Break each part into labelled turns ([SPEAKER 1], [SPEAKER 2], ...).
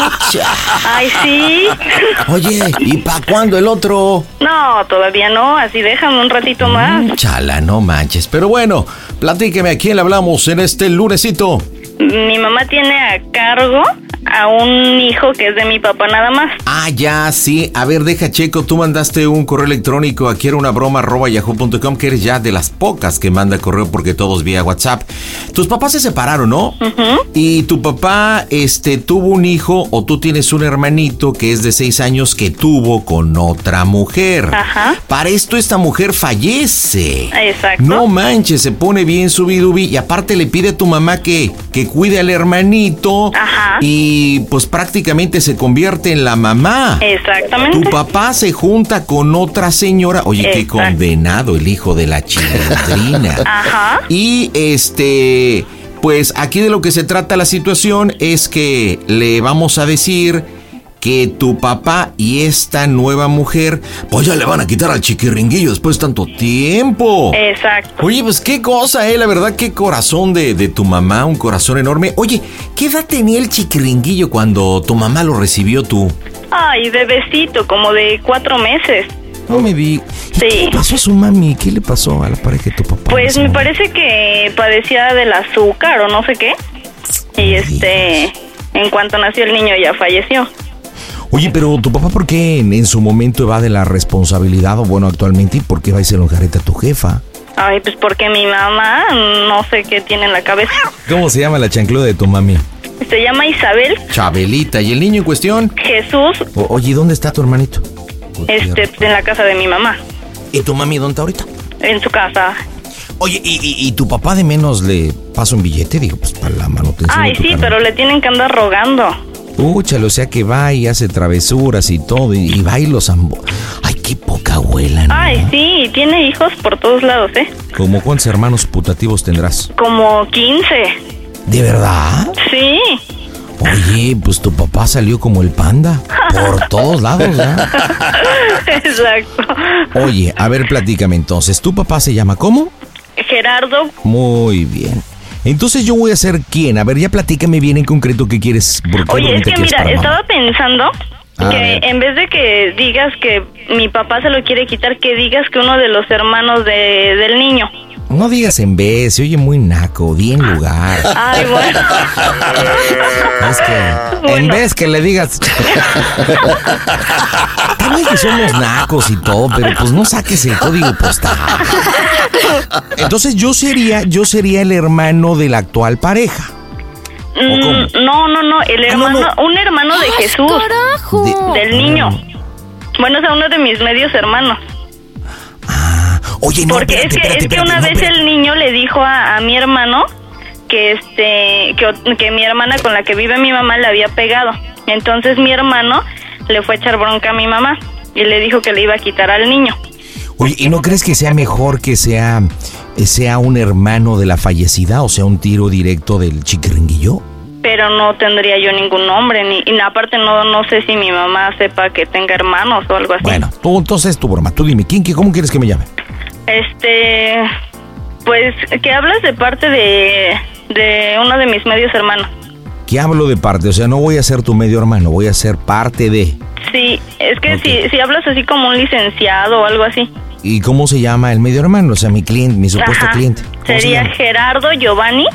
[SPEAKER 1] Ay, sí.
[SPEAKER 2] Oye, ¿y pa' cuándo el otro?
[SPEAKER 1] No, todavía no. Así déjame un ratito más.
[SPEAKER 2] Chala, no manches. Pero bueno, platíqueme a quién le hablamos en este lunesito.
[SPEAKER 1] Mi mamá tiene a cargo a un hijo que es de mi papá nada más.
[SPEAKER 2] Ah, ya, sí. A ver, deja checo. Tú mandaste un correo electrónico a quiero una broma arroba yahoo.com, que eres ya de las pocas que manda correo porque todos vía WhatsApp. Tus papás se separaron, ¿no? Y tu papá este, tuvo un hijo o tú tienes un hermanito que es de seis años que tuvo con otra mujer.
[SPEAKER 1] Ajá.
[SPEAKER 2] Para esto esta mujer fallece.
[SPEAKER 1] Exacto.
[SPEAKER 2] No manches, se pone bien subidubi y aparte le pide a tu mamá que, que cuide al hermanito
[SPEAKER 1] Ajá.
[SPEAKER 2] y pues prácticamente se convierte en la mamá. Tu
[SPEAKER 1] Exactamente.
[SPEAKER 2] papá se junta con otra señora. Oye, qué
[SPEAKER 1] Exacto.
[SPEAKER 2] condenado el hijo de la chilindrina.
[SPEAKER 1] Ajá.
[SPEAKER 2] y este, pues aquí de lo que se trata la situación es que le vamos a decir que tu papá y esta nueva mujer, pues ya le van a quitar al chiquiringuillo después de tanto tiempo.
[SPEAKER 1] Exacto.
[SPEAKER 2] Oye, pues qué cosa, eh, la verdad, qué corazón de, de tu mamá, un corazón enorme. Oye, ¿qué edad tenía el chiquiringuillo cuando tu mamá lo recibió tú?
[SPEAKER 1] Ay, bebecito, como de cuatro meses.
[SPEAKER 2] No me vi. ¿Y
[SPEAKER 1] Sí.
[SPEAKER 2] ¿Qué le pasó a su mami? ¿Qué le pasó a la pareja de tu papá?
[SPEAKER 1] Pues
[SPEAKER 2] No
[SPEAKER 1] me
[SPEAKER 2] sé.
[SPEAKER 1] parece que padecía del azúcar o no sé qué. Y este, en cuanto nació el niño ya falleció.
[SPEAKER 2] Oye, pero tu papá, ¿por qué en, en su momento evade la responsabilidad o bueno, actualmente, y por qué va y se lo enjareta a tu jefa?
[SPEAKER 1] Ay, pues porque mi mamá no sé qué tiene en la cabeza.
[SPEAKER 2] ¿Cómo se llama la chancluda de tu mami?
[SPEAKER 1] Se llama Isabel
[SPEAKER 2] Chabelita, ¿y el niño en cuestión?
[SPEAKER 1] Jesús,
[SPEAKER 2] O- oye, ¿dónde está tu hermanito?
[SPEAKER 1] este, en la casa de mi mamá,
[SPEAKER 2] ¿Y tu mami dónde está ahorita?
[SPEAKER 1] en su casa.
[SPEAKER 2] Oye, ¿y, y- y tu papá de menos le pasa un billete? Digo, pues para la manutención.
[SPEAKER 1] Ay, sí, pero le tienen que andar rogando.
[SPEAKER 2] Úchale, o sea que va y hace travesuras y todo, y, y va y los ambos. Ay, qué poca abuela, ¿no?
[SPEAKER 1] Ay, sí, y tiene hijos por todos lados, ¿eh?
[SPEAKER 2] ¿Cómo cuántos hermanos putativos tendrás?
[SPEAKER 1] Como 15.
[SPEAKER 2] Ah. ¿De verdad?
[SPEAKER 1] Sí.
[SPEAKER 2] Oye, pues tu papá salió como el panda. Por todos lados, ¿verdad?
[SPEAKER 1] Exacto.
[SPEAKER 2] Oye, a ver, platícame entonces. ¿Tu papá se llama cómo?
[SPEAKER 1] Gerardo,
[SPEAKER 2] Muy bien. Entonces yo voy a ser quién? A ver, ya platícame bien en concreto qué quieres. ¿Por qué
[SPEAKER 1] Oye, es
[SPEAKER 2] pregunta
[SPEAKER 1] que
[SPEAKER 2] quieres
[SPEAKER 1] mira,
[SPEAKER 2] para mamá.
[SPEAKER 1] estaba pensando
[SPEAKER 2] A
[SPEAKER 1] que
[SPEAKER 2] ver.
[SPEAKER 1] en vez de que digas que mi papá se lo quiere quitar, que digas que uno de los hermanos de, del niño.
[SPEAKER 2] No digas en vez, se oye muy naco, di
[SPEAKER 1] Ah.
[SPEAKER 2] en lugar.
[SPEAKER 1] Ay, bueno.
[SPEAKER 2] Es que en
[SPEAKER 1] Bueno.
[SPEAKER 2] vez que le digas. Tal vez que somos nacos y todo, pero pues no saques el código postal. Entonces yo sería, yo sería el hermano de la actual pareja.
[SPEAKER 1] Mm,
[SPEAKER 2] cómo?
[SPEAKER 1] no, no, no, el
[SPEAKER 2] Ah, no,
[SPEAKER 1] hermano, un hermano de Jesús,
[SPEAKER 3] ¡Carajo!
[SPEAKER 2] De-
[SPEAKER 1] del niño. Bueno, o sea, uno de mis medios hermanos.
[SPEAKER 2] Ah, oye, no,
[SPEAKER 1] Porque
[SPEAKER 2] espérate,
[SPEAKER 1] es que,
[SPEAKER 2] espérate,
[SPEAKER 1] es que
[SPEAKER 2] espérate,
[SPEAKER 1] una
[SPEAKER 2] no,
[SPEAKER 1] vez
[SPEAKER 2] espérate.
[SPEAKER 1] el niño le dijo a, a mi hermano que este que, o- que mi hermana con la que vive mi mamá le había pegado. Entonces mi hermano le fue a echar bronca a mi mamá y le dijo que le iba a quitar al niño.
[SPEAKER 2] Oye, ¿y no crees que sea mejor que sea, eh, sea un hermano de la fallecida, o sea, un tiro directo del chiquiringuillo?
[SPEAKER 1] Pero no tendría yo ningún nombre ni y aparte no no sé si mi mamá sepa que tenga hermanos o algo así.
[SPEAKER 2] Bueno, tú entonces tu broma, tú dime, ¿quién, qué- ¿cómo quieres que me llame?
[SPEAKER 1] Este pues que hablas de parte de de uno de mis medios hermanos.
[SPEAKER 2] ¿Qué hablo de parte? O sea, no voy a ser tu medio hermano, voy a ser parte de.
[SPEAKER 1] Sí, es que
[SPEAKER 2] Ok.
[SPEAKER 1] si si hablas así como un licenciado o algo así.
[SPEAKER 2] ¿Y cómo se llama el medio hermano? O sea, mi cliente, mi supuesto
[SPEAKER 1] Ajá.
[SPEAKER 2] cliente. ¿Cómo se
[SPEAKER 1] Sería
[SPEAKER 2] llama?
[SPEAKER 1] Gerardo Giovanni,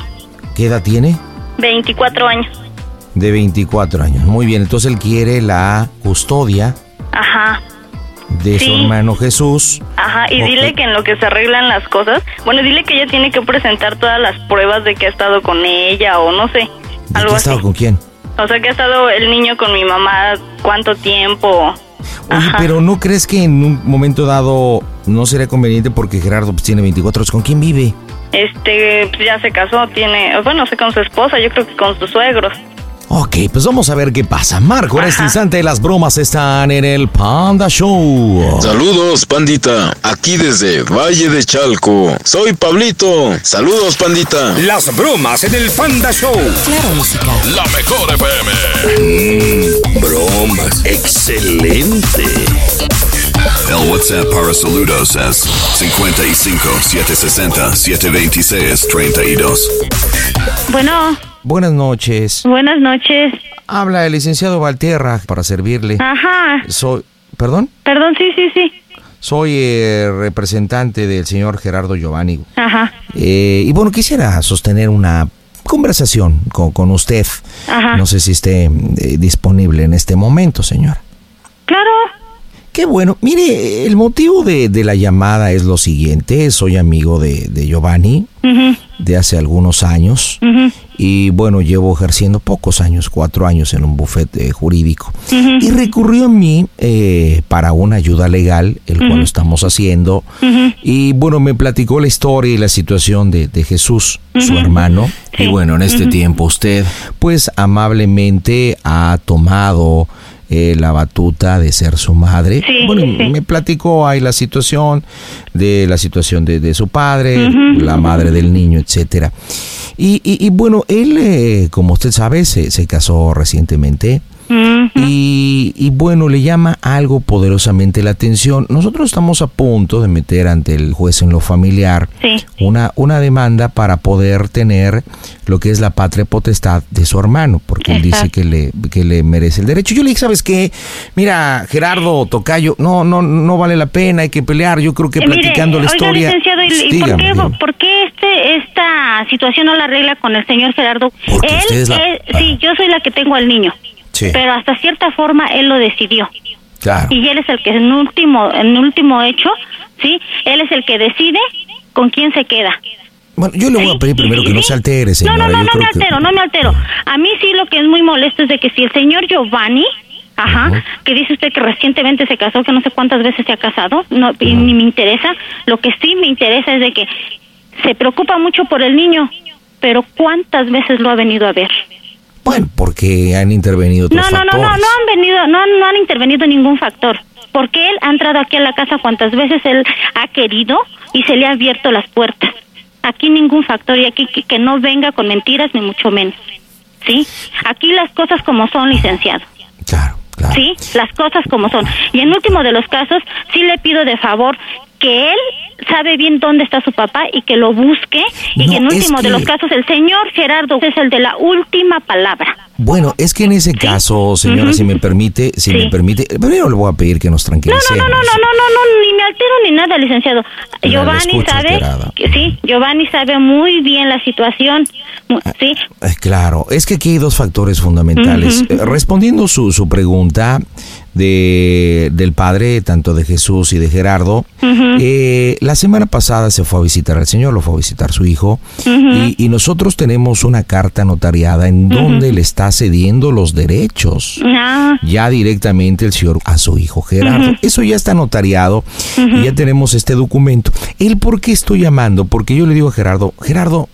[SPEAKER 2] ¿Qué edad tiene?
[SPEAKER 1] 24 años.
[SPEAKER 2] De 24 años. Muy bien, entonces él quiere la custodia
[SPEAKER 1] Ajá,
[SPEAKER 2] de su
[SPEAKER 1] Sí.
[SPEAKER 2] hermano Jesús.
[SPEAKER 1] ajá. Y
[SPEAKER 2] Ok.
[SPEAKER 1] dile que en lo que se arreglan las cosas, bueno, dile que ella tiene que presentar todas las pruebas de que ha estado con ella o no sé,
[SPEAKER 2] ¿De
[SPEAKER 1] algo así.
[SPEAKER 2] qué estado con quién?
[SPEAKER 1] O sea, que ha estado el niño con mi mamá cuánto tiempo.
[SPEAKER 2] Oye,
[SPEAKER 1] Ajá.
[SPEAKER 2] pero ¿no crees que en un momento dado no sería conveniente porque Gerardo pues, tiene 24 años? ¿Con quién vive?
[SPEAKER 1] Este, pues, ya se casó, tiene, bueno, no sé, con su esposa, yo creo que con sus suegros.
[SPEAKER 2] Ok, pues vamos a ver qué pasa. Marco, en este
[SPEAKER 1] Ajá.
[SPEAKER 2] instante las bromas están en el Panda Show.
[SPEAKER 4] Saludos, pandita. Aquí desde Valle de Chalco. Soy Pablito. Saludos, pandita.
[SPEAKER 5] Las bromas en el Panda Show.
[SPEAKER 6] Claro, música.
[SPEAKER 5] La mejor FM. Mm, bromas. Excelente. El WhatsApp para saludos es 55 760 726 32.
[SPEAKER 1] Bueno,
[SPEAKER 2] Buenas noches.
[SPEAKER 1] buenas noches.
[SPEAKER 2] Habla el licenciado Valtierra para servirle.
[SPEAKER 1] Ajá,
[SPEAKER 2] Soy, perdón,
[SPEAKER 1] perdón, sí, sí, sí.
[SPEAKER 2] soy eh, representante del señor Gerardo Giovanni.
[SPEAKER 1] Ajá,
[SPEAKER 2] Eh, y bueno, quisiera sostener una conversación con, con usted.
[SPEAKER 1] Ajá.
[SPEAKER 2] No sé si esté eh, disponible en este momento, señor.
[SPEAKER 1] claro.
[SPEAKER 2] Qué bueno. Mire, el motivo de, de la llamada es lo siguiente. Soy amigo de, de Giovanni de hace algunos años. Y bueno, llevo ejerciendo pocos años, cuatro años en un bufete jurídico. Y recurrió a mí eh, para una ayuda legal, el cual estamos haciendo. Y bueno, me platicó la historia y la situación de, de Jesús, su hermano. Y bueno, en este tiempo usted, pues amablemente ha tomado eh, la batuta de ser su madre.
[SPEAKER 1] Sí,
[SPEAKER 2] bueno,
[SPEAKER 1] sí.
[SPEAKER 2] me platicó ahí la situación de la situación de, de su padre, la madre del niño, etcétera. Y, y- y bueno, él, eh, como usted sabe, se, se casó recientemente. Y, y bueno, le llama algo poderosamente la atención. Nosotros estamos a punto de meter ante el juez en lo familiar
[SPEAKER 1] Sí.
[SPEAKER 2] una, una demanda para poder tener lo que es la patria potestad de su hermano, porque él dice que le, que le merece el derecho. Yo le dije, ¿sabes qué? Mira, Gerardo, Tocayo, no, no, no vale la pena, hay que pelear. Yo creo que
[SPEAKER 3] Eh, mire,
[SPEAKER 2] platicando la
[SPEAKER 3] oiga,
[SPEAKER 2] historia.
[SPEAKER 3] licenciado, ¿y- ¿y, por,
[SPEAKER 2] Dígame,
[SPEAKER 3] qué,
[SPEAKER 2] dígame.
[SPEAKER 3] por qué este, esta situación no la arregla con el señor Gerardo?
[SPEAKER 2] Porque
[SPEAKER 3] él,
[SPEAKER 2] usted es la- Ah.
[SPEAKER 3] él- sí, yo soy la que tengo al niño,
[SPEAKER 2] Sí,
[SPEAKER 3] pero hasta cierta forma él lo decidió.
[SPEAKER 2] claro.
[SPEAKER 3] Y él es el que en último, en último hecho, sí, él es el que decide con quién se queda.
[SPEAKER 2] Bueno, yo le voy a pedir primero
[SPEAKER 3] Sí,
[SPEAKER 2] que no
[SPEAKER 3] sí.
[SPEAKER 2] se altere,
[SPEAKER 3] No,
[SPEAKER 2] señora.
[SPEAKER 3] no, no,
[SPEAKER 2] Yo
[SPEAKER 3] no me
[SPEAKER 2] creo que-
[SPEAKER 3] altero, no me altero. A mí sí lo que es muy molesto es de que si el señor Giovanni, ajá, que dice usted que recientemente se casó, que no sé cuántas veces se ha casado, no, y ni me interesa, lo que sí me interesa es de que se preocupa mucho por el niño, pero ¿cuántas veces lo ha venido a ver?
[SPEAKER 2] Bueno, porque han intervenido otros
[SPEAKER 3] No, no, no, no, no
[SPEAKER 2] factores.
[SPEAKER 3] han venido, no, han- no han intervenido ningún factor. Porque él ha entrado aquí a la casa cuantas veces él ha querido y se le ha abierto las puertas. Aquí ningún factor y aquí que, que no venga con mentiras ni mucho menos. ¿sí? Aquí las cosas como son, licenciado.
[SPEAKER 2] Claro, claro.
[SPEAKER 3] Sí, las cosas como son. Y en último de los casos, sí le pido de favor que él sabe bien dónde está su papá y que lo busque. Y
[SPEAKER 2] No,
[SPEAKER 3] que en
[SPEAKER 2] es
[SPEAKER 3] último
[SPEAKER 2] que-
[SPEAKER 3] de los casos, el señor Gerardo es el de la última palabra.
[SPEAKER 2] Bueno, es que en ese caso, señora,
[SPEAKER 3] Ujú.
[SPEAKER 2] si me permite, si me
[SPEAKER 3] Sí.
[SPEAKER 2] permite, primero le voy a pedir que nos
[SPEAKER 3] No,
[SPEAKER 2] tranquilicemos.
[SPEAKER 3] no, no, no, no, no, no, no, ni me altero ni nada, licenciado.
[SPEAKER 2] la
[SPEAKER 3] Giovanni
[SPEAKER 2] escucho
[SPEAKER 3] sabe,
[SPEAKER 2] alterada.
[SPEAKER 3] que- sí, Giovanni sabe muy bien la situación, mu- sí,
[SPEAKER 2] Eh, Claro, es que aquí hay dos factores fundamentales.
[SPEAKER 3] Ujú.
[SPEAKER 2] Eh, Respondiendo su, su pregunta de, del padre, tanto de Jesús y de Gerardo, eh, la semana pasada se fue a visitar al Señor, lo fue a visitar su hijo, y, y nosotros tenemos una carta notariada en donde le está cediendo los derechos
[SPEAKER 3] Ah,
[SPEAKER 2] ya directamente el señor a su hijo Gerardo. Eso ya está notariado y ya tenemos este documento. ¿El por qué estoy llamando? Porque yo le digo a Gerardo, Gerardo,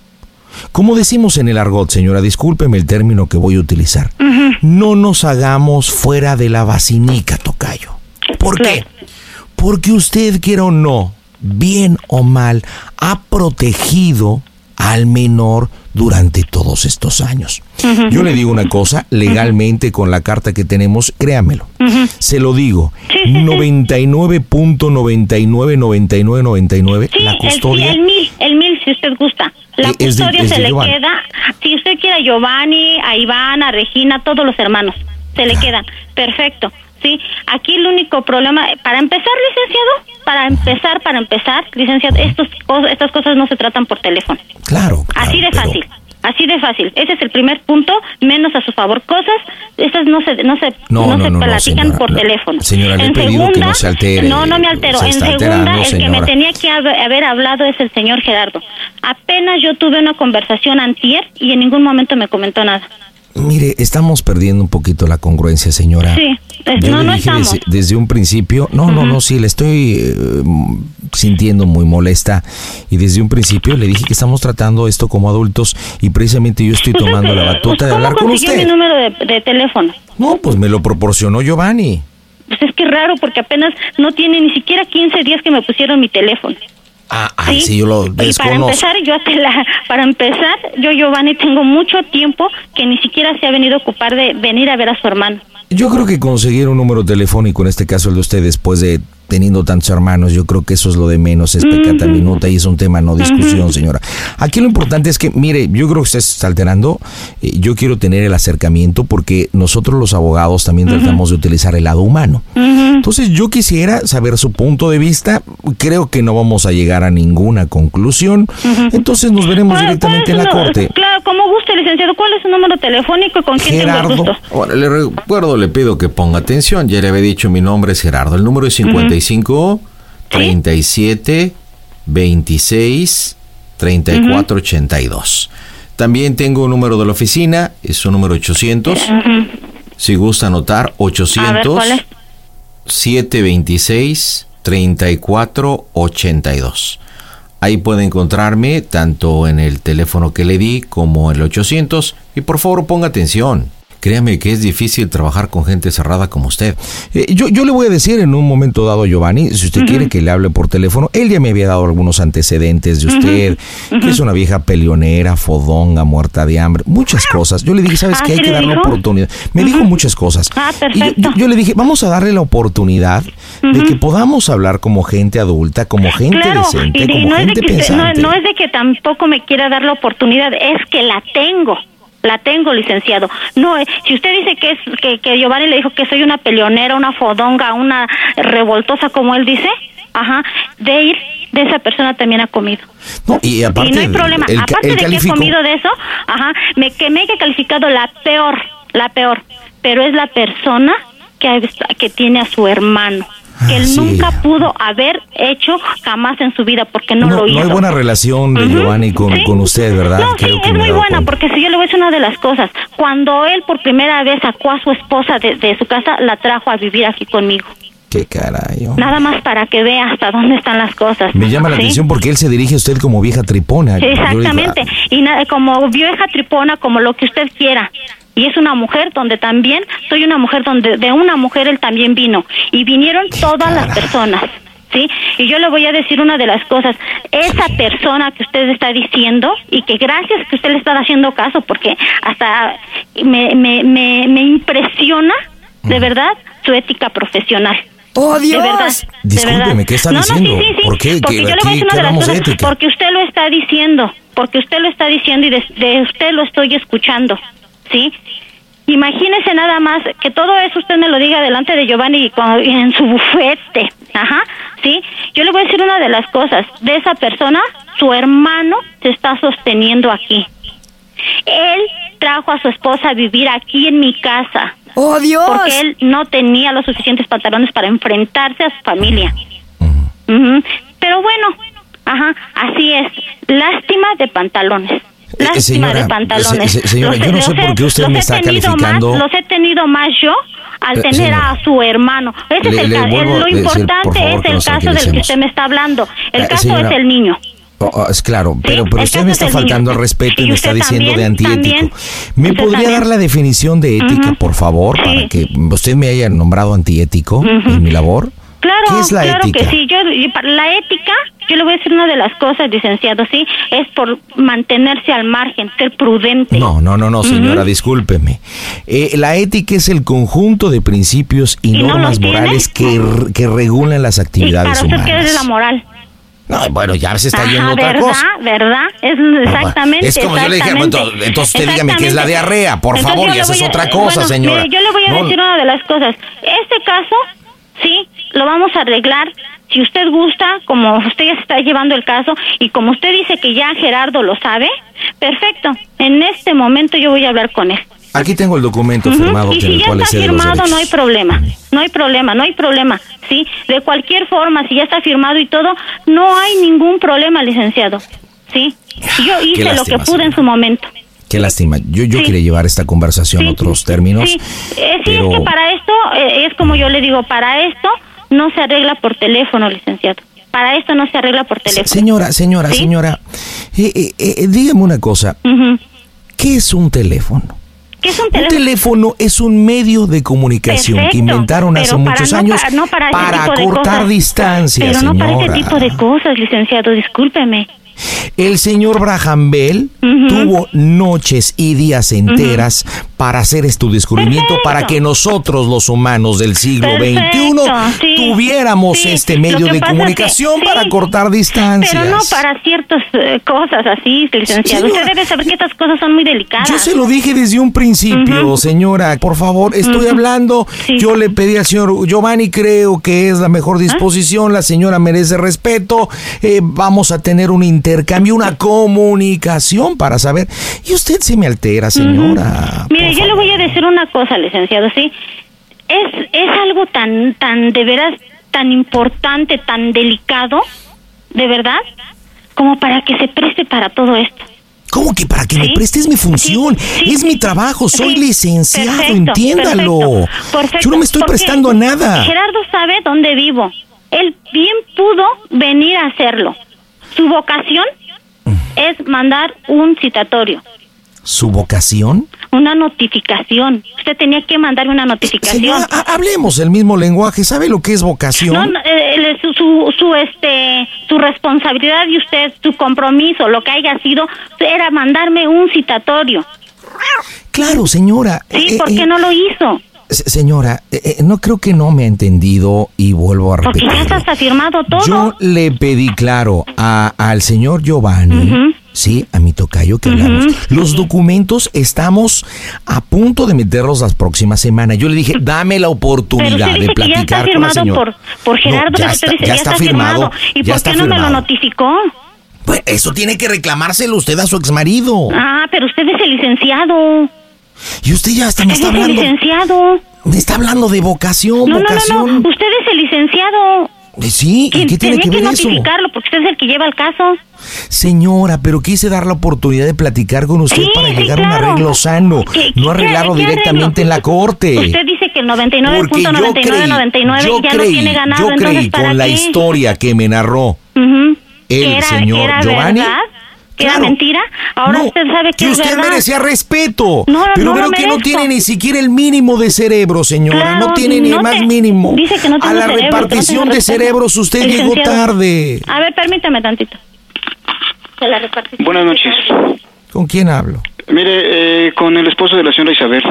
[SPEAKER 2] como decimos en el argot, señora, discúlpeme el término que voy a utilizar, no nos hagamos fuera de la vacinica, Tocayo. ¿Por qué? Porque usted, quiera o no, bien o mal, ha protegido al menor durante todos estos años. Yo le digo una cosa, legalmente con la carta que tenemos, créamelo, se lo digo, 99.999999,
[SPEAKER 3] sí,
[SPEAKER 2] la
[SPEAKER 3] el-
[SPEAKER 2] custodia...
[SPEAKER 3] el, mil, el mil, si usted gusta. La
[SPEAKER 2] Eh, es de-
[SPEAKER 3] custodia
[SPEAKER 2] es
[SPEAKER 3] se
[SPEAKER 2] de
[SPEAKER 3] le
[SPEAKER 2] Giovanni.
[SPEAKER 3] queda, si usted quiere a Giovanni, a Iván, a Regina, a todos los hermanos, se
[SPEAKER 2] Ah.
[SPEAKER 3] le quedan, perfecto, sí. Aquí el único problema, para empezar, licenciado, para empezar, para empezar, licenciado, estos, cos- estas cosas no se tratan por teléfono.
[SPEAKER 2] Claro, claro,
[SPEAKER 3] Así de
[SPEAKER 2] Ah, pero-
[SPEAKER 3] fácil. Así de fácil. Ese es el primer punto, menos a su favor. Cosas, esas no se, no se,
[SPEAKER 2] No, no,
[SPEAKER 3] se
[SPEAKER 2] no, no,
[SPEAKER 3] platican
[SPEAKER 2] señora.
[SPEAKER 3] por
[SPEAKER 2] No,
[SPEAKER 3] teléfono.
[SPEAKER 2] señora, le he pedido que no se altere.
[SPEAKER 3] No, no me altero.
[SPEAKER 2] Se
[SPEAKER 3] en
[SPEAKER 2] está
[SPEAKER 3] segunda,
[SPEAKER 2] alterando,
[SPEAKER 3] el que me
[SPEAKER 2] señora.
[SPEAKER 3] tenía que hab- haber hablado es el señor Gerardo. Apenas yo tuve una conversación antier y en ningún momento me comentó nada.
[SPEAKER 2] Ah. Mire, estamos perdiendo un poquito la congruencia, señora.
[SPEAKER 3] Sí, es-
[SPEAKER 2] Yo
[SPEAKER 3] no,
[SPEAKER 2] le
[SPEAKER 3] no
[SPEAKER 2] dije
[SPEAKER 3] estamos.
[SPEAKER 2] desde, desde un principio, no, no, no, sí, le estoy eh, mm, sintiendo muy molesta y desde un principio le dije que estamos tratando esto como adultos y precisamente yo estoy
[SPEAKER 3] Usted,
[SPEAKER 2] tomando la
[SPEAKER 3] eh,
[SPEAKER 2] batuta de
[SPEAKER 3] ¿cómo
[SPEAKER 2] hablar con
[SPEAKER 3] consiguió
[SPEAKER 2] usted.
[SPEAKER 3] mi número de, de teléfono?
[SPEAKER 2] No, pues me lo proporcionó Giovanni.
[SPEAKER 3] Pues es que es raro porque apenas no tiene ni siquiera 15 días que me pusieron mi teléfono.
[SPEAKER 2] Ah, ay, sí, yo lo
[SPEAKER 3] Y para
[SPEAKER 2] desconozco.
[SPEAKER 3] empezar, yo te la- para empezar, yo Giovanni tengo mucho tiempo que ni siquiera se ha venido a ocupar de venir a ver a su hermano.
[SPEAKER 2] Yo creo que conseguir un número telefónico, en este caso el de usted, después de teniendo tantos hermanos, yo creo que eso es lo de menos, es pecata minuta y es un tema no discusión, señora. Aquí lo importante es que, mire, yo creo que usted se está alterando, eh, yo quiero tener el acercamiento porque nosotros los abogados también tratamos de utilizar el lado humano. Entonces yo quisiera saber su punto de vista, creo que no vamos a llegar a ninguna conclusión, entonces nos veremos
[SPEAKER 3] ¿Cuál-
[SPEAKER 2] directamente en
[SPEAKER 3] cuál
[SPEAKER 2] la
[SPEAKER 3] es su nu-
[SPEAKER 2] corte.
[SPEAKER 3] Claro, como guste, licenciado. ¿Cuál es su número telefónico y con quién tengo el
[SPEAKER 2] Gerardo,
[SPEAKER 3] gusto?
[SPEAKER 7] Ahora, le recuerdo, le pido que ponga atención. Ya le había dicho, mi nombre es Gerardo. El número es 55 37 26 34 82. También tengo un número de la oficina, es un número 800. Si gusta anotar, 800
[SPEAKER 3] A ver, ¿cuál es?
[SPEAKER 7] 726 3482. Ahí puede encontrarme tanto en el teléfono que le di como en el 800 y por favor ponga atención. Créame que es difícil trabajar con gente cerrada como usted.
[SPEAKER 2] Eh, yo, yo le voy a decir en un momento dado a Giovanni, si usted quiere que le hable por teléfono, él ya me había dado algunos antecedentes de usted, que es una vieja peleonera, fodonga, muerta de hambre, muchas cosas. Yo le dije, ¿sabes
[SPEAKER 3] Ah,
[SPEAKER 2] qué? Hay
[SPEAKER 3] ¿sí
[SPEAKER 2] que
[SPEAKER 3] le
[SPEAKER 2] darle
[SPEAKER 3] dijo?
[SPEAKER 2] oportunidad. Me dijo muchas cosas.
[SPEAKER 3] Ah,
[SPEAKER 2] Y yo- yo-
[SPEAKER 3] perfecto.
[SPEAKER 2] yo, le dije, vamos a darle la oportunidad de que podamos hablar como gente adulta, como gente
[SPEAKER 3] Claro,
[SPEAKER 2] decente,
[SPEAKER 3] y, de- y
[SPEAKER 2] como
[SPEAKER 3] no, es de
[SPEAKER 2] gente
[SPEAKER 3] que usted- no-
[SPEAKER 2] pensante.
[SPEAKER 3] no es de que tampoco me quiera dar la oportunidad, es que la tengo. La tengo, licenciado. No, eh, si usted dice que, es, que, que Giovanni le dijo que soy una peleonera, una fodonga, una revoltosa, como él dice, ajá, de ir de esa persona también ha comido.
[SPEAKER 2] No, y aparte,
[SPEAKER 3] y no hay problema.
[SPEAKER 2] el ca-
[SPEAKER 3] Aparte
[SPEAKER 2] el
[SPEAKER 3] de que he
[SPEAKER 2] calificó.
[SPEAKER 3] comido de eso, ajá, me quemé que he calificado la peor, la peor, pero es la persona que, ha- que tiene a su hermano, que
[SPEAKER 2] Ah,
[SPEAKER 3] él
[SPEAKER 2] sí.
[SPEAKER 3] nunca pudo haber hecho jamás en su vida porque no,
[SPEAKER 2] No,
[SPEAKER 3] lo
[SPEAKER 2] no
[SPEAKER 3] hizo.
[SPEAKER 2] hay buena relación de
[SPEAKER 3] Ujú.
[SPEAKER 2] Giovanni con,
[SPEAKER 3] Sí.
[SPEAKER 2] con usted, ¿verdad?
[SPEAKER 3] No,
[SPEAKER 2] Creo
[SPEAKER 3] sí,
[SPEAKER 2] que
[SPEAKER 3] es
[SPEAKER 2] me he
[SPEAKER 3] muy
[SPEAKER 2] dado
[SPEAKER 3] buena,
[SPEAKER 2] cuenta.
[SPEAKER 3] porque si yo le voy a decir una de las cosas, cuando él por primera vez sacó a su esposa de, de su casa, la trajo a vivir aquí conmigo.
[SPEAKER 2] Qué carajo.
[SPEAKER 3] Nada más para que vea hasta dónde están las cosas.
[SPEAKER 2] Oh. Me llama la
[SPEAKER 3] ¿sí?
[SPEAKER 2] atención porque él se dirige a usted como vieja tripona. Yo le digo, ah,
[SPEAKER 3] Exactamente. Y na- como vieja tripona, como lo que usted quiera. Y es una mujer donde también, soy una mujer donde de una mujer él también vino. Y vinieron todas las personas. ¿Sí? ¿sí? Y yo le voy a decir una de las cosas. Esa persona que usted está diciendo y que gracias que usted le está haciendo caso, porque hasta me, me, me, me impresiona,
[SPEAKER 2] Mm.
[SPEAKER 3] de verdad, su ética profesional.
[SPEAKER 4] ¡Oh, Dios!
[SPEAKER 3] De verdad, de
[SPEAKER 2] Discúlpeme,
[SPEAKER 3] verdad.
[SPEAKER 2] ¿qué está
[SPEAKER 3] No, no,
[SPEAKER 2] diciendo?
[SPEAKER 3] sí, sí, sí,
[SPEAKER 2] ¿Por qué?
[SPEAKER 3] Porque yo le
[SPEAKER 2] Que
[SPEAKER 3] voy a
[SPEAKER 2] aquí-
[SPEAKER 3] decir una
[SPEAKER 2] que
[SPEAKER 3] de las
[SPEAKER 2] hablamos de
[SPEAKER 3] cosas,
[SPEAKER 2] ética.
[SPEAKER 3] Porque usted lo está diciendo, porque usted lo está diciendo y de, de usted lo estoy escuchando, ¿sí? Imagínese nada más que todo eso usted me lo diga delante de Giovanni y con- y en su bufete, ajá, ¿sí? Yo le voy a decir una de las cosas, de esa persona, su hermano se está sosteniendo aquí. Él trajo a su esposa a vivir aquí en mi casa.
[SPEAKER 4] ¡Oh, Dios!
[SPEAKER 3] Porque él no tenía los suficientes pantalones para enfrentarse a su familia. Ujú. Pero bueno, ajá, así es. Lástima de pantalones.
[SPEAKER 2] Eh,
[SPEAKER 3] Lástima
[SPEAKER 2] señora,
[SPEAKER 3] de pantalones.
[SPEAKER 2] se- se- señora,
[SPEAKER 3] Los he-
[SPEAKER 2] yo no
[SPEAKER 3] los
[SPEAKER 2] sé
[SPEAKER 3] he-
[SPEAKER 2] por qué usted
[SPEAKER 3] los
[SPEAKER 2] me
[SPEAKER 3] he
[SPEAKER 2] está
[SPEAKER 3] tenido
[SPEAKER 2] calificando.
[SPEAKER 3] Más, los he tenido más yo al
[SPEAKER 2] Eh,
[SPEAKER 3] tener
[SPEAKER 2] señora.
[SPEAKER 3] a su hermano. Ese
[SPEAKER 2] Le-
[SPEAKER 3] es el
[SPEAKER 2] le
[SPEAKER 3] ca- el-
[SPEAKER 2] vuelvo a
[SPEAKER 3] Lo
[SPEAKER 2] decir, por
[SPEAKER 3] importante
[SPEAKER 2] favor, que
[SPEAKER 3] es el
[SPEAKER 2] nos
[SPEAKER 3] caso del que
[SPEAKER 2] tranquilicemos.
[SPEAKER 3] usted me está hablando. El
[SPEAKER 2] Eh,
[SPEAKER 3] caso
[SPEAKER 2] señora.
[SPEAKER 3] es el niño.
[SPEAKER 2] Oh, oh, es claro, pero,
[SPEAKER 3] Sí,
[SPEAKER 2] pero
[SPEAKER 3] el
[SPEAKER 2] usted
[SPEAKER 3] caso
[SPEAKER 2] me
[SPEAKER 3] es
[SPEAKER 2] está
[SPEAKER 3] el
[SPEAKER 2] faltando al
[SPEAKER 3] niño.
[SPEAKER 2] respeto y
[SPEAKER 3] Y
[SPEAKER 2] me está
[SPEAKER 3] usted
[SPEAKER 2] diciendo de
[SPEAKER 3] también,
[SPEAKER 2] antiético.
[SPEAKER 3] también.
[SPEAKER 2] ¿Me
[SPEAKER 3] Usted
[SPEAKER 2] podría
[SPEAKER 3] también.
[SPEAKER 2] dar la definición de ética, por favor, para
[SPEAKER 3] Sí.
[SPEAKER 2] que usted me haya nombrado antiético en mi labor?
[SPEAKER 3] Claro,
[SPEAKER 2] ¿Qué es la
[SPEAKER 3] claro
[SPEAKER 2] ética?
[SPEAKER 3] que sí. Yo, y para la ética, yo le voy a decir una de las cosas, licenciado, sí, es por mantenerse al margen, ser prudente.
[SPEAKER 2] No, no, no, no, señora, discúlpeme. Eh, la ética es el conjunto de principios y,
[SPEAKER 3] ¿Y no
[SPEAKER 2] normas
[SPEAKER 3] los tiene?
[SPEAKER 2] morales que, r- que regulan las
[SPEAKER 3] Y para
[SPEAKER 2] actividades
[SPEAKER 3] usted que
[SPEAKER 2] humanas.
[SPEAKER 3] es la moral.
[SPEAKER 2] No, bueno, ya se está
[SPEAKER 3] Ajá,
[SPEAKER 2] yendo a otra
[SPEAKER 3] ¿verdad?
[SPEAKER 2] cosa.
[SPEAKER 3] ¿Verdad? Es exactamente.
[SPEAKER 2] Es como yo le dijera,
[SPEAKER 3] exactamente.
[SPEAKER 2] bueno, entonces usted dígame qué es la
[SPEAKER 3] Exactamente.
[SPEAKER 2] diarrea, por favor,
[SPEAKER 3] yo
[SPEAKER 2] y
[SPEAKER 3] le
[SPEAKER 2] esa es
[SPEAKER 3] voy a-
[SPEAKER 2] otra cosa,
[SPEAKER 3] bueno,
[SPEAKER 2] señora.
[SPEAKER 3] mire, yo le voy a
[SPEAKER 2] No.
[SPEAKER 3] decir una de las cosas. Este caso, sí, lo vamos a arreglar. Si usted gusta, como usted ya se está llevando el caso y como usted dice que ya Gerardo lo sabe, perfecto. En este momento yo voy a hablar con él.
[SPEAKER 2] Aquí tengo el documento
[SPEAKER 3] Ujú,
[SPEAKER 2] firmado
[SPEAKER 3] Y si
[SPEAKER 2] que el
[SPEAKER 3] ya
[SPEAKER 2] cual
[SPEAKER 3] está
[SPEAKER 2] es de los
[SPEAKER 3] firmado, no hay
[SPEAKER 2] derechos.
[SPEAKER 3] problema. No hay problema, no hay problema. Sí, de cualquier forma, si ya está firmado y todo, no hay ningún problema, licenciado. Sí. Yo hice lo
[SPEAKER 2] Ah, lástima,
[SPEAKER 3] que pude en
[SPEAKER 2] señora.
[SPEAKER 3] su momento.
[SPEAKER 2] Qué lástima. Yo, yo
[SPEAKER 3] Sí.
[SPEAKER 2] quería llevar esta conversación
[SPEAKER 3] Sí,
[SPEAKER 2] a otros términos.
[SPEAKER 3] Sí, Eh, sí,
[SPEAKER 2] pero...
[SPEAKER 3] es que para esto, eh, es como yo le digo, para esto no se arregla por teléfono, licenciado. Para esto no se arregla por
[SPEAKER 2] Se-
[SPEAKER 3] teléfono.
[SPEAKER 2] Señora, señora,
[SPEAKER 3] Este, ¿Sí?
[SPEAKER 2] señora, eh, eh, eh, dígame una cosa.
[SPEAKER 3] Ujú.
[SPEAKER 2] ¿Qué es un teléfono?
[SPEAKER 3] ¿Qué es un
[SPEAKER 2] Un
[SPEAKER 3] teléfono?
[SPEAKER 2] teléfono es un medio de comunicación
[SPEAKER 3] Perfecto,
[SPEAKER 2] que inventaron hace
[SPEAKER 3] pero para-
[SPEAKER 2] muchos
[SPEAKER 3] no
[SPEAKER 2] años
[SPEAKER 3] para- no para ese tipo de
[SPEAKER 2] cortar
[SPEAKER 3] cosas.
[SPEAKER 2] distancias,
[SPEAKER 3] Pero no
[SPEAKER 2] señora.
[SPEAKER 3] para este tipo de cosas, licenciado, discúlpeme.
[SPEAKER 2] El señor Braham Bell
[SPEAKER 3] Ujú.
[SPEAKER 2] tuvo noches y días enteras para hacer este descubrimiento,
[SPEAKER 3] Perfecto.
[SPEAKER 2] para que nosotros los humanos del siglo
[SPEAKER 3] Perfecto,
[SPEAKER 2] XXI
[SPEAKER 3] sí,
[SPEAKER 2] tuviéramos
[SPEAKER 3] sí.
[SPEAKER 2] este
[SPEAKER 3] Lo
[SPEAKER 2] medio
[SPEAKER 3] que
[SPEAKER 2] de
[SPEAKER 3] pasa es
[SPEAKER 2] comunicación
[SPEAKER 3] que-
[SPEAKER 2] para
[SPEAKER 3] sí,
[SPEAKER 2] cortar distancias.
[SPEAKER 3] Pero no para ciertas eh, cosas así, licenciado.
[SPEAKER 2] Señora,
[SPEAKER 3] Usted debe saber que estas cosas son muy delicadas.
[SPEAKER 2] Yo se lo dije desde un principio, señora, por favor, estoy hablando.
[SPEAKER 3] Sí.
[SPEAKER 2] Yo le pedí al señor Giovanni, creo que es la mejor disposición, la señora merece respeto, eh, vamos a tener un intercambio, una comunicación para saber. Y usted se me altera, señora.
[SPEAKER 3] Mire,
[SPEAKER 2] por
[SPEAKER 3] yo le
[SPEAKER 2] favor.
[SPEAKER 3] voy a decir una cosa, licenciado, sí. Es, es algo tan, tan, de veras, tan importante, tan delicado, de verdad, como para que se preste para todo esto.
[SPEAKER 2] ¿Cómo que para que
[SPEAKER 3] Sí.
[SPEAKER 2] me prestes mi función?
[SPEAKER 3] Sí, sí.
[SPEAKER 2] es mi trabajo, soy
[SPEAKER 3] Sí,
[SPEAKER 2] licenciado,
[SPEAKER 3] perfecto,
[SPEAKER 2] entiéndalo.
[SPEAKER 3] perfecto, perfecto,
[SPEAKER 2] Yo no me estoy
[SPEAKER 3] porque
[SPEAKER 2] prestando a nada.
[SPEAKER 3] Gerardo sabe dónde vivo. Él bien pudo venir a hacerlo. Su vocación
[SPEAKER 2] Mm.
[SPEAKER 3] es mandar un citatorio,
[SPEAKER 2] ¿Su vocación?
[SPEAKER 3] una notificación. Usted tenía que mandar una notificación.
[SPEAKER 2] Señora, ha- Ah, hablemos el mismo lenguaje, ¿sabe lo que es vocación?
[SPEAKER 3] No, no, eh, le- su, su, su, este, su responsabilidad y usted, su compromiso, lo que haya sido, era mandarme un citatorio.
[SPEAKER 2] Claro, señora.
[SPEAKER 3] ¿Sí?
[SPEAKER 2] Eh,
[SPEAKER 3] ¿Por
[SPEAKER 2] eh,
[SPEAKER 3] qué no lo hizo?
[SPEAKER 2] se- Señora, eh, eh, no creo que no me ha entendido y vuelvo a
[SPEAKER 3] Porque
[SPEAKER 2] repetir.
[SPEAKER 3] ya está hasta firmado todo.
[SPEAKER 2] Yo le pedí, claro, a- al señor Giovanni, sí, a mi tocayo que hablamos. Los documentos estamos a punto de meterlos las próximas semanas. Yo le dije, dame la
[SPEAKER 3] pero
[SPEAKER 2] oportunidad
[SPEAKER 3] usted
[SPEAKER 2] de
[SPEAKER 3] dice que ya está
[SPEAKER 2] platicar con la
[SPEAKER 3] firmado por,
[SPEAKER 2] señora.
[SPEAKER 3] por
[SPEAKER 2] No,
[SPEAKER 3] Gerardo,
[SPEAKER 2] ya
[SPEAKER 3] pero usted
[SPEAKER 2] está,
[SPEAKER 3] dice
[SPEAKER 2] ya
[SPEAKER 3] ya
[SPEAKER 2] está
[SPEAKER 3] está firmado. ¿Y
[SPEAKER 2] ya
[SPEAKER 3] por
[SPEAKER 2] está
[SPEAKER 3] qué no me lo
[SPEAKER 2] firmado.
[SPEAKER 3] notificó?
[SPEAKER 2] Pues eso tiene que reclamárselo usted a su exmarido.
[SPEAKER 3] Ah, pero usted es el licenciado.
[SPEAKER 2] Y usted ya hasta me
[SPEAKER 3] Usted
[SPEAKER 2] está
[SPEAKER 3] es el
[SPEAKER 2] hablando.
[SPEAKER 3] licenciado.
[SPEAKER 2] Me está hablando de vocación,
[SPEAKER 3] No, no,
[SPEAKER 2] vocación.
[SPEAKER 3] no, no. Usted es el licenciado.
[SPEAKER 2] Eh, Sí, ¿y
[SPEAKER 3] Quien
[SPEAKER 2] qué tiene
[SPEAKER 3] tenía
[SPEAKER 2] que ver eso?
[SPEAKER 3] notificarlo porque usted es el que lleva el caso.
[SPEAKER 2] Señora, pero quise dar la oportunidad de platicar con usted
[SPEAKER 3] Sí,
[SPEAKER 2] para
[SPEAKER 3] sí,
[SPEAKER 2] llegar a un
[SPEAKER 3] claro.
[SPEAKER 2] arreglo sano,
[SPEAKER 3] ¿Qué- qué-
[SPEAKER 2] no arreglarlo
[SPEAKER 3] qué arreglo?
[SPEAKER 2] directamente en la corte.
[SPEAKER 3] Usted dice que el
[SPEAKER 2] Porque yo
[SPEAKER 3] 99.9999
[SPEAKER 2] yo
[SPEAKER 3] ya
[SPEAKER 2] creí-
[SPEAKER 3] lo tiene ganado.
[SPEAKER 2] yo creí
[SPEAKER 3] entonces, ¿para
[SPEAKER 2] con la
[SPEAKER 3] qué?
[SPEAKER 2] historia que me narró
[SPEAKER 3] Ujú.
[SPEAKER 2] el
[SPEAKER 3] ¿Que era-
[SPEAKER 2] señor
[SPEAKER 3] que era
[SPEAKER 2] Giovanni
[SPEAKER 3] verdad? que era mentira. Ahora
[SPEAKER 2] No,
[SPEAKER 3] usted sabe que,
[SPEAKER 2] que
[SPEAKER 3] es
[SPEAKER 2] usted
[SPEAKER 3] verdad.
[SPEAKER 2] merecía respeto.
[SPEAKER 3] No, no,
[SPEAKER 2] pero
[SPEAKER 3] no
[SPEAKER 2] veo
[SPEAKER 3] lo
[SPEAKER 2] que no
[SPEAKER 3] merezco.
[SPEAKER 2] tiene ni siquiera el mínimo de cerebro, señora.
[SPEAKER 3] Claro,
[SPEAKER 2] no tiene ni
[SPEAKER 3] no
[SPEAKER 2] el más
[SPEAKER 3] te-
[SPEAKER 2] mínimo.
[SPEAKER 3] dice que no
[SPEAKER 2] A
[SPEAKER 3] tengo
[SPEAKER 2] la
[SPEAKER 3] cerebro, que no
[SPEAKER 2] repartición
[SPEAKER 3] tengo
[SPEAKER 2] de
[SPEAKER 3] respeto.
[SPEAKER 2] cerebros usted llegó
[SPEAKER 3] Licenciado.
[SPEAKER 2] tarde.
[SPEAKER 3] A ver, permítame tantito. Se la repartición.
[SPEAKER 8] Buenas noches.
[SPEAKER 2] ¿Con quién hablo?
[SPEAKER 8] Mire, eh, con el esposo de la señora Isabel.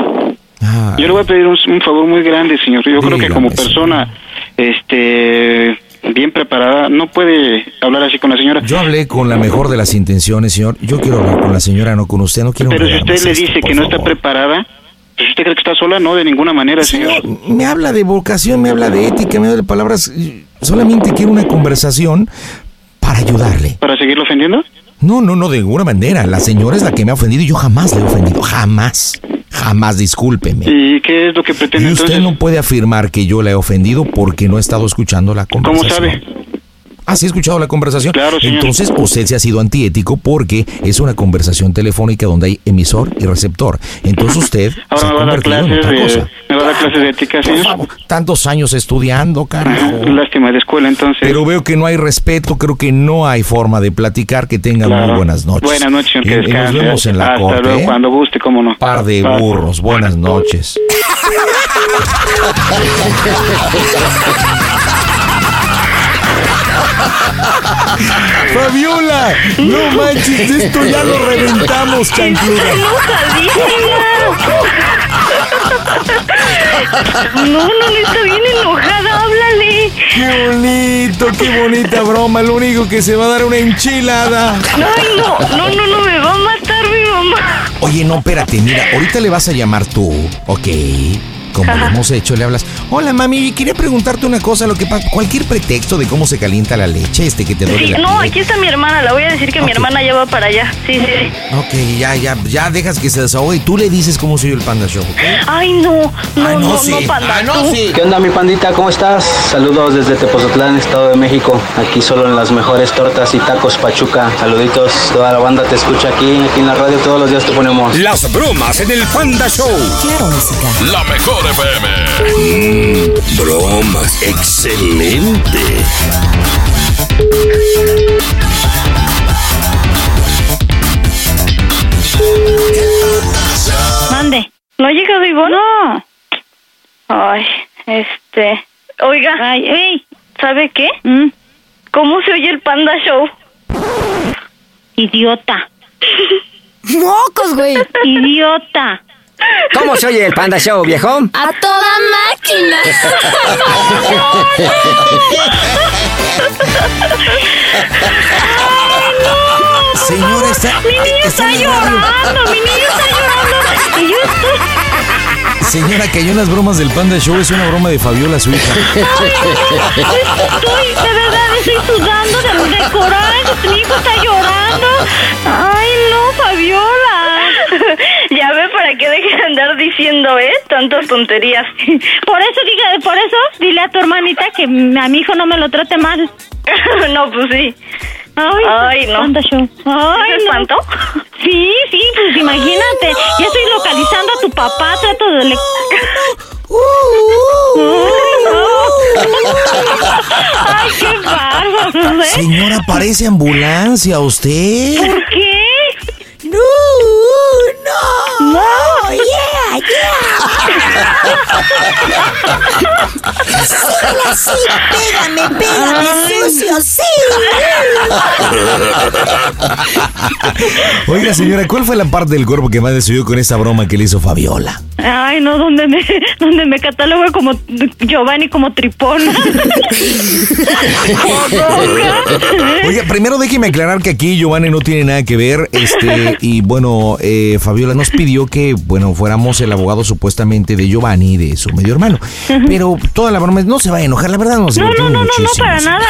[SPEAKER 2] Ah,
[SPEAKER 8] Yo le voy a pedir un, un favor muy grande, señor. Yo creo que
[SPEAKER 2] Dígame,
[SPEAKER 8] como
[SPEAKER 2] señor.
[SPEAKER 8] persona, este, bien preparada, no puede hablar así con la señora.
[SPEAKER 2] yo hablé con la mejor de las intenciones, señor. Yo quiero hablar con la señora, no con usted. No quiero
[SPEAKER 8] Pero si
[SPEAKER 2] enredarnos
[SPEAKER 8] usted le
[SPEAKER 2] esto,
[SPEAKER 8] dice
[SPEAKER 2] pues, por
[SPEAKER 8] que no está
[SPEAKER 2] favor.
[SPEAKER 8] preparada, pues usted cree que está sola, no, de ninguna manera, señor.
[SPEAKER 2] Señor, me habla de vocación, me habla de ética, me habla de palabras. Solamente quiero una conversación para ayudarle.
[SPEAKER 8] ¿Para seguirlo ofendiendo?
[SPEAKER 2] No, no, no, de ninguna manera. La señora es la que me ha ofendido y yo jamás le he ofendido. Jamás. Jamás, discúlpeme.
[SPEAKER 8] ¿Y qué es lo que pretende
[SPEAKER 2] Y usted
[SPEAKER 8] entonces?
[SPEAKER 2] no puede afirmar que yo la he ofendido porque no he estado escuchando la
[SPEAKER 8] ¿Cómo
[SPEAKER 2] conversación.
[SPEAKER 8] sabe?
[SPEAKER 2] Ah, sí, he escuchado la conversación.
[SPEAKER 8] Claro, señor.
[SPEAKER 2] Entonces, usted se ha sido antiético porque es una conversación telefónica donde hay emisor y receptor. Entonces, usted se
[SPEAKER 8] Ahora
[SPEAKER 2] ha
[SPEAKER 8] me va a dar
[SPEAKER 2] convertido en
[SPEAKER 8] clases
[SPEAKER 2] otra
[SPEAKER 8] de,
[SPEAKER 2] cosa. Ah,
[SPEAKER 8] me va a dar clases de ética,
[SPEAKER 2] Por
[SPEAKER 8] señor.
[SPEAKER 2] favor, tantos años estudiando,
[SPEAKER 8] Ajá,
[SPEAKER 2] carajo.
[SPEAKER 8] Lástima de escuela, entonces.
[SPEAKER 2] Pero veo que no hay respeto, creo que no hay forma de platicar. Que tengan
[SPEAKER 8] Claro.
[SPEAKER 2] muy buenas noches.
[SPEAKER 8] Buenas noches, señor.
[SPEAKER 2] Y-
[SPEAKER 8] Que
[SPEAKER 2] y nos
[SPEAKER 8] descanse.
[SPEAKER 2] vemos en la
[SPEAKER 8] Hasta
[SPEAKER 2] corte.
[SPEAKER 8] luego,
[SPEAKER 2] ¿eh?
[SPEAKER 8] cuando guste, cómo no.
[SPEAKER 2] Par de
[SPEAKER 8] Bye.
[SPEAKER 2] burros. Buenas noches. Fabiola, no manches, esto ya lo reventamos, chancluda.
[SPEAKER 1] enojadísima. No, no, no, está bien enojada, háblale.
[SPEAKER 2] Qué bonito, qué bonita broma. Lo único que se va a dar una enchilada.
[SPEAKER 1] Ay, no, no, no, no, me va a matar mi mamá.
[SPEAKER 2] Oye, no, espérate, mira, ahorita le vas a llamar tú, ¿ok? Como lo hemos hecho, le hablas, hola mami, quería preguntarte una cosa, lo que pasa, cualquier pretexto de cómo se calienta la leche, este que te duele
[SPEAKER 1] Sí,
[SPEAKER 2] la
[SPEAKER 1] no,
[SPEAKER 2] piel.
[SPEAKER 1] aquí está mi hermana, la voy a decir que mi hermana ya va para allá. Sí, sí, sí.
[SPEAKER 2] Ok, ya, ya, ya dejas que se desahogue y tú le dices cómo soy yo el panda show, ¿ok?
[SPEAKER 1] Ay, no, no,
[SPEAKER 2] Ah, no,
[SPEAKER 1] no, no,
[SPEAKER 2] sí.
[SPEAKER 1] panda.
[SPEAKER 2] Ah, no,
[SPEAKER 1] tú.
[SPEAKER 2] sí.
[SPEAKER 9] ¿Qué onda mi pandita? ¿Cómo estás? Saludos desde Tepozotlán, Estado de México. Aquí solo en las mejores tortas y tacos Pachuca. Saluditos, toda la banda te escucha aquí, aquí en la radio todos los días te ponemos.
[SPEAKER 10] Las bromas en el Panda Show.
[SPEAKER 6] Claro, música.
[SPEAKER 10] La mejor FM. Mm, bromas. Excelente.
[SPEAKER 3] Mande.
[SPEAKER 1] ¿No ha llegado Ivonne?
[SPEAKER 3] No.
[SPEAKER 1] Ay, este. Oiga,
[SPEAKER 3] Ay, ey.
[SPEAKER 1] ¿sabe qué?
[SPEAKER 3] Mm,
[SPEAKER 1] ¿Cómo se oye el Panda Show?
[SPEAKER 3] idiota.
[SPEAKER 4] ¡Mocos, güey!
[SPEAKER 3] Idiota.
[SPEAKER 11] ¿Cómo se oye el Panda Show, viejo?
[SPEAKER 4] ¡A toda máquina!
[SPEAKER 2] Señora, está...
[SPEAKER 1] Mi
[SPEAKER 4] eh,
[SPEAKER 1] niño
[SPEAKER 2] está
[SPEAKER 1] está
[SPEAKER 2] en la radio.
[SPEAKER 1] llorando, mi niño está llorando. Y yo estoy. Ah.
[SPEAKER 2] Señora, que hay unas bromas del panda show, es una broma de Fabiola, su hija.
[SPEAKER 1] Ay, no, estoy, de verdad, estoy sudando de, de coraje. pues Mi hijo está llorando. Ay, no, Fabiola. Ya ve para qué deje de andar diciendo, ¿eh? Tantas tonterías.
[SPEAKER 3] Por eso, diga, por eso, dile a tu hermanita que m- a mi hijo no me lo trate mal.
[SPEAKER 1] No, pues sí.
[SPEAKER 3] Ay,
[SPEAKER 1] Ay, no.
[SPEAKER 3] Panda show. Ay, no.
[SPEAKER 1] ¿Se espantó?
[SPEAKER 3] Sí, sí, pues imagínate. Ya estoy localizando a tu papá, trato de... le- Ay, qué bárbaro, ¿eh?
[SPEAKER 2] Señora, parece ambulancia usted.
[SPEAKER 3] ¿Por qué?
[SPEAKER 4] ¡No! ¡No! ¡No! ¡Yeah! ¡Yeah! ¡Sola sí! ¡Pégame, pégame, sucio! ¡Sí!
[SPEAKER 2] Oiga, señora, ¿cuál fue la parte del cuerpo que más le subió con esta broma que le hizo Fabiola?
[SPEAKER 3] Ay, no, donde me, donde me cataloga como Giovanni, como tripona.
[SPEAKER 2] Oiga, primero déjeme aclarar que aquí Giovanni no tiene nada que ver. Este, y bueno, eh, Fabiola nos pidió que, bueno, fuéramos el abogado supuestamente de Giovanni, de su medio hermano. Pero toda la broma es, no se va a enojar, la verdad nos
[SPEAKER 3] No, no,
[SPEAKER 2] divertimos
[SPEAKER 3] no, no, no,
[SPEAKER 2] muchísimo.
[SPEAKER 3] para nada.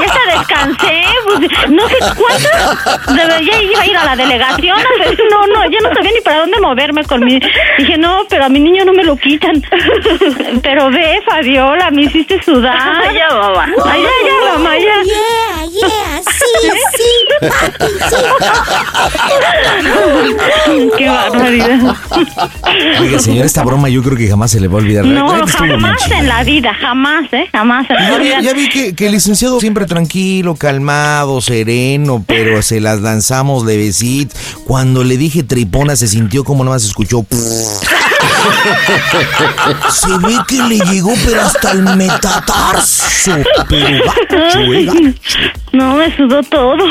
[SPEAKER 3] Ya hasta descansé. pues, no sé cuántas. De verdad, ya iba a ir a la delegación. a ver, No, no, ya no sabía ni para dónde moverme con mi. Dije, no, pero a mi niño no me lo quitan. Pero ve, Fabiola, me hiciste sudar.
[SPEAKER 1] Ay, ya, mamá.
[SPEAKER 3] Ay, ya, ya, mamá, ya.
[SPEAKER 4] ¡Yeah! ¡Yeah! ¡Sí! ¡Sí!
[SPEAKER 12] Qué barbaridad.
[SPEAKER 2] Oiga, señor, esta broma yo creo que jamás se le va a olvidar.
[SPEAKER 13] No,
[SPEAKER 2] Realmente estuvo bien
[SPEAKER 13] jamás
[SPEAKER 2] chida.
[SPEAKER 13] en la vida, jamás, ¿eh? Jamás en la
[SPEAKER 2] Ya vi,
[SPEAKER 13] vida.
[SPEAKER 2] ya vi que, que el licenciado siempre tranquilo, calmado, sereno, pero se las lanzamos de besito. Cuando le dije tripona se sintió como nada más escuchó. Se ve que le llegó, pero hasta el metatarso. Pero gacho, eh, gacho.
[SPEAKER 13] No, me sudó todo.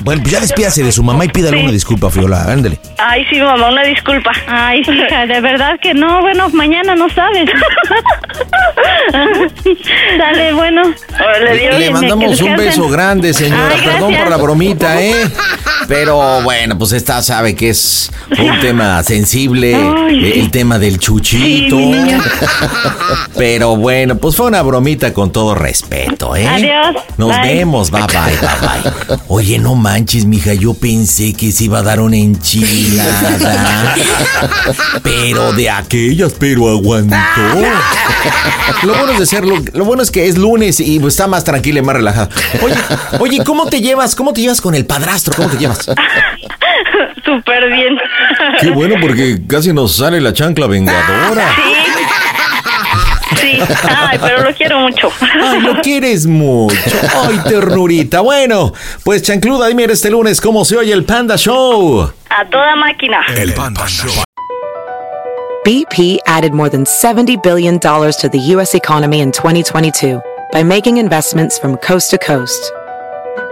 [SPEAKER 2] Bueno, pues ya despídase de su mamá y pídale una disculpa, Fiola. Ándale.
[SPEAKER 13] Ay, sí, mamá, una disculpa. Ay, hija, de verdad que no. Bueno, mañana no sabes. Dale, bueno.
[SPEAKER 7] Le, le mandamos un beso grande, señora.
[SPEAKER 13] Ay,
[SPEAKER 7] Perdón
[SPEAKER 13] gracias.
[SPEAKER 7] por la bromita, ¿eh? Pero bueno, pues esta sabe que es un tema sensible, eh,
[SPEAKER 13] Ay,
[SPEAKER 7] el
[SPEAKER 13] sí.
[SPEAKER 7] tema del chuchito.
[SPEAKER 13] Sí, mi niño.
[SPEAKER 7] Pero bueno, pues fue una bromita con todo respeto, ¿eh?
[SPEAKER 13] Adiós.
[SPEAKER 7] Nos
[SPEAKER 13] Bye.
[SPEAKER 7] vemos, Pues bye bye, bye bye. Oye, no manches, mija, yo pensé que se iba a dar una enchilada. Pero de aquellas, pero aguantó. Lo bueno es de ser, lo, lo bueno es que es lunes y pues, está más tranquila y más relajada. Oye, oye, ¿cómo te llevas? ¿Cómo te llevas con el padrastro? ¿Cómo te llevas?
[SPEAKER 12] Súper bien.
[SPEAKER 7] porque casi nos sale la chancla vengadora.
[SPEAKER 12] Sí, ay, pero lo quiero mucho.
[SPEAKER 7] Ay, lo quieres mucho. Ay, ternurita. Bueno, pues chancluda, dime este lunes cómo se oye el Panda Show.
[SPEAKER 12] A toda máquina.
[SPEAKER 10] BP added more than $70 billion to the U.S. economy in 2022 by making investments from coast to coast.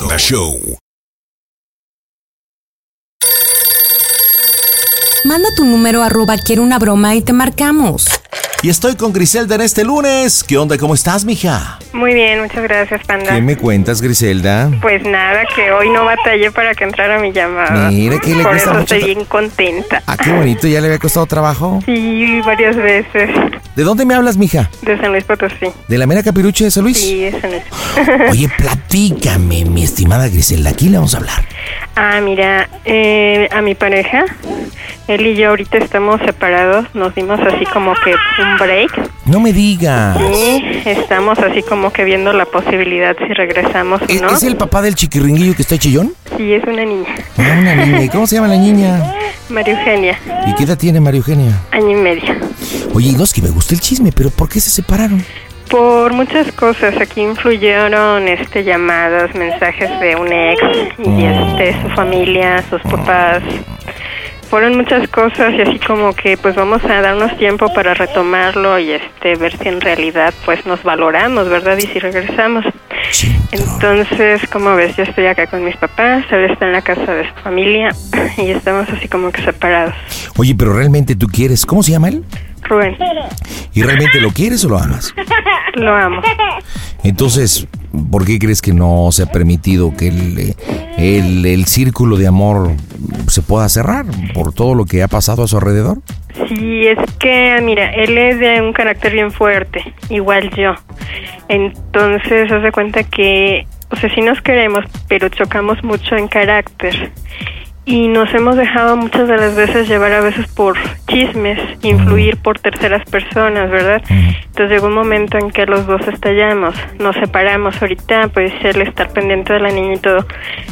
[SPEAKER 4] The Show.
[SPEAKER 14] Manda tu número arroba quiero una broma y te marcamos.
[SPEAKER 7] Y estoy con Griselda en este lunes. ¿Qué onda? ¿Cómo estás, mija?
[SPEAKER 15] Muy bien, muchas gracias, Panda.
[SPEAKER 7] ¿Qué me cuentas, Griselda?
[SPEAKER 15] Pues nada, que hoy no batallé para que entrara mi llamada.
[SPEAKER 2] Mira, que le
[SPEAKER 15] Por
[SPEAKER 2] cuesta
[SPEAKER 15] eso
[SPEAKER 2] mucho
[SPEAKER 15] estoy
[SPEAKER 2] tra-
[SPEAKER 15] bien contenta.
[SPEAKER 2] Ah, qué bonito, ya le había costado trabajo.
[SPEAKER 15] Sí, varias veces.
[SPEAKER 2] ¿De dónde me hablas, mija?
[SPEAKER 15] De San Luis Potosí.
[SPEAKER 2] ¿De la mera capirucha de San Luis?
[SPEAKER 15] Sí, de San Luis.
[SPEAKER 2] Oye, platícame, mi estimada Griselda, aquí le vamos a hablar.
[SPEAKER 15] Ah, mira, eh, a mi pareja, él y yo ahorita estamos separados. Nos dimos así como que un break.
[SPEAKER 2] No me digas.
[SPEAKER 15] Y estamos así como que viendo la posibilidad si regresamos o
[SPEAKER 2] ¿Es,
[SPEAKER 15] no.
[SPEAKER 2] es el papá del chiquiringuillo que está chillón?
[SPEAKER 15] Sí, es una niña.
[SPEAKER 2] Ah, una niña. ¿Y cómo se llama la niña?
[SPEAKER 15] María Eugenia,
[SPEAKER 2] ¿Y qué edad tiene María Eugenia?
[SPEAKER 15] año y medio.
[SPEAKER 2] Oye, no es que me guste el chisme, pero ¿por qué se separaron?
[SPEAKER 15] Por muchas cosas, aquí influyeron este llamadas, mensajes de un ex y este su familia, sus papás. Fueron muchas cosas y así como que pues vamos a darnos tiempo para retomarlo y este ver si en realidad pues nos valoramos, ¿verdad? Y si regresamos. Entonces, como ves, yo estoy acá con mis papás, él está en la casa de su familia y estamos así como que separados.
[SPEAKER 2] Oye, pero realmente tú quieres. ¿Cómo se llama él?
[SPEAKER 15] Rubén,
[SPEAKER 2] ¿Y realmente lo quieres o lo amas?
[SPEAKER 15] lo amo.
[SPEAKER 2] Entonces, ¿por qué crees que no se ha permitido que el, eh, el- el círculo de amor se pueda cerrar por todo lo que ha pasado a su alrededor?
[SPEAKER 15] Sí, es que, mira, él es de un carácter bien fuerte, igual yo. Entonces, haz de cuenta que, o sea, sí nos queremos, pero chocamos mucho en carácter. Y nos hemos dejado muchas de las veces llevar a veces por chismes, influir por terceras personas, ¿verdad? Entonces llegó un momento en que los dos estallamos, nos separamos ahorita, pues él estar pendiente de la niña y todo,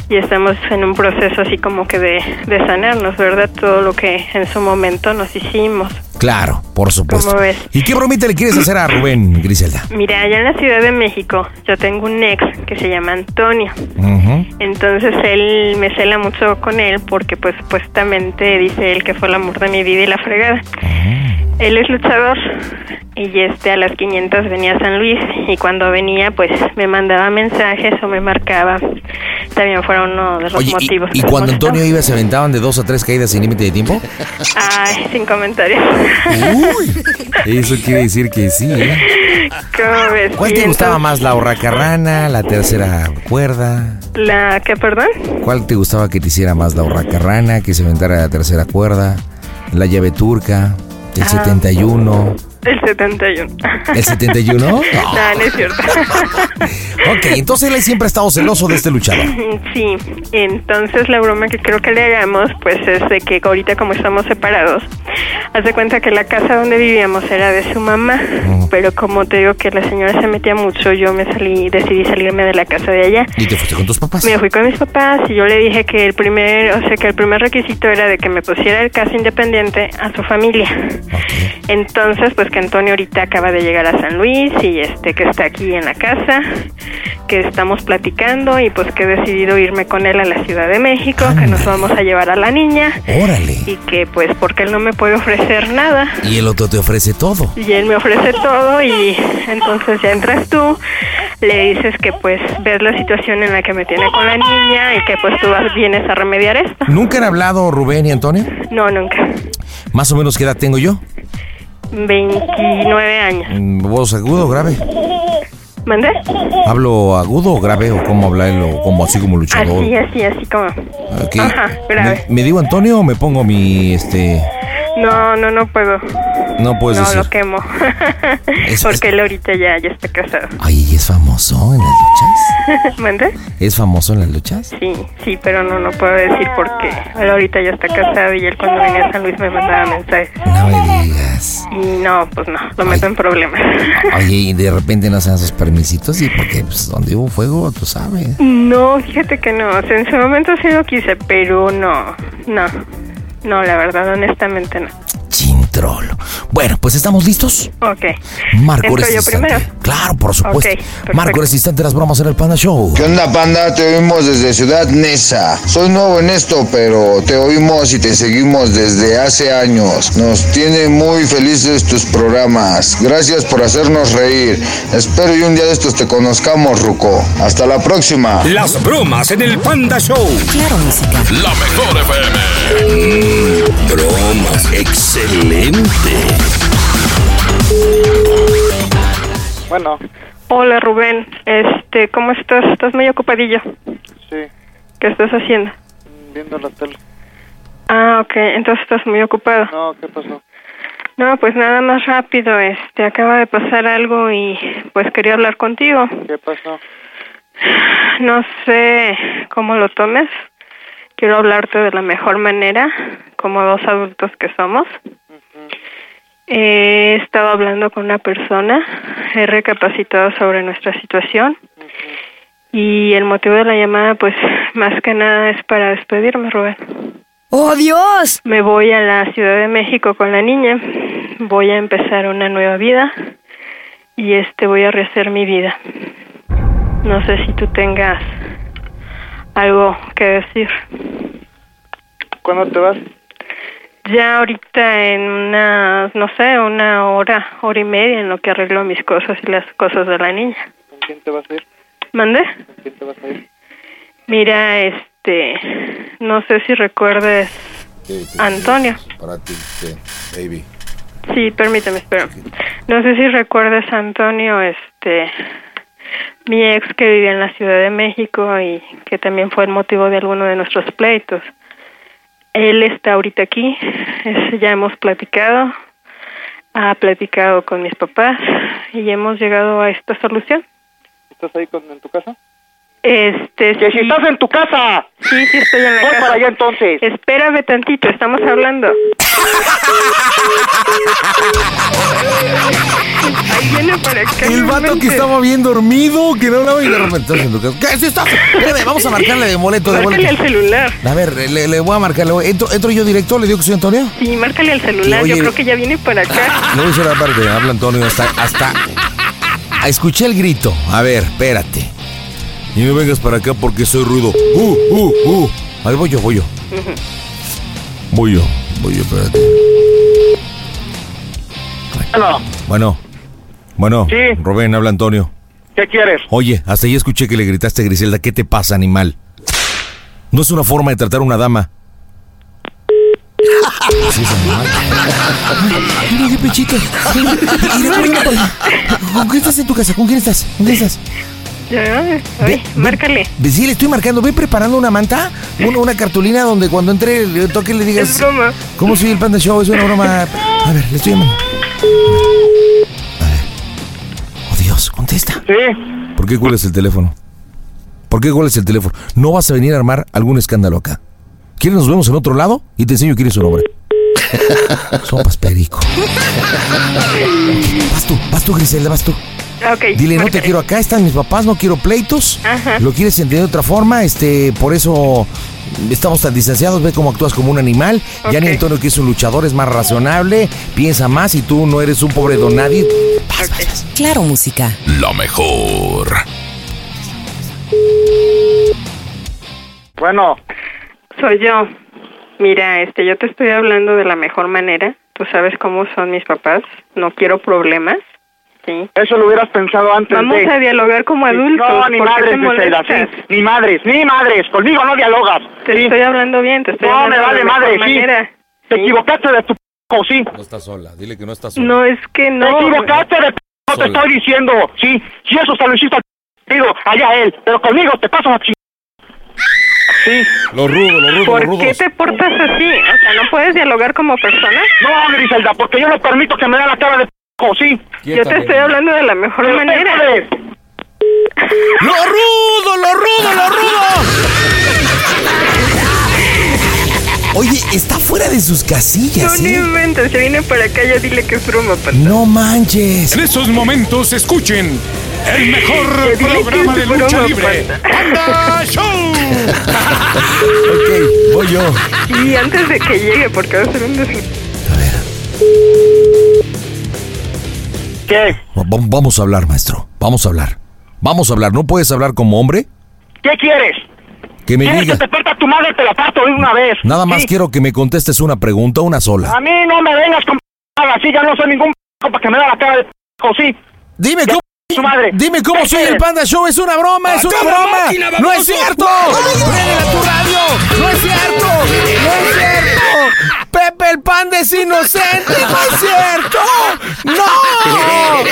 [SPEAKER 15] y estamos en un proceso así como que de, de sanarnos, ¿verdad? Todo lo que en su momento nos hicimos.
[SPEAKER 2] Claro, por supuesto.
[SPEAKER 15] ¿Cómo ves?
[SPEAKER 2] ¿Y qué bromita le quieres hacer a Rubén, Griselda?
[SPEAKER 15] Mira, allá en la Ciudad de México yo tengo un ex que se llama Antonio. Entonces él me cela mucho con él porque pues supuestamente dice él que fue el amor de mi vida y la fregada.
[SPEAKER 7] Ah.
[SPEAKER 15] Él es luchador y este a las 500 venía a San Luis y cuando venía pues me mandaba mensajes o me marcaba. También fueron uno de los
[SPEAKER 7] Oye, y,
[SPEAKER 15] motivos.
[SPEAKER 7] y
[SPEAKER 15] por
[SPEAKER 7] cuando
[SPEAKER 15] los-
[SPEAKER 7] Antonio iba se aventaban de dos a tres caídas sin límite de tiempo?
[SPEAKER 15] Ay, sin comentarios.
[SPEAKER 7] Eso quiere decir que sí, ¿eh?
[SPEAKER 15] ¿Cómo ves?
[SPEAKER 2] ¿Cuál
[SPEAKER 15] Y
[SPEAKER 2] te gustaba más, la horracarrana, la tercera cuerda?
[SPEAKER 15] entonces- La que, perdón.
[SPEAKER 2] ¿Cuál te gustaba que te hiciera más, la horracarrana, que se inventara la tercera cuerda, la llave turca, el
[SPEAKER 15] Ah.
[SPEAKER 2] 71?
[SPEAKER 15] El 71.
[SPEAKER 2] ¿El 71?
[SPEAKER 15] No, no es cierto.
[SPEAKER 2] Ok, entonces él siempre ha estado celoso de este luchador.
[SPEAKER 15] Sí, entonces la broma que creo que le hagamos pues es de que ahorita como estamos separados, haz de cuenta que la casa donde vivíamos era de su mamá, pero como te digo que la señora se metía mucho, yo me salí, decidí salirme de la casa de allá.
[SPEAKER 7] ¿Y te fuiste con tus papás?
[SPEAKER 15] Me fui con mis papás y yo le dije que el primer, o sea, que el primer requisito era de que me pusiera el caso independiente a su familia. Entonces, pues que Antonio ahorita acaba de llegar a San Luis y este que está aquí en la casa, que estamos platicando y pues que he decidido irme con él a la Ciudad de México, que nos vamos a llevar a la niña
[SPEAKER 2] Órale.
[SPEAKER 15] y que pues porque él no me puede ofrecer nada.
[SPEAKER 2] Y el otro te ofrece todo.
[SPEAKER 15] Y él me ofrece todo y entonces ya entras tú, le dices que pues ves la situación en la que me tiene con la niña y que pues tú vas- vienes a remediar esto.
[SPEAKER 2] ¿Nunca han hablado Rubén y Antonio?
[SPEAKER 15] No, nunca.
[SPEAKER 2] ¿Más o menos qué edad tengo yo?
[SPEAKER 15] 29 años.
[SPEAKER 2] Mm, ¿Voz agudo o grave?
[SPEAKER 15] ¿Mandé?
[SPEAKER 2] ¿Hablo agudo o grave o cómo habla él o como así como luchador?
[SPEAKER 15] Así, así, así como.
[SPEAKER 2] Ok.
[SPEAKER 15] Ajá, grave.
[SPEAKER 2] ¿Me, me digo Antonio o me pongo mi este
[SPEAKER 15] No, no, no puedo.
[SPEAKER 2] no puedes
[SPEAKER 15] no,
[SPEAKER 2] decir?
[SPEAKER 15] lo quemo.
[SPEAKER 2] Es-
[SPEAKER 15] Porque él ahorita ya, ya está casado.
[SPEAKER 2] Ay, ¿es famoso en las luchas?
[SPEAKER 15] ¿Mandé?
[SPEAKER 2] ¿Es famoso en las luchas?
[SPEAKER 15] Sí, sí, pero no, no puedo decir porque él ahorita ya está casado y él cuando venía a San Luis me mandaba mensajes.
[SPEAKER 2] No me digas.
[SPEAKER 15] Y no, pues no, lo meto en problemas.
[SPEAKER 2] Oye, y de repente no hacen sus permisitos y porque pues donde hubo fuego, tú sabes.
[SPEAKER 15] No, fíjate que no. O sea, en su momento sí lo quise, pero no, no. No, la verdad, honestamente no.
[SPEAKER 2] Trolo. Bueno, pues estamos listos.
[SPEAKER 15] Ok.
[SPEAKER 2] Marco,
[SPEAKER 15] ¿Entro
[SPEAKER 2] eres
[SPEAKER 15] yo
[SPEAKER 2] instante.
[SPEAKER 15] primero?
[SPEAKER 2] Claro, por supuesto.
[SPEAKER 15] Ok, perfecto.
[SPEAKER 2] Marco, eres instante de las bromas en el Panda Show.
[SPEAKER 16] ¿Qué onda, panda? Te oímos desde Ciudad Nesa. Soy nuevo en esto, pero te oímos y te seguimos desde hace años. Nos tiene muy felices tus programas. Gracias por hacernos reír. Espero y un día de estos te conozcamos, Ruco. Hasta la próxima.
[SPEAKER 4] Las bromas en el Panda Show. Claro, música. La mejor
[SPEAKER 2] Mm,
[SPEAKER 4] FM. bromas. Excelente.
[SPEAKER 15] Bueno. Hola, Rubén. Este, ¿cómo estás? Estás muy ocupadillo.
[SPEAKER 8] Sí,
[SPEAKER 15] ¿Qué estás haciendo?
[SPEAKER 8] viendo la tele.
[SPEAKER 15] Ah, ok. Entonces estás muy ocupado.
[SPEAKER 8] No, ¿qué pasó?
[SPEAKER 15] No, pues nada más rápido. Este, acaba de pasar algo y pues quería hablar contigo.
[SPEAKER 8] ¿Qué pasó?
[SPEAKER 15] No sé cómo lo tomes. Quiero hablarte de la mejor manera, como dos adultos que somos. Eh, He estado hablando con una persona, he recapacitado sobre nuestra situación y el motivo de la llamada, pues más que nada es para despedirme, Rubén. ¡Oh, Dios! Me voy a la Ciudad de México con la niña, voy a empezar una nueva vida y este voy a rehacer mi vida. No sé si tú tengas algo que decir.
[SPEAKER 8] ¿Cuándo te vas?
[SPEAKER 15] Ya ahorita en una, no sé, una hora, hora y media en lo que arreglo mis cosas y las cosas de la niña.
[SPEAKER 8] ¿Con quién te vas a ir?
[SPEAKER 15] ¿Mandé?
[SPEAKER 8] ¿Con quién te vas a ir?
[SPEAKER 15] Mira, este, no sé si recuerdes Antonio.
[SPEAKER 17] Para ti, baby.
[SPEAKER 15] Sí, permíteme, espera. No sé si recuerdas Antonio, este, mi ex que vivía en la Ciudad de México y que también fue el motivo de alguno de nuestros pleitos. Él está ahorita aquí, es- ya hemos platicado, ha platicado con mis papás y hemos llegado a esta solución.
[SPEAKER 8] ¿Estás ahí con, en tu casa?
[SPEAKER 15] Este,
[SPEAKER 8] ¡Que si estás en tu casa!
[SPEAKER 15] Sí, sí estoy en la
[SPEAKER 8] Voy
[SPEAKER 15] casa.
[SPEAKER 8] para allá entonces.
[SPEAKER 15] Espérame tantito, estamos hablando. Ahí viene para
[SPEAKER 2] El vato que estaba bien dormido, que no hablaba y de repente estás en tu casa. ¿Qué? Sí, estás. Espérame, vamos a marcarle de boleto. De
[SPEAKER 15] Márcale
[SPEAKER 2] boleto.
[SPEAKER 15] al celular.
[SPEAKER 2] A ver, le, le voy a marcar. le voy- ¿Entro, entro yo directo? ¿Le digo que soy Antonio?
[SPEAKER 15] Sí, márcale al celular.
[SPEAKER 2] Sí, oye.
[SPEAKER 15] Yo creo que ya viene para acá.
[SPEAKER 2] Le voy a decir la parte. Habla Antonio hasta... hasta... Ah, Escuché el grito. A ver, espérate. Y no vengas para acá porque soy rudo. Uh, uh, uh. A ver, voy yo, voy yo. Voy yo, voy yo, espérate.
[SPEAKER 8] Bueno,
[SPEAKER 2] Bueno, bueno,
[SPEAKER 8] Sí.
[SPEAKER 2] Rubén, habla Antonio.
[SPEAKER 8] ¿qué quieres?
[SPEAKER 2] Oye, hasta yo escuché que le gritaste a Griselda, ¿qué te pasa, animal? No es una forma de tratar a una dama. Sí, es animal.
[SPEAKER 4] Mira qué pechito. Mira corriendo para- ¿Con quién estás en tu casa? ¿Con quién estás? ¿Con quién estás?
[SPEAKER 15] Ya, ay, márcale.
[SPEAKER 2] Ve, Sí, le estoy marcando. Ve preparando una manta, una, una cartulina donde cuando entre le toque le digas...
[SPEAKER 15] Es broma.
[SPEAKER 2] ¿Cómo soy el Panda Show? Es una broma. A ver, le estoy llamando. A ver. Oh, Dios, contesta.
[SPEAKER 8] Sí.
[SPEAKER 2] ¿Por qué cuelgas el teléfono? ¿Por qué cuelgas el teléfono? No vas a venir a armar algún escándalo acá. ¿Quieres nos vemos en otro lado? Y te enseño quién es su nombre. Sopas perico. Vas tú, vas tú, Griselda, vas tú.
[SPEAKER 15] Ok.
[SPEAKER 2] Dile, no te
[SPEAKER 15] márcale.
[SPEAKER 2] quiero acá, están mis papás, no quiero pleitos.
[SPEAKER 15] Ajá.
[SPEAKER 2] Lo quieres entender de otra forma, este, por eso estamos tan distanciados, ve cómo actúas como un animal. Ya ni Antonio que es un luchador es más razonable, piensa más y tú no eres un pobre don nadie.
[SPEAKER 18] Claro, música.
[SPEAKER 4] La mejor.
[SPEAKER 8] Bueno,
[SPEAKER 15] Soy yo. Mira, este, yo te estoy hablando de la mejor manera. Tú sabes cómo son mis papás. No quiero problemas. Sí.
[SPEAKER 8] eso lo hubieras pensado antes
[SPEAKER 15] Vamos
[SPEAKER 8] de-
[SPEAKER 15] a dialogar como
[SPEAKER 8] Sí,
[SPEAKER 15] adultos.
[SPEAKER 8] No, ni
[SPEAKER 15] ¿por qué
[SPEAKER 8] madres,
[SPEAKER 15] te
[SPEAKER 8] Griselda, sí.
[SPEAKER 15] molestas?
[SPEAKER 8] Ni madres, ni madres. Conmigo no dialogas.
[SPEAKER 15] Te
[SPEAKER 8] Sí.
[SPEAKER 15] estoy hablando bien, te estoy
[SPEAKER 8] No,
[SPEAKER 15] hablando
[SPEAKER 8] me vale
[SPEAKER 15] de la
[SPEAKER 8] madre,
[SPEAKER 15] mejor
[SPEAKER 8] sí.
[SPEAKER 15] manera.
[SPEAKER 8] Te equivocaste de tu p***, sí.
[SPEAKER 2] No está sola, dile que no está
[SPEAKER 15] No es que no.
[SPEAKER 8] Te equivocaste de p***, te
[SPEAKER 2] Sola.
[SPEAKER 8] estoy diciendo. Sí, si eso se lo hiciste al p***ido, allá él. Pero conmigo te paso la ch... Sí.
[SPEAKER 2] Los rudos, los
[SPEAKER 15] ¿Por qué te portas así? O sea, ¿no puedes dialogar como persona?
[SPEAKER 8] No, Griselda, porque yo no permito que me den la cara de p***, sí.
[SPEAKER 15] Yo te estoy hablando de la mejor
[SPEAKER 8] Pero
[SPEAKER 15] manera.
[SPEAKER 8] ustedes,
[SPEAKER 4] ¡Lo rudo, lo rudo, lo rudo!
[SPEAKER 2] Oye, está fuera de sus
[SPEAKER 15] No
[SPEAKER 2] casillas,
[SPEAKER 15] ni
[SPEAKER 2] ¿eh?
[SPEAKER 15] inventes, se viene para acá, ya dile que es broma, pa-
[SPEAKER 2] No manches.
[SPEAKER 4] En estos momentos escuchen el mejor programa de lucha libre. ¡Panda Show!
[SPEAKER 2] ok, voy yo.
[SPEAKER 15] Y antes de que llegue, porque va a ser un desastre.
[SPEAKER 8] ¿Qué?
[SPEAKER 2] Va- Vamos a hablar, maestro. Vamos a hablar. Vamos a hablar. ¿No puedes hablar como hombre?
[SPEAKER 8] ¿Qué quieres?
[SPEAKER 2] Que me
[SPEAKER 8] ¿Quieres
[SPEAKER 2] diga.
[SPEAKER 8] que te parta tu madre? Te la parto de una vez.
[SPEAKER 2] Nada más quiero que me contestes una pregunta, una sola.
[SPEAKER 8] A mí no me vengas con p***adas, así ya no soy ningún p***o para que me da la cara de p***o, sí.
[SPEAKER 2] Dime
[SPEAKER 8] cómo... Su madre. Este,
[SPEAKER 2] Dime cómo soy el Panda Show, es una broma, es una
[SPEAKER 4] ¡Acaba
[SPEAKER 2] broma.
[SPEAKER 4] máquina,
[SPEAKER 2] ¡No
[SPEAKER 4] baboso!
[SPEAKER 2] es cierto!
[SPEAKER 4] ¡Amigo!
[SPEAKER 2] ¡Prendela tu radio! ¡No es cierto! ¡No es cierto! ¡Pepe el Panda es inocente! ¡No es cierto! ¡No!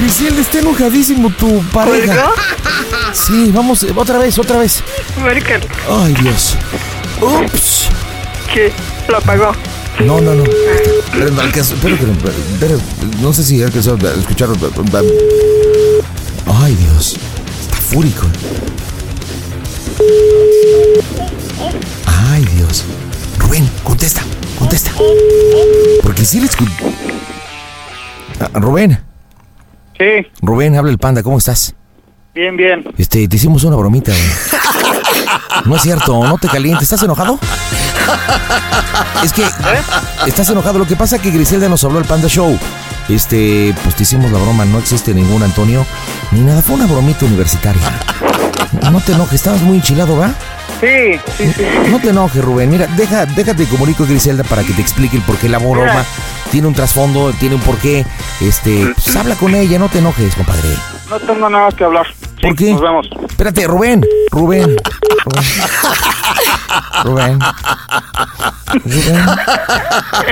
[SPEAKER 2] Griselda, está enojadísimo tu pareja. Sí, vamos, eh, otra vez, otra vez.
[SPEAKER 15] Márcale.
[SPEAKER 2] Ay, Dios. Ups.
[SPEAKER 15] ¿Qué? Lo apagó.
[SPEAKER 2] No, no, no. Pero no alcanzó- Pero, pero, pero, pero, no sé si alcanzó a escuchar. Ay, Dios. Está fúrico. Ay, Dios. Rubén, contesta, contesta. Porque sí le escucho. Rubén,
[SPEAKER 8] Sí,
[SPEAKER 2] Rubén, habla el panda, ¿cómo estás?
[SPEAKER 8] bien, bien.
[SPEAKER 2] Este, te hicimos una bromita, güey. No es cierto, no te calientes. ¿Estás enojado? Es que estás enojado. Lo que pasa es que Griselda nos habló al Panda Show. Este, pues te hicimos la broma. No existe ningún Antonio ni nada. Fue una bromita universitaria. No te enojes, estabas muy enchilado, ¿va?
[SPEAKER 8] Sí, sí, sí.
[SPEAKER 2] No te enojes, Rubén. Mira, deja, déjate comunico a Griselda para que te explique el por qué la broma.
[SPEAKER 8] Mira.
[SPEAKER 2] Tiene un trasfondo, tiene un porqué. Este, pues habla con ella, no te enojes, compadre.
[SPEAKER 8] No tengo nada que hablar.
[SPEAKER 2] ¿Por qué?
[SPEAKER 8] Nos vemos.
[SPEAKER 2] Espérate, Rubén, Rubén, Rubén. Rubén.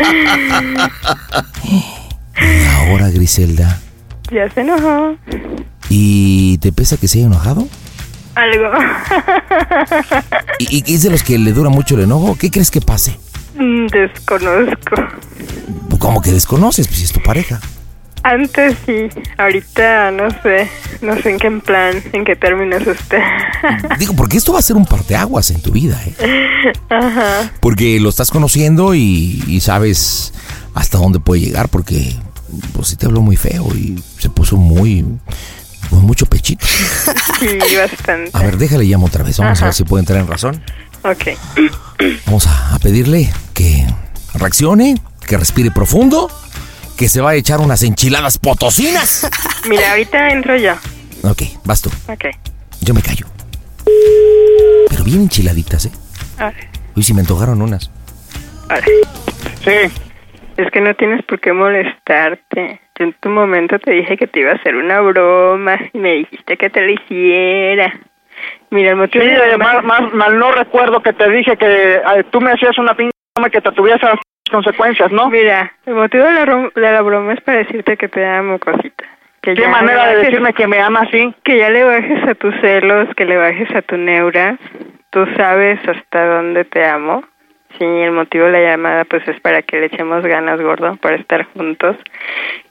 [SPEAKER 2] Y ahora, Griselda.
[SPEAKER 15] Ya se enojó.
[SPEAKER 2] ¿Y te pesa que se haya enojado?
[SPEAKER 15] Algo.
[SPEAKER 2] ¿Y, y es de los que le dura mucho el enojo? ¿Qué crees que pase?
[SPEAKER 15] Mm, Desconozco.
[SPEAKER 2] Como que desconoces, pues si es tu pareja.
[SPEAKER 15] Antes sí, ahorita no sé. No sé en qué plan, en qué términos usted.
[SPEAKER 2] Digo, porque esto va a ser un parteaguas en tu vida, ¿eh?
[SPEAKER 15] Ajá.
[SPEAKER 2] Porque lo estás conociendo y, y sabes hasta dónde puede llegar, porque pues sí te habló muy feo y se puso muy, con mucho pechito.
[SPEAKER 15] Sí, bastante.
[SPEAKER 2] A ver, déjale llamo otra vez, vamos
[SPEAKER 15] Ajá.
[SPEAKER 2] a ver si puede entrar en razón.
[SPEAKER 15] Ok.
[SPEAKER 2] Vamos a, a pedirle que reaccione, que respire profundo, que se va a echar unas enchiladas potosinas.
[SPEAKER 15] Mira, ahorita entro yo.
[SPEAKER 2] Ok, vas tú,
[SPEAKER 15] Ok.
[SPEAKER 2] yo me callo. Pero bien enchiladitas, ¿eh?
[SPEAKER 15] Ah,
[SPEAKER 2] Uy, si me antojaron unas.
[SPEAKER 15] ah. Es que no tienes por qué molestarte. Yo en tu momento te dije que te iba a hacer una broma y me dijiste que te la hiciera. Mira, el
[SPEAKER 8] Sí,
[SPEAKER 15] motivo de la
[SPEAKER 8] eh,
[SPEAKER 15] broma-
[SPEAKER 8] mal, mal- mal no recuerdo que te dije que eh, tú me hacías una pinche broma que te tuviese las consecuencias, ¿no?
[SPEAKER 15] Mira, el motivo de la, rom- de la broma es para decirte que te amo, cosita. Que
[SPEAKER 8] ¿Qué
[SPEAKER 15] ya
[SPEAKER 8] manera
[SPEAKER 15] le
[SPEAKER 8] de
[SPEAKER 15] bajes-
[SPEAKER 8] decirme que me amas, sí?
[SPEAKER 15] Que ya le bajes a tus celos, que le bajes a tu neura. Tú sabes hasta dónde te amo. Sí, el motivo de la llamada pues es para que le echemos ganas, gordo, para estar juntos.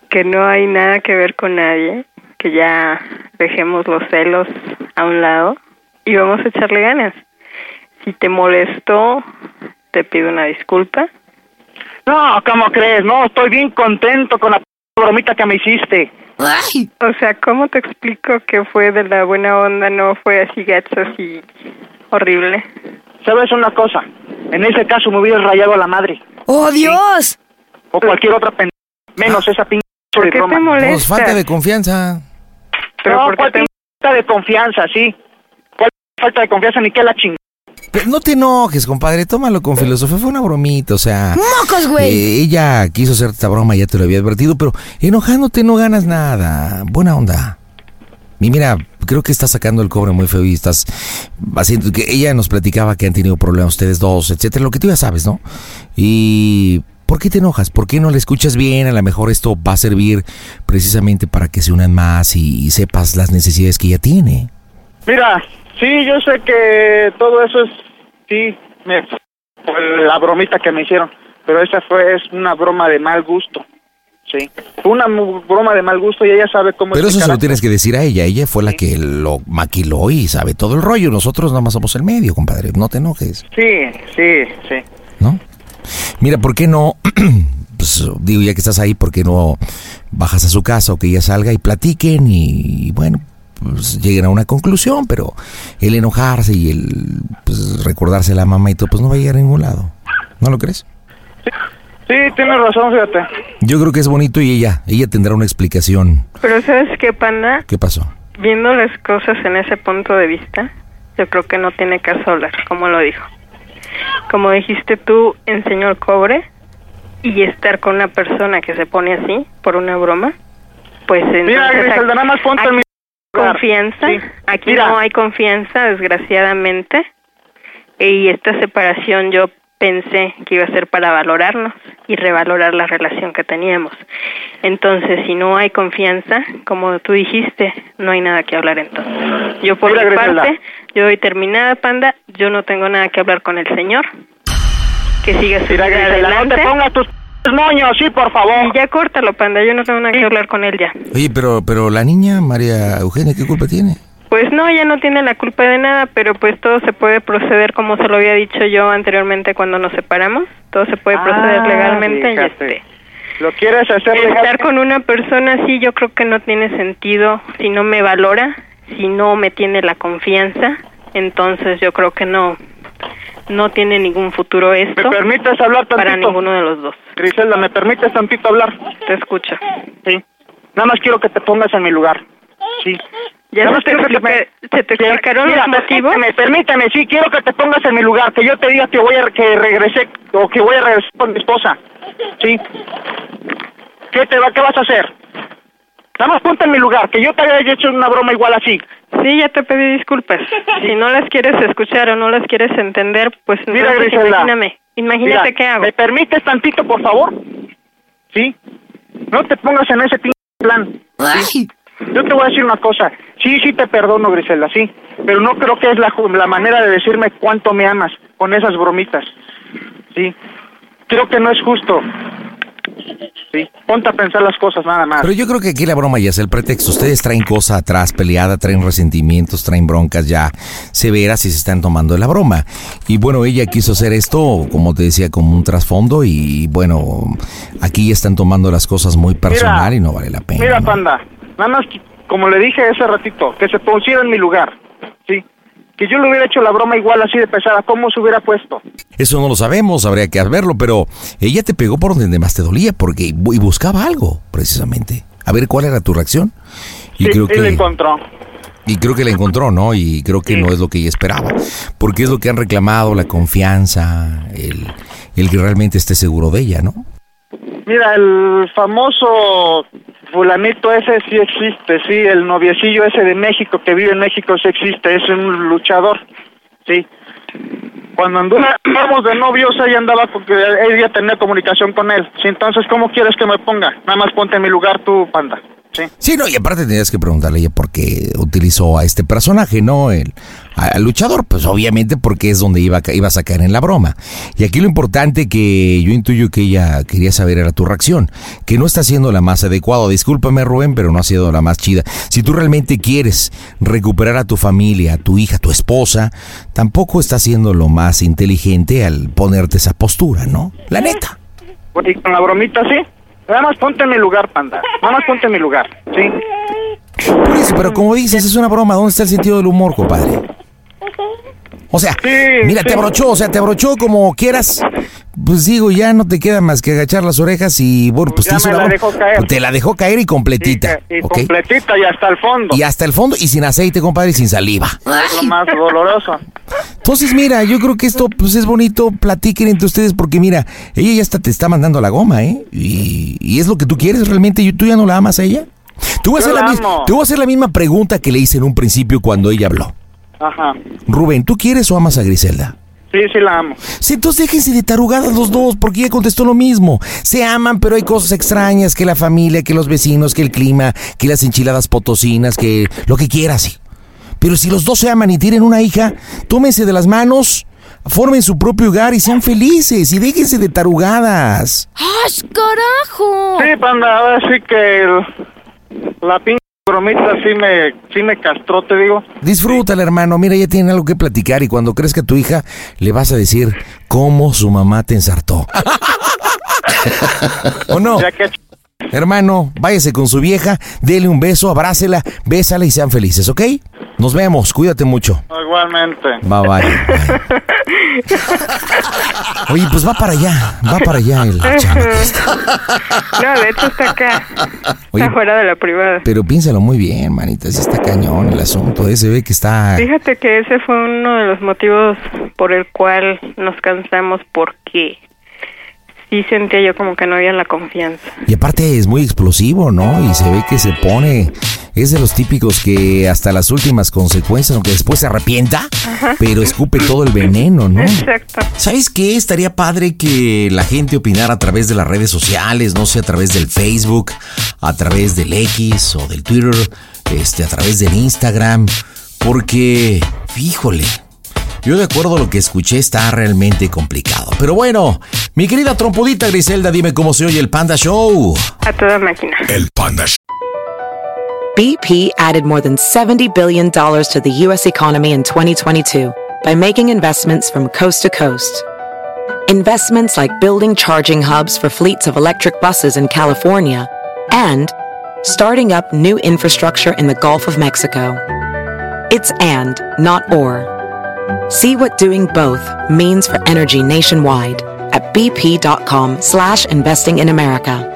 [SPEAKER 15] Que no hay nada que ver con nadie. Que ya dejemos los celos a un lado y vamos a echarle ganas. Si te molestó, te pido una disculpa.
[SPEAKER 8] No, ¿cómo crees? No, estoy bien contento con la pinche bromita que me hiciste.
[SPEAKER 15] O sea, ¿cómo te explico que fue de la buena onda, no fue así gacho, así horrible?
[SPEAKER 8] ¿Sabes una cosa? En ese caso me hubieras rayado a la madre.
[SPEAKER 1] ¡Oh, Dios!
[SPEAKER 8] O cualquier otra pendeja. Menos esa pinche
[SPEAKER 15] ¿Por qué te molesta?
[SPEAKER 2] Pues falta de confianza.
[SPEAKER 15] ¿Pero
[SPEAKER 8] no,
[SPEAKER 15] por qué
[SPEAKER 8] ¿cuál
[SPEAKER 15] te-
[SPEAKER 8] falta de confianza, sí? ¿Cuál falta de confianza? Ni que la chingada.
[SPEAKER 2] Pero no te enojes, compadre, tómalo con filosofía, fue una bromita, o sea...
[SPEAKER 1] ¡Mocos, güey!
[SPEAKER 2] eh, ella quiso hacer esta broma, ya te lo había advertido, pero enojándote no ganas nada. Buena onda. Y mira, creo que estás sacando el cobre muy feo y estás haciendo que ella nos platicaba que han tenido problemas ustedes dos, etcétera, lo que tú ya sabes, ¿no? Y ¿por qué te enojas? ¿Por qué no le escuchas bien? A lo mejor esto va a servir precisamente para que se unan más y, y sepas las necesidades que ella tiene.
[SPEAKER 8] Mira, sí, yo sé que todo eso es, sí, me, por la bromita que me hicieron, pero esa fue es una broma de mal gusto, sí, fue una mu- broma de mal gusto y ella sabe cómo.
[SPEAKER 2] Pero
[SPEAKER 8] es
[SPEAKER 2] eso
[SPEAKER 8] mi
[SPEAKER 2] se lo
[SPEAKER 8] carácter.
[SPEAKER 2] tienes que decir a ella. Ella fue la que lo maquiló y sabe todo el rollo. Nosotros nada más somos el medio, compadre. No te enojes.
[SPEAKER 8] Sí, sí, sí.
[SPEAKER 2] Mira, ¿por qué no? pues, digo, ya que estás ahí, ¿por qué no bajas a su casa o que ella salga y platiquen y, bueno, pues lleguen a una conclusión? Pero el enojarse y el pues, recordarse a la mamá y todo, pues no va a llegar a ningún lado. ¿No lo crees?
[SPEAKER 8] Sí, tienes razón, fíjate.
[SPEAKER 2] Yo creo que es bonito y ella, ella tendrá una explicación.
[SPEAKER 15] Pero ¿sabes qué, pana?
[SPEAKER 2] ¿Qué pasó?
[SPEAKER 15] Viendo las cosas en ese punto de vista, yo creo que no tiene caso hablar, como lo dijo. Como dijiste tú, enseñó el cobre y estar con una persona que se pone así por una broma, pues entonces...
[SPEAKER 8] Mira, Griselda, nada más ponte en mi lugar.
[SPEAKER 15] confianza.
[SPEAKER 8] Sí.
[SPEAKER 15] Aquí
[SPEAKER 8] Mira.
[SPEAKER 15] no hay confianza, desgraciadamente. Y esta separación yo pensé que iba a ser para valorarnos y revalorar la relación que teníamos. Entonces, si no hay confianza, como tú dijiste, no hay nada que hablar entonces. Yo por
[SPEAKER 8] Mira,
[SPEAKER 15] mi
[SPEAKER 8] Griselda.
[SPEAKER 15] parte, yo doy terminada, panda. Yo no tengo nada que hablar con el señor. Que siga su vida
[SPEAKER 8] Mira, Griselda, no
[SPEAKER 15] adelante.
[SPEAKER 8] te pongas tus p- moños, sí, por favor.
[SPEAKER 15] Y ya córtalo, panda. Yo no tengo nada que hablar con él ya.
[SPEAKER 2] Oye, pero, pero la niña, María Eugenia, ¿qué culpa tiene?
[SPEAKER 15] Pues no, ella no tiene la culpa de nada, pero pues todo se puede proceder como se lo había dicho yo anteriormente cuando nos separamos. Todo se puede proceder
[SPEAKER 8] Ah,
[SPEAKER 15] legalmente. y
[SPEAKER 8] fíjate.
[SPEAKER 15] este,
[SPEAKER 8] Lo quieres hacer
[SPEAKER 15] estar
[SPEAKER 8] legal.
[SPEAKER 15] con una persona así yo creo que no tiene sentido si no me valora, si no me tiene la confianza, entonces yo creo que no no tiene ningún futuro
[SPEAKER 8] ¿Me
[SPEAKER 15] esto
[SPEAKER 8] permites hablar tantito?
[SPEAKER 15] para ninguno de los dos.
[SPEAKER 8] Griselda, ¿me permites tantito hablar?
[SPEAKER 15] Te escucho.
[SPEAKER 8] Sí. Nada más quiero que te pongas en mi lugar. Sí.
[SPEAKER 15] Ya
[SPEAKER 8] Nada
[SPEAKER 15] se
[SPEAKER 8] más
[SPEAKER 15] te,
[SPEAKER 8] quiero que
[SPEAKER 15] explica- se te explicaron
[SPEAKER 8] Mira,
[SPEAKER 15] los motivos.
[SPEAKER 8] Permíteme, permíteme, sí, quiero que te pongas en mi lugar, que yo te diga que voy a que regresé o que voy a regresar con mi esposa. Sí. ¿Qué te va qué vas a hacer? Nada más ponte en mi lugar, que yo te haya hecho una broma igual así.
[SPEAKER 15] Sí, ya te pedí disculpas. Si no las quieres escuchar o no las quieres entender, pues
[SPEAKER 8] Mira,
[SPEAKER 15] entonces
[SPEAKER 8] Griselda.
[SPEAKER 15] imagíname, imagínate
[SPEAKER 8] Mira,
[SPEAKER 15] qué hago.
[SPEAKER 8] ¿Me permites tantito, por favor? Sí. No te pongas en ese p- plan. ¿sí? Yo te voy a decir una cosa. Sí, sí te perdono, Griselda, sí. Pero no creo que es la, ju- la manera de decirme cuánto me amas con esas bromitas. Sí. Creo que no es justo. ¿sí? Ponte a pensar las cosas nada más.
[SPEAKER 2] Pero yo creo que aquí la broma ya es el pretexto. Ustedes traen cosa atrás, peleada, traen resentimientos, traen broncas ya severas y se están tomando de la broma. Y bueno, ella quiso hacer esto, como te decía, como un trasfondo y bueno, aquí ya están tomando las cosas muy personal y no vale la pena.
[SPEAKER 8] Mira, panda, nada más que- como le dije ese ratito, que se pusiera en mi lugar, ¿sí? Que yo le hubiera hecho la broma igual así de pesada, ¿cómo se hubiera puesto?
[SPEAKER 2] Eso no lo sabemos, habría que verlo, pero ella te pegó por donde más te dolía porque y buscaba algo, precisamente. A ver cuál era tu reacción. Y
[SPEAKER 8] sí,
[SPEAKER 2] creo
[SPEAKER 8] y lo
[SPEAKER 2] que
[SPEAKER 8] encontró.
[SPEAKER 2] Y creo que la encontró, ¿no? Y creo que no es lo que ella esperaba. Porque es lo que han reclamado, la confianza, el, el que realmente esté seguro de ella, ¿no?
[SPEAKER 8] Mira, el famoso fulanito ese sí existe, sí, el noviecillo ese de México que vive en México sí existe, es un luchador, sí. Cuando andábamos de novios, ella andaba porque ella tenía comunicación con él. Sí, entonces, ¿cómo quieres que me ponga? Nada más ponte en mi lugar tú, panda. Sí.
[SPEAKER 2] Sí, no, y aparte tenías que preguntarle a ella por qué utilizó a este personaje, ¿no? El, a- al luchador, pues obviamente porque es donde iba, a ca- ibas a caer en la broma. Y aquí lo importante que yo intuyo que ella quería saber era tu reacción, que no está siendo la más adecuada. Discúlpame, Rubén, pero no ha sido la más chida. Si tú realmente quieres recuperar a tu familia, a tu hija, a tu esposa, tampoco está siendo lo más inteligente al ponerte esa postura, ¿no? La neta.
[SPEAKER 8] Pues, Y con la bromita, sí. Nada más ponte en mi lugar, panda. Nada más ponte en mi lugar, sí.
[SPEAKER 2] Por eso, pero como dices, es una broma. ¿Dónde está el sentido del humor, compadre? O sea, mira, te abrochó, o sea, te abrochó como quieras. Pues digo, ya no te queda más que agachar las orejas y bueno, pues
[SPEAKER 8] Ya
[SPEAKER 2] te hizo
[SPEAKER 8] me
[SPEAKER 2] la
[SPEAKER 8] la
[SPEAKER 2] broma.
[SPEAKER 8] dejó caer.
[SPEAKER 2] Te la dejó caer y completita.
[SPEAKER 8] Y
[SPEAKER 2] ¿ok?
[SPEAKER 8] completita y hasta el fondo.
[SPEAKER 2] Y hasta el fondo y sin aceite, compadre, y sin saliva.
[SPEAKER 8] Es lo más doloroso.
[SPEAKER 2] Entonces, mira, yo creo que esto pues es bonito, platiquen entre ustedes porque mira, ella ya está, te está mandando la goma, ¿eh? Y, y es lo que tú quieres realmente, ¿Y ¿tú ya no la amas a ella? Tú vas a, hacer
[SPEAKER 8] Yo
[SPEAKER 2] la
[SPEAKER 8] la
[SPEAKER 2] mis-
[SPEAKER 8] amo.
[SPEAKER 2] te voy a hacer la misma pregunta que le hice en un principio cuando ella habló.
[SPEAKER 8] Ajá.
[SPEAKER 2] Rubén, ¿tú quieres o amas a Griselda?
[SPEAKER 8] Sí, sí la amo.
[SPEAKER 2] Sí, entonces déjense de tarugadas los dos, porque ella contestó lo mismo. Se aman, pero hay cosas extrañas, que la familia, que los vecinos, que el clima, que las enchiladas potosinas, que lo que quieras. sí. Pero si los dos se aman y tienen una hija, tómense de las manos, formen su propio hogar y sean felices y déjense de tarugadas.
[SPEAKER 1] ¡Ah, carajo!
[SPEAKER 8] Sí, panda, ahora sí que el- la pinche bromita sí me, sí me castró, te digo.
[SPEAKER 2] Disfrútala, hermano. Mira, ella tiene algo que platicar y cuando crezca tu hija, le vas a decir cómo su mamá te ensartó. ¿O no? Hermano, váyase con su vieja, dele un beso, abrácela, bésala y sean felices, ¿ok? Nos vemos, cuídate mucho.
[SPEAKER 8] Igualmente.
[SPEAKER 2] Bye bye. Oye, pues va para allá, va para allá el chamaquista.
[SPEAKER 15] No, de hecho está acá.
[SPEAKER 2] Oye,
[SPEAKER 15] Está fuera de la privada.
[SPEAKER 2] pero piénsalo muy bien, manita, si está cañón el asunto, ese ve que está
[SPEAKER 15] Fíjate que ese fue uno de los motivos por el cual nos cansamos porque sí sentía yo como que no había la confianza.
[SPEAKER 2] Y aparte es muy explosivo, ¿no? Y se ve que se pone. Es de los típicos que hasta las últimas consecuencias, aunque después se arrepienta, pero escupe todo el veneno, ¿no?
[SPEAKER 15] Exacto.
[SPEAKER 7] ¿Sabes qué? Estaría padre que la gente opinara a través de las redes sociales, no sé, a través del Facebook, a través del X o del Twitter, este, a través del Instagram, porque, híjole, yo de acuerdo a lo que escuché está realmente complicado. Pero bueno, mi querida trompudita Griselda, dime cómo se oye el Panda Show.
[SPEAKER 15] A toda máquina.
[SPEAKER 7] El Panda Show.
[SPEAKER 10] BP added more than $70 billion to the U.S. economy in 2022 by making investments from coast to coast. Investments like building charging hubs for fleets of electric buses in California and starting up new infrastructure in the Gulf of Mexico. It's and, not or. See what doing both means for energy nationwide at bp.com slash investing in America.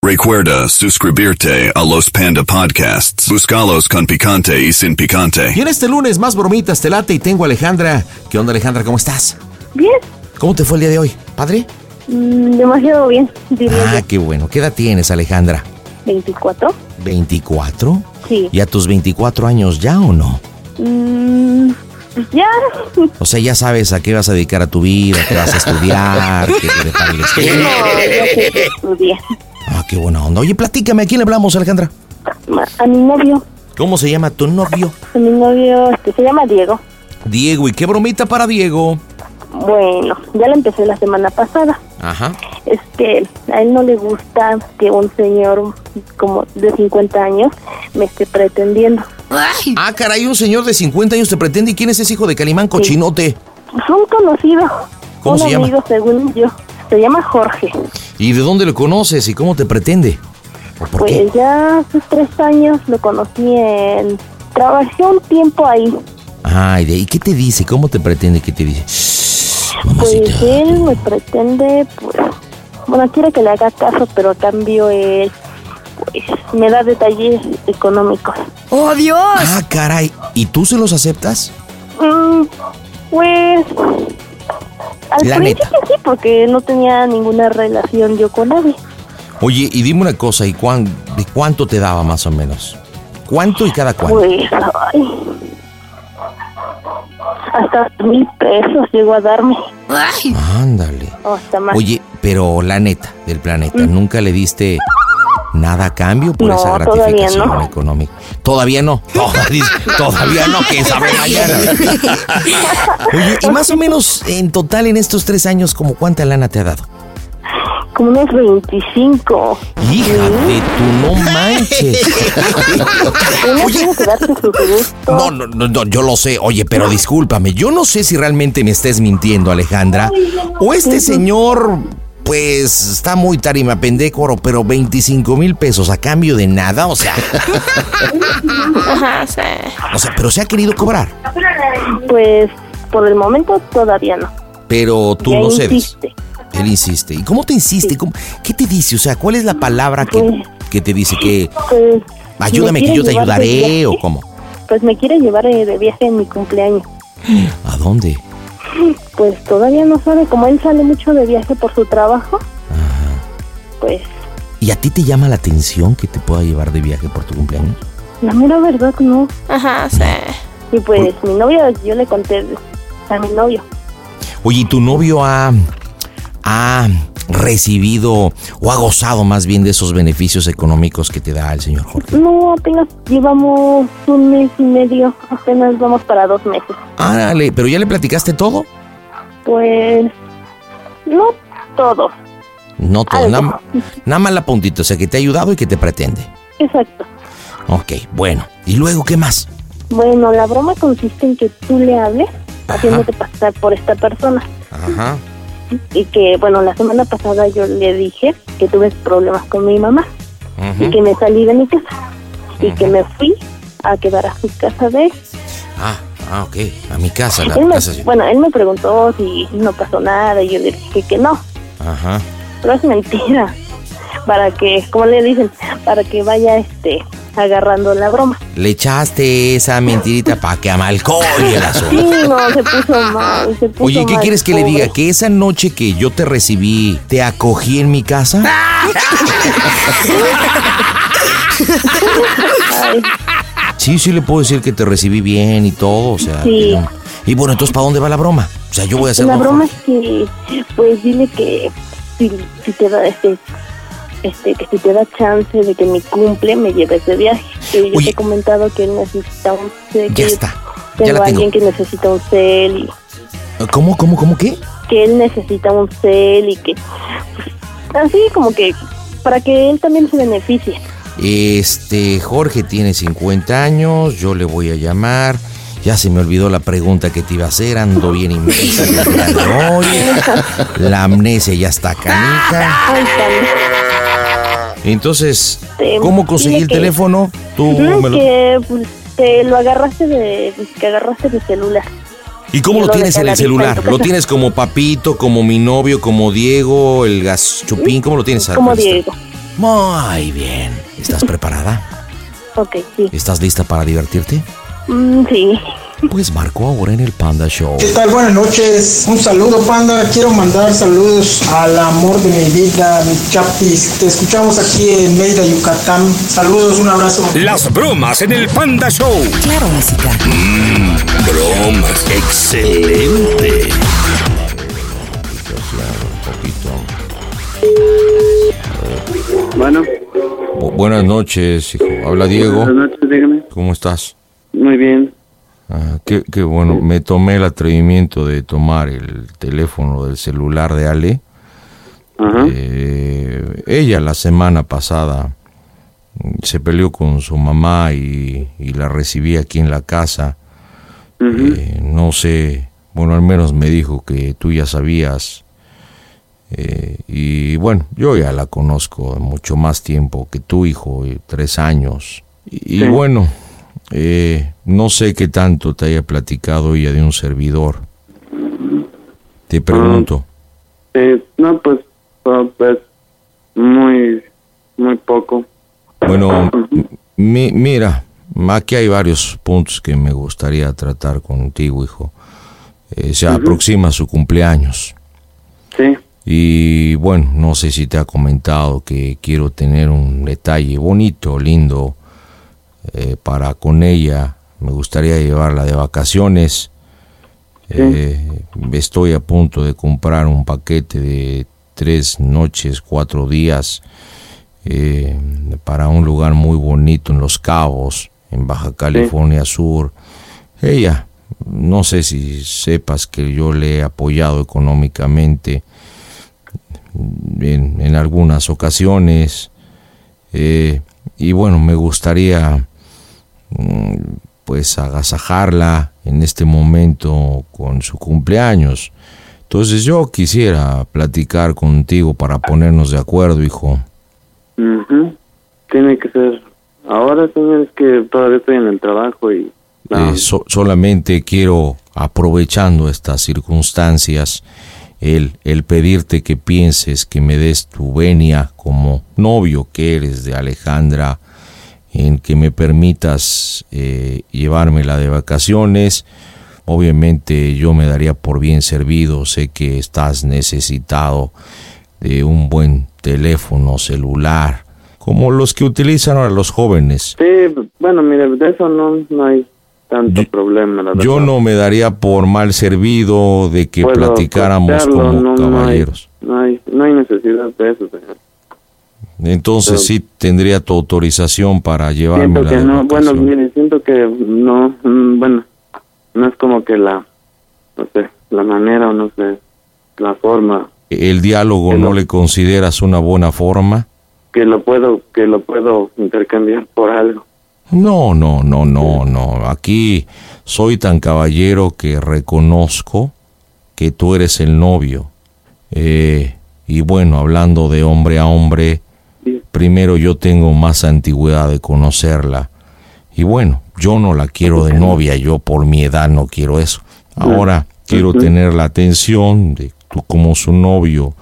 [SPEAKER 5] Recuerda suscribirte a los Panda Podcasts. Búscalos con picante y sin picante.
[SPEAKER 2] Y en este lunes, más bromitas, te late y tengo a Alejandra. ¿Qué onda, Alejandra? ¿Cómo estás?
[SPEAKER 19] Bien.
[SPEAKER 2] ¿Cómo te fue el día de hoy? ¿Padre?
[SPEAKER 19] Mm, demasiado bien, diría
[SPEAKER 2] Ah, qué bueno. ¿Qué edad tienes, Alejandra?
[SPEAKER 19] yo. ¿24?
[SPEAKER 2] ¿24?
[SPEAKER 19] Sí.
[SPEAKER 2] ¿Y a tus 24 años ya o no?
[SPEAKER 19] Mm, ya.
[SPEAKER 2] O sea, ya sabes a qué vas a dedicar a tu vida, qué vas a estudiar, qué te depara el
[SPEAKER 19] No,
[SPEAKER 2] destino.
[SPEAKER 19] yo sé que estudié.
[SPEAKER 2] Ah, qué buena onda. Oye, platícame, ¿a quién le hablamos, Alejandra?
[SPEAKER 19] Ma- A mi novio,
[SPEAKER 2] ¿Cómo se llama tu novio?
[SPEAKER 19] a mi novio este, se llama Diego.
[SPEAKER 2] Diego. ¿Y qué bromita para Diego?
[SPEAKER 19] Bueno, ya lo empecé la semana pasada.
[SPEAKER 2] Ajá.
[SPEAKER 19] Es que a él no le gusta que un señor como de 50 años me esté pretendiendo.
[SPEAKER 2] Ah, caray, un señor de 50 años te pretende. ¿Y quién es ese hijo de Calimán cochinote?
[SPEAKER 19] Es un conocido.
[SPEAKER 2] ¿Cómo
[SPEAKER 19] un
[SPEAKER 2] se llama?
[SPEAKER 19] amigo, según yo. Se llama Jorge.
[SPEAKER 2] ¿Y de dónde lo conoces y cómo te pretende? ¿O por
[SPEAKER 19] pues
[SPEAKER 2] qué?
[SPEAKER 19] ya hace tres años lo conocí en... Trabajé un tiempo ahí. Pues-
[SPEAKER 2] Ay, de- ¿y qué te dice? ¿Cómo te pretende que te dice?
[SPEAKER 19] Pues él me pretende, pues, bueno, quiere que le haga caso, pero a cambio él, pues, me da detalles económicos.
[SPEAKER 2] ¡Oh, Dios! Ah, caray. ¿Y tú se los aceptas?
[SPEAKER 19] Mm, pues, al
[SPEAKER 2] La
[SPEAKER 19] principio sí, porque no tenía ninguna relación yo con nadie.
[SPEAKER 2] Oye, y dime una cosa, ¿y cuán, de cuánto te daba más o menos? ¿Cuánto y cada cuánto?
[SPEAKER 19] Pues, ay, hasta mil pesos llegó a darme.
[SPEAKER 2] Ándale.
[SPEAKER 19] O hasta más. Mm.
[SPEAKER 2] Oye, pero la neta del planeta, ¿nunca le diste nada a cambio por
[SPEAKER 19] No,
[SPEAKER 2] esa
[SPEAKER 19] todavía
[SPEAKER 2] gratificación
[SPEAKER 19] no.
[SPEAKER 2] económica? Todavía no. Todavía, todavía no, que sabe mañana. Oye, y más o menos en total en estos tres años, ¿como cuánta lana te ha dado?
[SPEAKER 19] Como unos 25.
[SPEAKER 2] Hija de tu no manches.
[SPEAKER 19] Uno tiene que darse su gusto.
[SPEAKER 2] No, no, no, no, yo lo sé. Oye, pero discúlpame, yo no sé si realmente me estés mintiendo, Alejandra. O este señor, pues, está muy tarima pendécoro, pero 25 mil pesos a cambio de nada, o sea.
[SPEAKER 19] Ajá, sí.
[SPEAKER 2] O sea, pero se ha querido cobrar.
[SPEAKER 19] Pues, por el momento todavía no.
[SPEAKER 2] Pero tú
[SPEAKER 19] Ya
[SPEAKER 2] no cedes.
[SPEAKER 19] insiste.
[SPEAKER 2] Él insiste. ¿Y cómo te insiste? ¿Cómo- ¿Qué te dice? O sea, ¿cuál es la palabra que, que te dice? Que
[SPEAKER 19] Pues,
[SPEAKER 2] ayúdame
[SPEAKER 19] me
[SPEAKER 2] que yo te
[SPEAKER 19] quiere llevar de
[SPEAKER 2] ayudaré
[SPEAKER 19] viaje.
[SPEAKER 2] o cómo.
[SPEAKER 19] Pues me quiere llevar eh, de viaje en mi cumpleaños.
[SPEAKER 2] ¿A dónde?
[SPEAKER 19] Pues todavía no sabe, como él sale mucho de viaje por su trabajo, pues
[SPEAKER 2] ¿Y a ti te llama la atención que te pueda llevar de viaje por tu cumpleaños?
[SPEAKER 19] la mera verdad no. Ajá, sí. Y pues mi novio, yo le conté a mi novio.
[SPEAKER 2] Oye, ¿y tu novio ha, ha recibido o ha gozado más bien de esos beneficios económicos que te da el señor Jorge?
[SPEAKER 19] No, apenas llevamos un mes y medio, apenas vamos para dos meses.
[SPEAKER 2] Árale, pero ya le platicaste todo.
[SPEAKER 19] Pues no todo,
[SPEAKER 2] No todo, nada nada más la puntita, o sea, que te ha ayudado y que te pretende.
[SPEAKER 19] exacto.
[SPEAKER 2] Ok, bueno. ¿Y luego qué más?
[SPEAKER 19] Bueno, la broma consiste en que tú le hables haciéndote pasar por esta persona.
[SPEAKER 2] Ajá.
[SPEAKER 19] y que bueno la semana pasada yo le dije que tuve problemas con mi mamá y que me salí de mi casa y que me fui a quedar a su casa de él.
[SPEAKER 2] Ah, ah, ok. A mi casa, la
[SPEAKER 19] Él me-
[SPEAKER 2] casa.
[SPEAKER 19] bueno él me preguntó si no pasó nada y yo le dije que no
[SPEAKER 2] Ajá.
[SPEAKER 19] pero es mentira para que como le dicen para que vaya este agarrando la broma
[SPEAKER 2] Le echaste esa mentirita para que amalcoye el asunto.
[SPEAKER 19] sí no se puso mal se puso
[SPEAKER 2] Ah, Oye, ¿qué
[SPEAKER 19] mal,
[SPEAKER 2] quieres que le
[SPEAKER 19] pobre.
[SPEAKER 2] diga? ¿Que esa noche que yo te recibí, te acogí en mi casa?
[SPEAKER 19] Ay,
[SPEAKER 2] Sí, sí le puedo decir que te recibí bien y todo, o sea.
[SPEAKER 19] Sí.
[SPEAKER 2] que no. Y bueno, entonces, ¿para dónde va la broma? O sea, yo voy a hacer
[SPEAKER 19] La
[SPEAKER 2] lo-
[SPEAKER 19] broma es que, pues dile que si, si te da este, este, que si te da chance de que mi cumple me lleves de viaje. Que yo te he comentado que él necesita un cel. que
[SPEAKER 2] Ya
[SPEAKER 19] yo
[SPEAKER 2] está, ya
[SPEAKER 19] Tengo
[SPEAKER 2] la
[SPEAKER 19] a
[SPEAKER 2] tengo.
[SPEAKER 19] alguien que necesita un cel y
[SPEAKER 2] ¿Cómo, cómo, cómo qué?
[SPEAKER 19] que él necesita un cel y que pues, así como que para que él también se beneficie.
[SPEAKER 2] Este, Jorge tiene 50 años, yo le voy a llamar. Ya se me olvidó la pregunta que te iba a hacer, ando bien imbécil el día de hoy. La amnesia ya está canija.
[SPEAKER 19] Ay, tan-
[SPEAKER 2] Entonces,
[SPEAKER 19] Este,
[SPEAKER 2] ¿cómo conseguí
[SPEAKER 19] dile
[SPEAKER 2] el
[SPEAKER 19] que-
[SPEAKER 2] teléfono? Tú
[SPEAKER 19] No,
[SPEAKER 2] me lo-
[SPEAKER 19] que pues, te lo agarraste de que agarraste de celular.
[SPEAKER 2] ¿Y cómo
[SPEAKER 19] que
[SPEAKER 2] lo
[SPEAKER 19] lo
[SPEAKER 2] tienes
[SPEAKER 19] deja
[SPEAKER 2] en
[SPEAKER 19] la
[SPEAKER 2] el
[SPEAKER 19] vista en
[SPEAKER 2] celular?
[SPEAKER 19] tu
[SPEAKER 2] ¿Lo
[SPEAKER 19] casa.
[SPEAKER 2] tienes como Papito, como mi novio, como Diego, el gas chupín? ¿Cómo lo tienes? Este,
[SPEAKER 19] Como
[SPEAKER 2] Alfredo?
[SPEAKER 19] Diego.
[SPEAKER 2] Muy bien. ¿Estás preparada?
[SPEAKER 19] Ok, sí.
[SPEAKER 2] ¿Estás lista para divertirte?
[SPEAKER 19] Mm, sí.
[SPEAKER 2] Pues marcó ahora en el Panda Show.
[SPEAKER 20] ¿Qué tal? Buenas noches. Un saludo, Panda. Quiero mandar saludos al amor de mi vida, mi chapis. Te escuchamos aquí en Mérida, Yucatán. Saludos, un abrazo.
[SPEAKER 4] Las bromas en el Panda Show.
[SPEAKER 10] Claro, música.
[SPEAKER 4] Mm, bromas, excelente.
[SPEAKER 21] Bueno,
[SPEAKER 7] Bu- buenas noches, hijo. Habla Diego.
[SPEAKER 21] buenas noches, dígame.
[SPEAKER 7] ¿Cómo estás?
[SPEAKER 21] Muy bien.
[SPEAKER 7] Ah, qué, qué bueno, me tomé el atrevimiento de tomar el teléfono del celular de Ale. Eh, ella la semana pasada mm, se peleó con su mamá y, y la recibí aquí en la casa. Eh, no sé, bueno, al menos me dijo que tú ya sabías. Eh, y bueno, yo ya la conozco mucho más tiempo que tu hijo, eh, tres años. Y, y
[SPEAKER 21] Sí.
[SPEAKER 7] bueno, eh, no sé qué tanto te haya platicado ella de un servidor. Te pregunto.
[SPEAKER 21] Eh, no, pues, ah, pues, muy, muy poco.
[SPEAKER 7] Bueno, mi- mira, aquí hay varios puntos que me gustaría tratar contigo, hijo. Eh, se aproxima su cumpleaños.
[SPEAKER 21] Sí.
[SPEAKER 7] Y bueno, no sé si te ha comentado que quiero tener un detalle bonito, lindo, eh, para con ella. Me gustaría llevarla de vacaciones. Eh, estoy a punto de comprar un paquete de tres noches, cuatro días, eh, para un lugar muy bonito en Los Cabos, en Baja California Sur. Ella, no sé si sepas que yo le he apoyado económicamente en, en algunas ocasiones. eh, y bueno, me gustaría mm, pues agasajarla en este momento con su cumpleaños. Entonces yo quisiera platicar contigo para ponernos de acuerdo, hijo.
[SPEAKER 21] Ujú. Tiene que ser. Ahora, señor, es que todavía estoy en el trabajo y...
[SPEAKER 7] Eh, so- solamente quiero, aprovechando estas circunstancias, el, el pedirte que pienses, que me des tu venia como novio que eres de Alejandra, en que me permitas eh, llevármela de vacaciones. Obviamente yo me daría por bien servido, sé que estás necesitado de un buen teléfono celular, como los que utilizan ahora los jóvenes.
[SPEAKER 21] Sí, bueno, mire, de eso no, no hay tanto problema, la verdad.
[SPEAKER 7] Yo no me daría por mal servido de que
[SPEAKER 21] Puedo
[SPEAKER 7] platicáramos
[SPEAKER 21] costearlo, pues,
[SPEAKER 7] como
[SPEAKER 21] no, no hay-
[SPEAKER 7] caballeros.
[SPEAKER 21] No hay, no hay necesidad de eso, señor.
[SPEAKER 7] Entonces
[SPEAKER 21] Pero-
[SPEAKER 7] sí tendría tu autorización para
[SPEAKER 21] Siento
[SPEAKER 7] llevármela.
[SPEAKER 21] que
[SPEAKER 7] de
[SPEAKER 21] no, bueno,
[SPEAKER 7] vacaciones.
[SPEAKER 21] mire, siento que no, mm, bueno, no es como que la, no sé, la manera o no sé, la forma
[SPEAKER 7] El diálogo no le consideras una buena forma.
[SPEAKER 21] que lo puedo, que lo puedo intercambiar por algo.
[SPEAKER 7] No, no, no, no, no. Aquí soy tan caballero que reconozco que tú eres el novio. Eh, y bueno, hablando de hombre a hombre, primero yo tengo más antigüedad de conocerla. Y bueno, yo no la quiero de novia, yo por mi edad no quiero eso. Ahora quiero tener la atención de tú como su novio,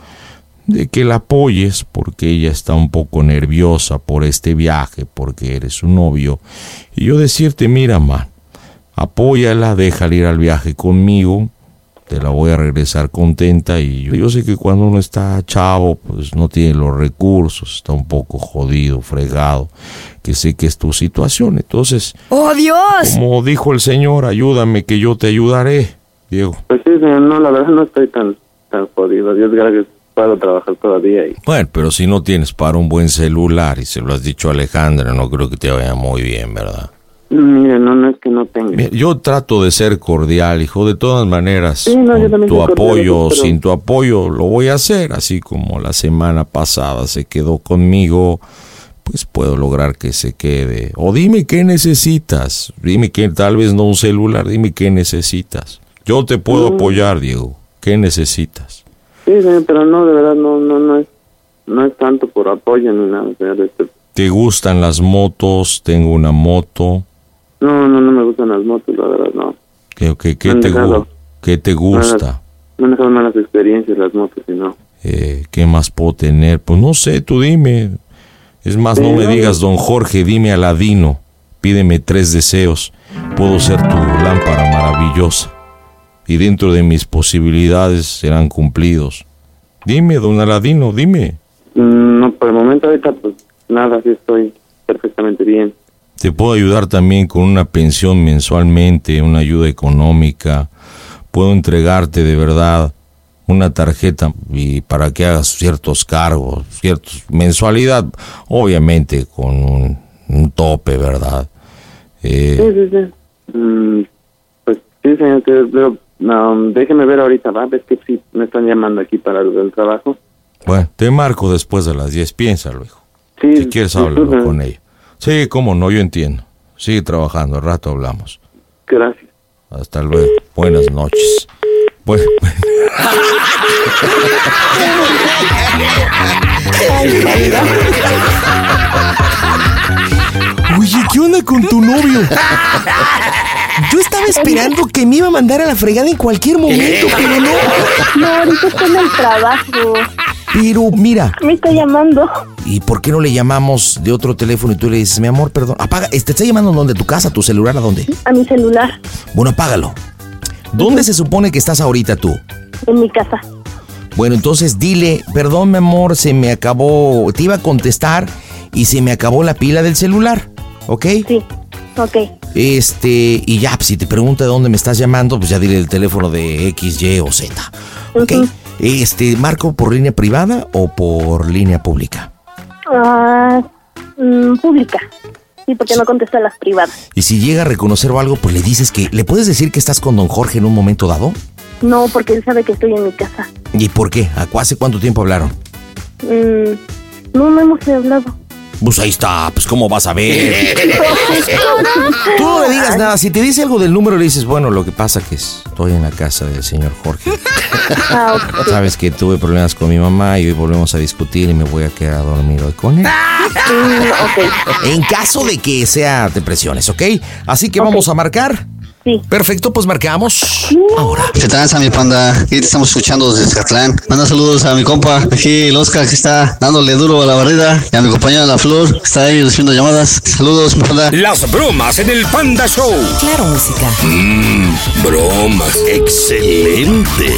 [SPEAKER 7] de que la apoyes porque ella está un poco nerviosa por este viaje, porque eres su novio. Y yo decirte, mira, man, apóyala, déjala ir al viaje conmigo, te la voy a regresar contenta y yo, yo sé que cuando uno está chavo, pues no tiene los recursos, está un poco jodido, fregado, que sé que es tu situación. Entonces,
[SPEAKER 21] ¡Oh, Dios!
[SPEAKER 7] como dijo el Señor, ayúdame que yo te ayudaré, Diego.
[SPEAKER 21] Pues sí, señor, no, la verdad no estoy tan, tan jodido. Dios gracias, puedo trabajar todavía y...
[SPEAKER 7] Bueno, pero si no tienes para un buen celular y se lo has dicho a Alejandra, no creo que te vaya muy bien, ¿verdad?
[SPEAKER 21] Mire, no, no es que no tenga.
[SPEAKER 7] Mira, Yo trato de ser cordial, hijo, de todas maneras.
[SPEAKER 21] Sí, no, yo
[SPEAKER 7] con
[SPEAKER 21] también
[SPEAKER 7] tu
[SPEAKER 21] soy cordial,
[SPEAKER 7] apoyo,
[SPEAKER 21] pero-
[SPEAKER 7] sin tu apoyo, lo voy a hacer, así como la semana pasada se quedó conmigo, pues puedo lograr que se quede. O dime qué necesitas, dime que tal vez no un celular, dime qué necesitas. Yo te puedo apoyar, Diego. ¿Qué necesitas?
[SPEAKER 21] Sí, señor, pero no, de verdad, no, no, no es, no es tanto por apoyo ni nada, señor, este,
[SPEAKER 7] ¿Te gustan las motos? Tengo una moto.
[SPEAKER 21] no, no, no me gustan las motos, la verdad, no.
[SPEAKER 7] ¿Qué, qué- qué
[SPEAKER 21] Han
[SPEAKER 7] te, gu-
[SPEAKER 21] dejado.
[SPEAKER 7] qué te
[SPEAKER 21] Ah.
[SPEAKER 7] gusta?
[SPEAKER 21] Me han dejado malas experiencias las motos y no.
[SPEAKER 7] Eh, ¿Qué más puedo tener? Pues no sé, tú dime. Es más, no me digas, don Jorge, dime Aladino, pídeme tres deseos, puedo ser tu lámpara maravillosa, y dentro de mis posibilidades serán cumplidos. Dime, don Aladino, dime.
[SPEAKER 21] Mm, No, por el momento ahorita pues nada, sí estoy perfectamente bien.
[SPEAKER 7] Te puedo ayudar también con una pensión mensualmente, una ayuda económica. Puedo entregarte de verdad una tarjeta y para que hagas ciertos cargos, ciertos mensualidad, obviamente con un, un tope, ¿verdad? Eh,
[SPEAKER 21] Sí, sí, sí. Mm, pues sí, señor, que- pero no, déjeme ver ahorita, ¿va? Ves que sí me están llamando aquí para el, el trabajo.
[SPEAKER 7] Bueno, te marco después de las 10, piénsalo, hijo.
[SPEAKER 21] Sí,
[SPEAKER 7] si quieres, háblalo
[SPEAKER 21] disculpe.
[SPEAKER 7] con ella. Sí, cómo no, yo entiendo. Sigue trabajando, al rato hablamos.
[SPEAKER 21] Gracias.
[SPEAKER 7] Hasta luego. Buenas noches. Bueno,
[SPEAKER 22] Oye, ¿qué onda con tu novio? Yo estaba esperando que me iba a mandar a la fregada en cualquier momento, pero no.
[SPEAKER 19] No, ahorita está en el trabajo.
[SPEAKER 2] Pero mira,
[SPEAKER 19] Me está llamando.
[SPEAKER 2] ¿y por qué no le llamamos de otro teléfono y tú le dices, mi amor, perdón, apaga, eh, te está llamando dónde, tu casa, tu celular, a dónde?
[SPEAKER 19] A mi celular,
[SPEAKER 2] Bueno, apágalo. ¿Dónde se supone que estás ahorita tú?
[SPEAKER 19] en mi casa.
[SPEAKER 2] Bueno, entonces dile, perdón, mi amor, se me acabó, te iba a contestar y se me acabó la pila del celular, ¿ok? Sí.
[SPEAKER 19] Ok.
[SPEAKER 2] Este, y ya, pues, si te pregunta de dónde me estás llamando, pues ya dile el teléfono de X, Y o Z. ¿Ok? Este, ¿marco por línea privada o por línea pública?
[SPEAKER 19] Ah, mm, pública. Sí, porque no contesta las privadas.
[SPEAKER 2] Y si llega a reconocer o algo, pues le dices que, ¿le puedes decir que estás con don Jorge en un momento dado?
[SPEAKER 19] No, porque él sabe que estoy en mi casa.
[SPEAKER 2] ¿Y por qué? ¿A cu- ¿Hace cuánto tiempo hablaron?
[SPEAKER 19] Mm, no, no hemos hablado.
[SPEAKER 2] Pues ahí está, pues ¿cómo vas a ver? Tú no le digas nada, si te dice algo del número le dices, bueno, lo que pasa que estoy en la casa del señor Jorge. Sabes que tuve problemas con mi mamá y hoy volvemos a discutir y me voy a quedar a dormir hoy con él. En caso de que sea depresiones, ¿ok? Así que vamos a marcar.
[SPEAKER 19] Sí.
[SPEAKER 2] Perfecto, pues marcamos.
[SPEAKER 6] ¿Qué tranza, mi panda? Aquí te estamos escuchando desde Zacatlán. Manda saludos a mi compa, aquí el Oscar, que está dándole duro a la barrida. Y a mi compañera La Flor, que está ahí recibiendo llamadas. Saludos, mi panda.
[SPEAKER 4] Las bromas en el Panda Show.
[SPEAKER 6] Claro, música.
[SPEAKER 4] Mmm, bromas. Excelente.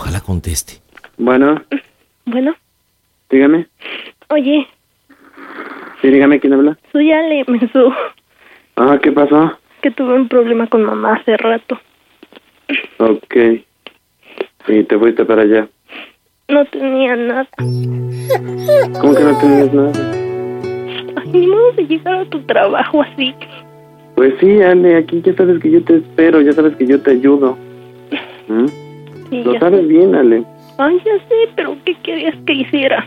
[SPEAKER 2] Ojalá conteste.
[SPEAKER 21] Bueno,
[SPEAKER 19] Bueno,
[SPEAKER 21] dígame.
[SPEAKER 19] oye,
[SPEAKER 21] Sí, dígame quién habla.
[SPEAKER 19] soy Ale Mesú,
[SPEAKER 21] Ah, ¿qué pasó?
[SPEAKER 19] que tuve un problema con mamá hace rato.
[SPEAKER 21] Ok. Y te fuiste para allá.
[SPEAKER 19] No tenía nada.
[SPEAKER 21] ¿Cómo que no tenías nada?
[SPEAKER 19] Ay, ni modo de llegar a tu trabajo así.
[SPEAKER 21] Pues sí, Ale, aquí ya sabes que yo te espero, ya sabes que yo te ayudo. ¿Mm?
[SPEAKER 19] Sí,
[SPEAKER 21] Lo
[SPEAKER 19] ya
[SPEAKER 21] sabes
[SPEAKER 19] sé.
[SPEAKER 21] bien, Ale.
[SPEAKER 19] Ay, ya sé, pero ¿qué querías que hiciera?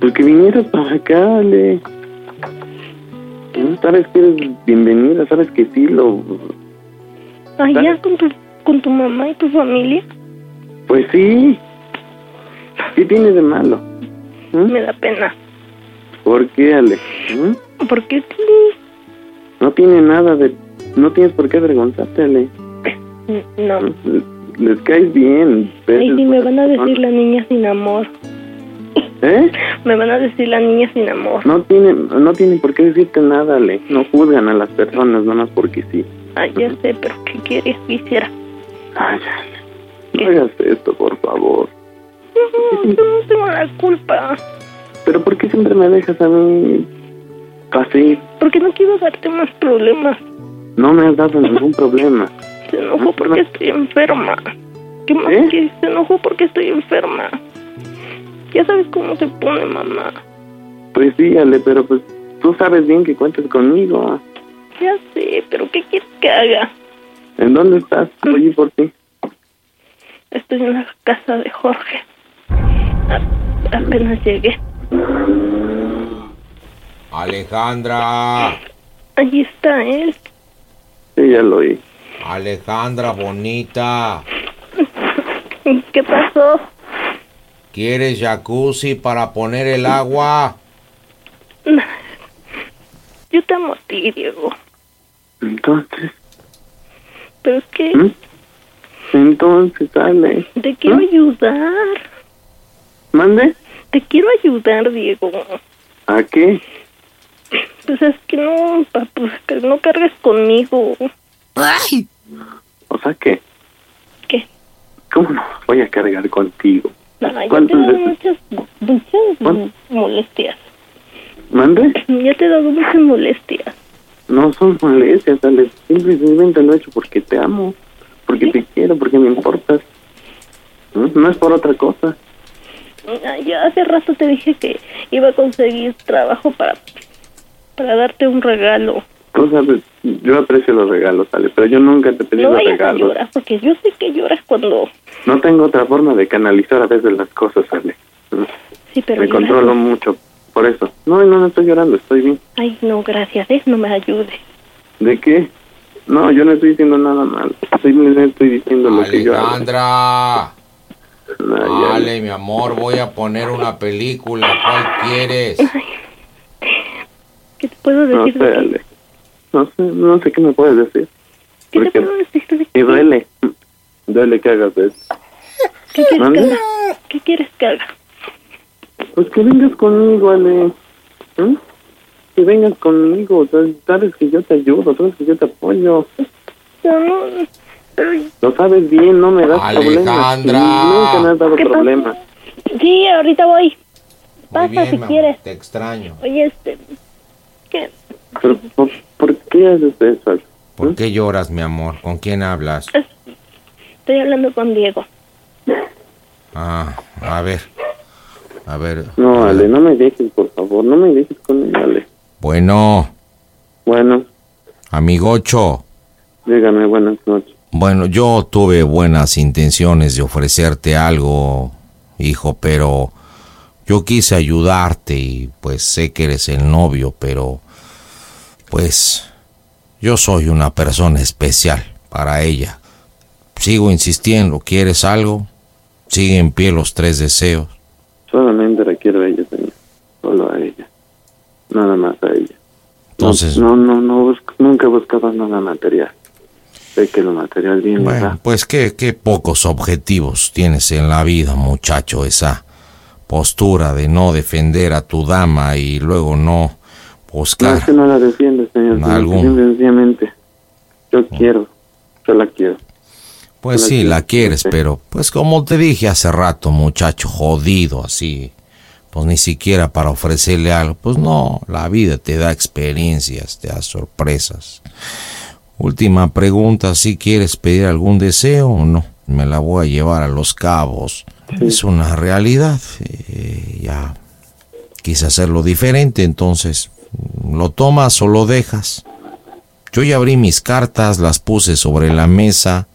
[SPEAKER 21] Porque vinieras para acá, Ale. Mm, Sabes que eres bienvenida, sabes que sí, lo...
[SPEAKER 19] Allá con tu, con tu mamá y tu familia
[SPEAKER 21] Pues sí. ¿Qué tiene de malo? ¿Mm?
[SPEAKER 19] me da pena.
[SPEAKER 21] ¿Por qué, Ale? ¿Mm?
[SPEAKER 19] ¿Por qué
[SPEAKER 21] No tiene nada de... No tienes por qué avergonzarte, Ale.
[SPEAKER 19] No.
[SPEAKER 21] Les caes bien.
[SPEAKER 19] Ay,
[SPEAKER 21] eres
[SPEAKER 19] sí, me van a
[SPEAKER 21] buena
[SPEAKER 19] decir la niña sin amor.
[SPEAKER 21] persona. ¿Eh?
[SPEAKER 19] Me van a decir la niña sin amor.
[SPEAKER 21] No tiene, no tiene por qué decirte nada, Ale. No juzgan a las personas nada más porque sí.
[SPEAKER 19] Ay, ya sé, pero ¿qué querías que hiciera?
[SPEAKER 21] Ay, Ale, no hagas esto, por favor.
[SPEAKER 19] No, yo no tengo la culpa.
[SPEAKER 21] Pero ¿por qué siempre me dejas a mí así?
[SPEAKER 19] Porque no quiero darte más problemas.
[SPEAKER 21] No me has dado ningún problema.
[SPEAKER 19] Se enojó porque estoy enferma. ¿Qué más que se enojó porque estoy enferma? Ya sabes cómo se pone mamá.
[SPEAKER 21] Pues sí, Ale, pero pues tú sabes bien que cuentas conmigo.
[SPEAKER 19] Ya sé, pero ¿qué quieres que haga?
[SPEAKER 21] ¿En dónde estás? Oye, por ti.
[SPEAKER 19] Estoy en la casa de Jorge. A- apenas llegué.
[SPEAKER 7] Alejandra,
[SPEAKER 19] Allí está él.
[SPEAKER 21] Sí, ya lo oí.
[SPEAKER 7] Alejandra bonita,
[SPEAKER 19] ¿Qué pasó?
[SPEAKER 7] ¿quieres jacuzzi para poner el agua?
[SPEAKER 19] Yo te amo a ti, Diego.
[SPEAKER 21] Entonces,
[SPEAKER 19] Pero es
[SPEAKER 21] ¿Mm?
[SPEAKER 19] que
[SPEAKER 21] entonces, Ale. ¿Mm?
[SPEAKER 19] te quiero ayudar.
[SPEAKER 21] ¿Mande?
[SPEAKER 19] Te quiero ayudar, Diego.
[SPEAKER 21] ¿A qué?
[SPEAKER 19] Pues es que no, papu, que no cargues conmigo.
[SPEAKER 21] ¡Ay! O sea que,
[SPEAKER 19] ¿Qué?
[SPEAKER 21] ¿cómo no voy a cargar contigo?
[SPEAKER 19] Ay, ya te he
[SPEAKER 21] ¿Cuántas
[SPEAKER 19] dado
[SPEAKER 21] veces?
[SPEAKER 19] muchas, muchas molestias.
[SPEAKER 21] ¿Mande?
[SPEAKER 19] Ya te he dado muchas molestias.
[SPEAKER 21] No son molestias, Alex. Simplemente lo he hecho porque te amo, porque te quiero, porque me importas. ¿Mm? No es por otra cosa.
[SPEAKER 19] Ay, ya hace rato te dije que iba a conseguir trabajo para, para darte un regalo.
[SPEAKER 21] Tú sabes, yo aprecio los regalos, Ale, pero yo nunca te pedí
[SPEAKER 19] No
[SPEAKER 21] los
[SPEAKER 19] vayas a
[SPEAKER 21] regalos.
[SPEAKER 19] llorar, porque yo sé que lloras cuando...
[SPEAKER 21] No tengo otra forma de canalizar a veces las cosas, Ale. ¿Mm?
[SPEAKER 19] Sí, pero
[SPEAKER 21] me
[SPEAKER 19] lloras.
[SPEAKER 21] controlo mucho por eso. No, no, no estoy llorando, estoy bien.
[SPEAKER 19] Ay, no, gracias, ¿eh? No me ayudes.
[SPEAKER 21] ¿De qué? No, yo no estoy diciendo nada mal. Simplemente estoy diciendo lo que yo hago.
[SPEAKER 7] Alejandra.
[SPEAKER 21] No, ya,
[SPEAKER 7] Vale, mi amor, voy a poner una película. ¿Cuál quieres?
[SPEAKER 19] ¿Qué te puedo
[SPEAKER 21] no
[SPEAKER 19] decir
[SPEAKER 21] sé,
[SPEAKER 19] de ti?
[SPEAKER 21] Ale. No sé, no sé qué me puedes decir.
[SPEAKER 19] ¿Qué te
[SPEAKER 21] Porque-
[SPEAKER 19] puedo decir de ti?
[SPEAKER 21] Y duele. Duele que hagas eso.
[SPEAKER 19] ¿Qué quieres que
[SPEAKER 21] ¿Mande?
[SPEAKER 19] haga? ¿Qué quieres que haga?
[SPEAKER 21] Pues que vengas conmigo, Ale. ¿Mm? Que vengas conmigo. Sabes- Sabes que yo te ayudo, sabes que yo te apoyo.
[SPEAKER 19] No, no, pero
[SPEAKER 21] Lo sabes bien, no me das problemas.
[SPEAKER 7] Alejandra.
[SPEAKER 21] Nunca me has dado
[SPEAKER 19] ¿Qué pasó?
[SPEAKER 21] problemas.
[SPEAKER 19] Sí, ahorita voy. Pasa
[SPEAKER 7] bien,
[SPEAKER 19] si
[SPEAKER 7] mamá.
[SPEAKER 19] quieres.
[SPEAKER 7] Te extraño.
[SPEAKER 19] Oye, este. ¿Qué?
[SPEAKER 21] Pero, ¿por, por qué haces eso? ¿Eh? Ale?
[SPEAKER 7] ¿Por qué lloras, mi amor? ¿Con quién hablas?
[SPEAKER 19] Estoy hablando con Diego.
[SPEAKER 7] Ah, a ver. A ver.
[SPEAKER 21] No, Ale, no me dejes, por favor. No me dejes con él, Ale.
[SPEAKER 7] Bueno,
[SPEAKER 21] Bueno,
[SPEAKER 7] amigocho.
[SPEAKER 21] dígame buenas noches.
[SPEAKER 7] Bueno, yo tuve buenas intenciones de ofrecerte algo, hijo, pero yo quise ayudarte y pues sé que eres el novio, pero pues yo soy una persona especial para ella. Sigo insistiendo, ¿quieres algo? Sigue en pie los tres deseos.
[SPEAKER 21] Solamente la quiero a ella, señor. Solo a ella. Nada más a ella.
[SPEAKER 7] Entonces,
[SPEAKER 21] No, no, no, busc- nunca buscaba nada material. Sé que lo material bien me da.
[SPEAKER 7] bueno, pues qué, qué pocos objetivos tienes en la vida, muchacho, esa postura de no defender a tu dama y luego no
[SPEAKER 21] No
[SPEAKER 7] buscar.
[SPEAKER 21] es que no la defiende, señor. sino que
[SPEAKER 7] Algún- Mm.
[SPEAKER 21] simple y sencillamente, yo quiero. Yo la quiero.
[SPEAKER 7] Pues sí, la quieres, pero pues como te dije hace rato, muchacho, jodido así, pues ni siquiera para ofrecerle algo, pues no, la vida te da experiencias, te da sorpresas. Última pregunta, si quieres pedir algún deseo o no, me la voy a llevar a los cabos. Es una realidad, eh, ya quise hacerlo diferente, entonces lo tomas o lo dejas. Yo ya abrí mis cartas, las puse sobre la mesa.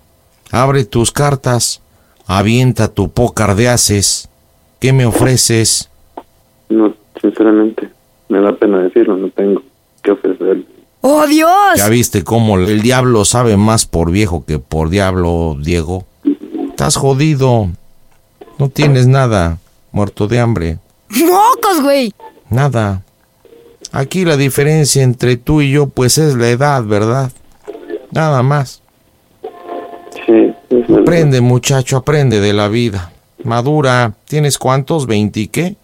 [SPEAKER 7] Abre tus cartas, avienta tu pócar de haces. ¿Qué me ofreces?
[SPEAKER 21] No, sinceramente, me da pena decirlo. No tengo que ofrecerle.
[SPEAKER 1] ¡Oh, Dios!
[SPEAKER 7] Ya viste cómo el diablo sabe más por viejo que por diablo, Diego. Estás jodido. No tienes nada. Muerto de hambre.
[SPEAKER 1] ¡Mocos, güey!
[SPEAKER 7] Nada. Aquí la diferencia entre tú y yo pues es la edad, ¿verdad? Nada más. Aprende, muchacho, aprende de la vida. Madura. ¿Tienes cuántos? ¿20 qué?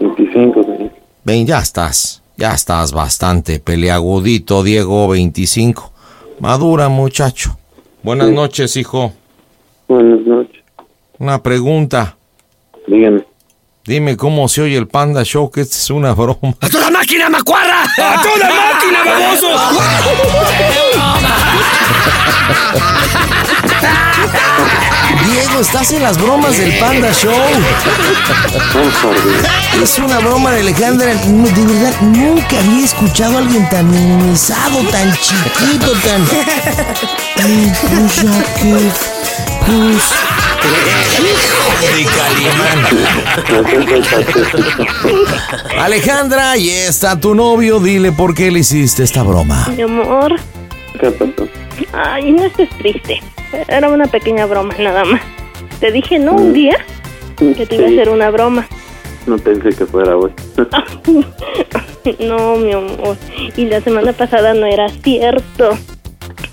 [SPEAKER 21] 25, señor.
[SPEAKER 7] Ven, ya estás. Ya estás bastante peleagudito, Diego, 25. Madura, muchacho. Buenas noches, hijo.
[SPEAKER 21] Buenas noches.
[SPEAKER 7] Una pregunta.
[SPEAKER 21] Dígame.
[SPEAKER 7] Dime cómo se oye el Panda Show, que esta es una broma.
[SPEAKER 4] ¡A toda máquina, macuarra! ¡A toda máquina,
[SPEAKER 22] Diego, estás en las bromas del Panda Show. Es una broma de Alejandra. No, De verdad, nunca había escuchado a alguien tan minimizado, tan chiquito, tan. Ay, pues ya que. Pues.
[SPEAKER 7] Alejandra, y está tu novio. Dile por qué le hiciste esta
[SPEAKER 21] Ah.
[SPEAKER 7] broma.
[SPEAKER 19] Mi amor.
[SPEAKER 21] ¿Qué pasó?
[SPEAKER 19] Ay, no estés triste. Era una pequeña broma, nada más. Te dije, ¿no? Un día que te iba a
[SPEAKER 21] Sí.
[SPEAKER 19] hacer una broma.
[SPEAKER 21] No pensé que fuera hoy.
[SPEAKER 19] No, mi amor. Y la semana pasada no era cierto.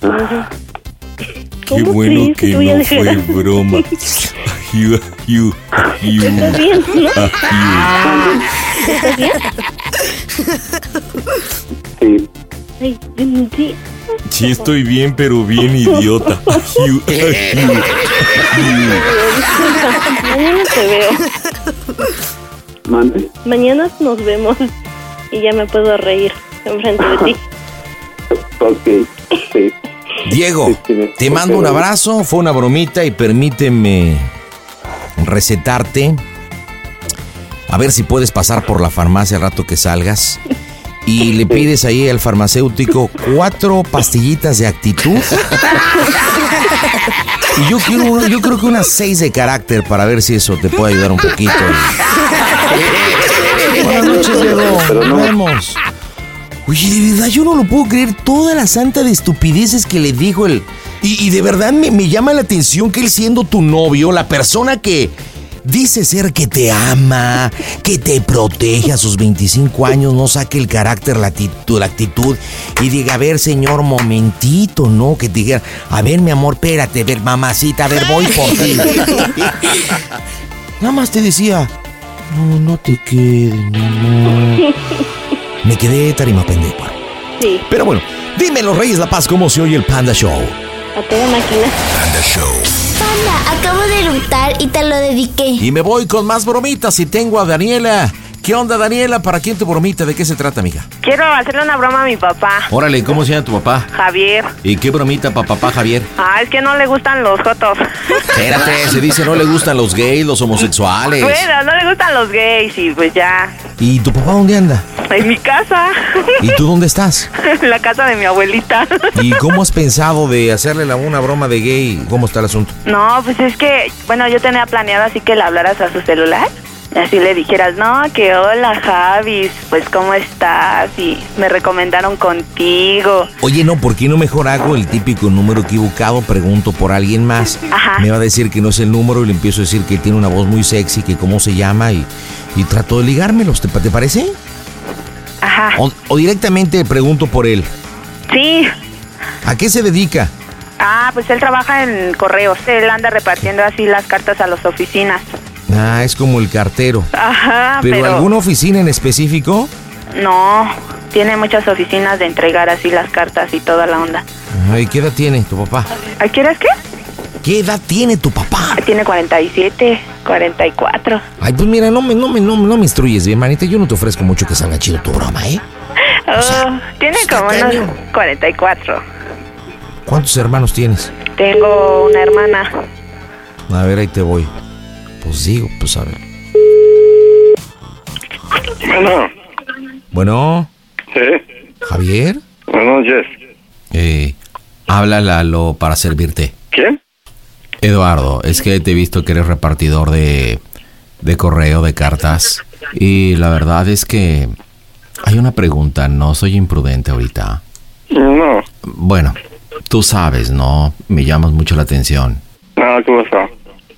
[SPEAKER 21] Ah,
[SPEAKER 19] ¿Cómo crees voy a dejar-
[SPEAKER 7] broma. you, you.
[SPEAKER 4] ¿Estás bien?
[SPEAKER 7] Ah, you.
[SPEAKER 4] ¿Estás bien?
[SPEAKER 13] Sí.
[SPEAKER 4] Ay, mm, sí.
[SPEAKER 7] Sí, estoy bien, pero bien idiota. You, ah, you,
[SPEAKER 4] Mañana te veo.
[SPEAKER 7] you.
[SPEAKER 4] Mañana nos vemos y ya me puedo reír enfrente de ti.
[SPEAKER 13] Ok, sí.
[SPEAKER 7] Diego, te mando un abrazo, fue una bromita y permíteme recetarte. A ver si puedes pasar por la farmacia al rato que salgas. Y le pides ahí al farmacéutico cuatro pastillitas de actitud. Y yo, quiero, yo creo que unas seis de carácter para ver si eso te puede ayudar un poquito.
[SPEAKER 23] Buenas noches, Diego.
[SPEAKER 7] Pero no.
[SPEAKER 23] Nos vemos. Oye, de verdad, yo no lo puedo creer. Toda la santa de estupideces que le dijo él. Y, y de verdad me, me llama la atención que él siendo tu novio, la persona que dice ser que te ama, que te protege a sus 25 años, no saque el carácter, la actitud, la actitud y diga, a ver, señor, momentito, ¿no? Que te diga, a ver, mi amor, espérate, a ver, mamacita, a ver, voy por ti. Nada más te decía, no, no te quedes, mi amor.
[SPEAKER 2] Me quedé tarima pendejo.
[SPEAKER 4] Sí,
[SPEAKER 2] Pero bueno, dime los Reyes La Paz cómo se oye el Panda Show.
[SPEAKER 4] a toda máquina.
[SPEAKER 2] Panda Show.
[SPEAKER 24] Panda, acabo de eructar y te lo dediqué.
[SPEAKER 7] Y me voy con más bromitas y tengo a Daniela. ¿Qué onda, Daniela? ¿Para quién tu bromita? ¿De qué se trata, mija?
[SPEAKER 19] Quiero hacerle una broma a mi papá,
[SPEAKER 7] Órale, ¿cómo se llama tu papá?
[SPEAKER 19] Javier.
[SPEAKER 7] ¿Y qué bromita para papá Javier?
[SPEAKER 19] Ah, es que no le gustan los jotos.
[SPEAKER 7] Espérate, se dice no le gustan los gays, los homosexuales.
[SPEAKER 19] Bueno, no le gustan los gays y pues ya.
[SPEAKER 2] ¿Y tu papá dónde anda?
[SPEAKER 19] En mi casa.
[SPEAKER 2] ¿Y tú dónde estás?
[SPEAKER 19] En la casa de mi abuelita.
[SPEAKER 2] ¿Y cómo has pensado de hacerle la- una broma de gay? ¿Cómo está el asunto?
[SPEAKER 19] No, pues es que, bueno, yo tenía planeado así que le hablaras a su celular. y Así le dijeras, no, que hola Javis, pues cómo estás y me recomendaron contigo.
[SPEAKER 2] Oye, no, ¿por qué no mejor hago el típico número equivocado? Pregunto por alguien más.
[SPEAKER 19] Ajá.
[SPEAKER 2] Me va a decir que no es el número y le empiezo a decir que tiene una voz muy sexy, que cómo se llama y, y trato de ligármelos. ¿Te, pa- te parece?
[SPEAKER 19] Ajá.
[SPEAKER 2] O, o directamente pregunto por él.
[SPEAKER 19] Sí.
[SPEAKER 2] ¿A qué se dedica?
[SPEAKER 19] Ah, pues él trabaja en correos, él anda repartiendo así las cartas a las oficinas.
[SPEAKER 2] Ah, es como el cartero.
[SPEAKER 19] Ajá,
[SPEAKER 2] ¿Pero,
[SPEAKER 19] Ah, pero,
[SPEAKER 2] alguna oficina en específico?
[SPEAKER 19] no, tiene muchas oficinas de entregar así las cartas y toda la onda.
[SPEAKER 2] Ay, ¿Qué edad tiene tu papá?
[SPEAKER 19] ¿Ah, ¿Quieres qué?
[SPEAKER 2] ¿Qué edad tiene tu papá?
[SPEAKER 19] Tiene 47, 44.
[SPEAKER 2] Ay, pues mira, no me, no me, no, me- no me instruyes bien, manita. Yo no te ofrezco mucho que salga chido tu broma, ¿eh?
[SPEAKER 19] Oh, tiene
[SPEAKER 2] pues,
[SPEAKER 19] como unos 44.
[SPEAKER 2] ¿Cuántos hermanos tienes?
[SPEAKER 19] Tengo una hermana.
[SPEAKER 2] A ver, ahí te voy. Pues digo, pues a ver.
[SPEAKER 13] Bueno,
[SPEAKER 2] Bueno,
[SPEAKER 13] sí.
[SPEAKER 2] Javier.
[SPEAKER 13] Buenas noches.
[SPEAKER 7] Eh, habla Lalo para servirte.
[SPEAKER 13] ¿Quién?
[SPEAKER 7] Eduardo, es que te he visto que eres repartidor de, de correo, de cartas. Y la verdad es que hay una pregunta, no soy imprudente ahorita.
[SPEAKER 13] No,
[SPEAKER 7] Bueno, tú sabes, ¿no? Me llamas mucho la atención.
[SPEAKER 13] nada, ¿qué pasa?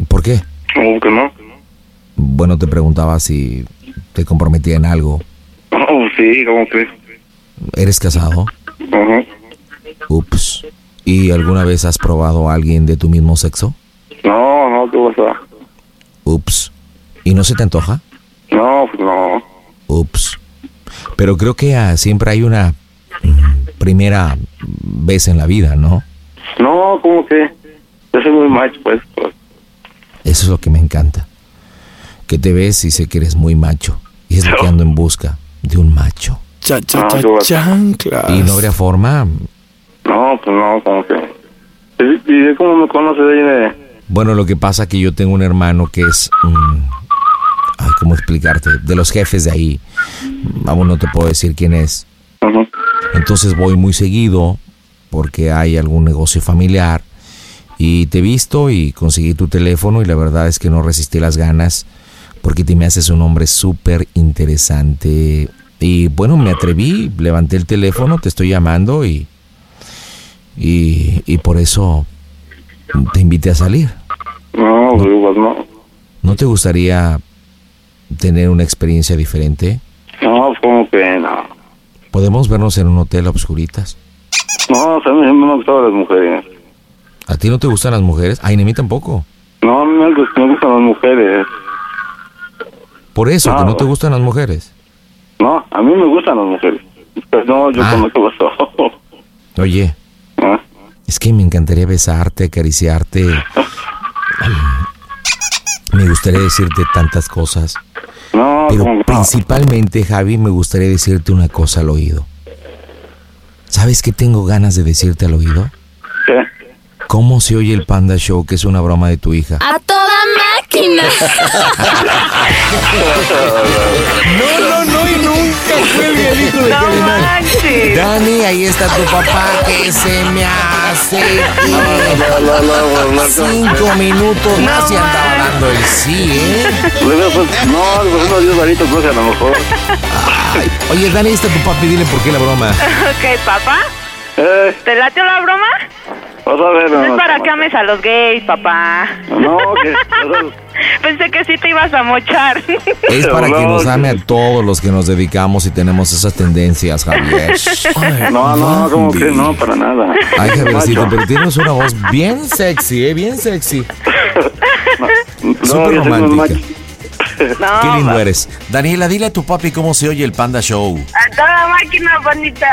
[SPEAKER 2] ¿Por qué?
[SPEAKER 13] No, que no.
[SPEAKER 2] Bueno, te preguntaba si te comprometía en algo.
[SPEAKER 13] Oh, sí, ¿cómo crees?
[SPEAKER 2] ¿Eres casado?
[SPEAKER 13] Ajá.
[SPEAKER 2] Ups. ¿Y alguna vez has probado a alguien de tu mismo sexo?
[SPEAKER 13] No, no, ¿qué pasa?
[SPEAKER 2] Ups. ¿Y no se te antoja?
[SPEAKER 13] No, pues no.
[SPEAKER 2] Ups. Pero creo que ah, siempre hay una mm, primera vez en la vida, ¿no?
[SPEAKER 13] No, ¿cómo que? Yo soy muy macho, pues. pues.
[SPEAKER 2] Eso es lo que me encanta. Que te ves y sé que eres muy macho. Y es lo que ando en busca de un macho.
[SPEAKER 13] cha, Ah, qué bueno.
[SPEAKER 2] Y no habría forma.
[SPEAKER 13] No, pues no, ¿cómo que? ¿Y- ¿Y de cómo me conoces ahí de...?
[SPEAKER 2] Bueno, lo que pasa que yo tengo un hermano que es... mm, ay, ¿cómo explicarte? De los jefes de ahí. Vamos, no te puedo decir quién es. Entonces voy muy seguido porque hay algún negocio familiar. Y te he visto y conseguí tu teléfono y la verdad es que no resistí las ganas porque te me haces un hombre súper interesante. Y bueno, me atreví, levanté el teléfono, te estoy llamando y, y, y por eso te invité a salir.
[SPEAKER 13] No, pues pues, no.
[SPEAKER 2] ¿No te gustaría tener una experiencia diferente?
[SPEAKER 13] No, pues ¿cómo que no?
[SPEAKER 2] ¿Podemos vernos en un hotel a obscuritas?
[SPEAKER 13] No, o sea, a mí siempre me han gustado las mujeres.
[SPEAKER 2] ¿A ti no te gustan las mujeres? Ay, ni a mí tampoco.
[SPEAKER 13] No, a mí
[SPEAKER 21] mí algo que me gustan las mujeres.
[SPEAKER 2] Por eso,
[SPEAKER 21] No,
[SPEAKER 2] que no
[SPEAKER 21] güey.
[SPEAKER 2] te gustan las mujeres.
[SPEAKER 21] No, a mí me gustan las mujeres. Pues no,
[SPEAKER 2] Ah.
[SPEAKER 21] yo conozco los ojos.
[SPEAKER 2] Oye,
[SPEAKER 21] Ah.
[SPEAKER 2] es que me encantaría besarte, acariciarte. Me gustaría decirte tantas cosas.
[SPEAKER 21] No,
[SPEAKER 2] Pero
[SPEAKER 21] como que no.
[SPEAKER 2] principalmente, Javi, me gustaría decirte una cosa al oído. ¿Sabes qué tengo ganas de decirte al oído?
[SPEAKER 21] ¿Qué?
[SPEAKER 2] ¿Cómo se oye el Panda Show que es una broma de tu hija?
[SPEAKER 3] A toda máquina.
[SPEAKER 2] No, no, no, y nunca fue el hijo de Kevin Mann. Dani, ahí está tu papá que se me hace. Cinco minutos más y andaba dando el sí, ¿eh?
[SPEAKER 21] Bueno, pues, no, pues unos 10 varitos, pues a lo mejor.
[SPEAKER 2] Oye, Dani, ahí está tu papi, dile por qué la broma.
[SPEAKER 9] ok, papá.
[SPEAKER 21] Eh,
[SPEAKER 9] ¿Te late la broma?
[SPEAKER 21] vas a ver,
[SPEAKER 9] No es
[SPEAKER 21] no,
[SPEAKER 9] para
[SPEAKER 21] no,
[SPEAKER 9] que ames a los gays, papá.
[SPEAKER 21] No, que.
[SPEAKER 9] Pensé que sí te ibas a mochar.
[SPEAKER 2] Es para que nos ame a todos los que nos dedicamos y tenemos esas tendencias, Javier.
[SPEAKER 21] No, no, como que no, para nada.
[SPEAKER 2] Ay, Javiercito,
[SPEAKER 21] Macho.
[SPEAKER 2] pero tienes una voz bien sexy, ¿eh? Bien sexy.
[SPEAKER 21] No,
[SPEAKER 2] Súper
[SPEAKER 21] yo soy un
[SPEAKER 2] romántica.
[SPEAKER 21] macho.
[SPEAKER 2] Qué lindo eres. Daniela, dile a tu papi cómo se oye el Panda Show.
[SPEAKER 9] A toda máquina, bonita.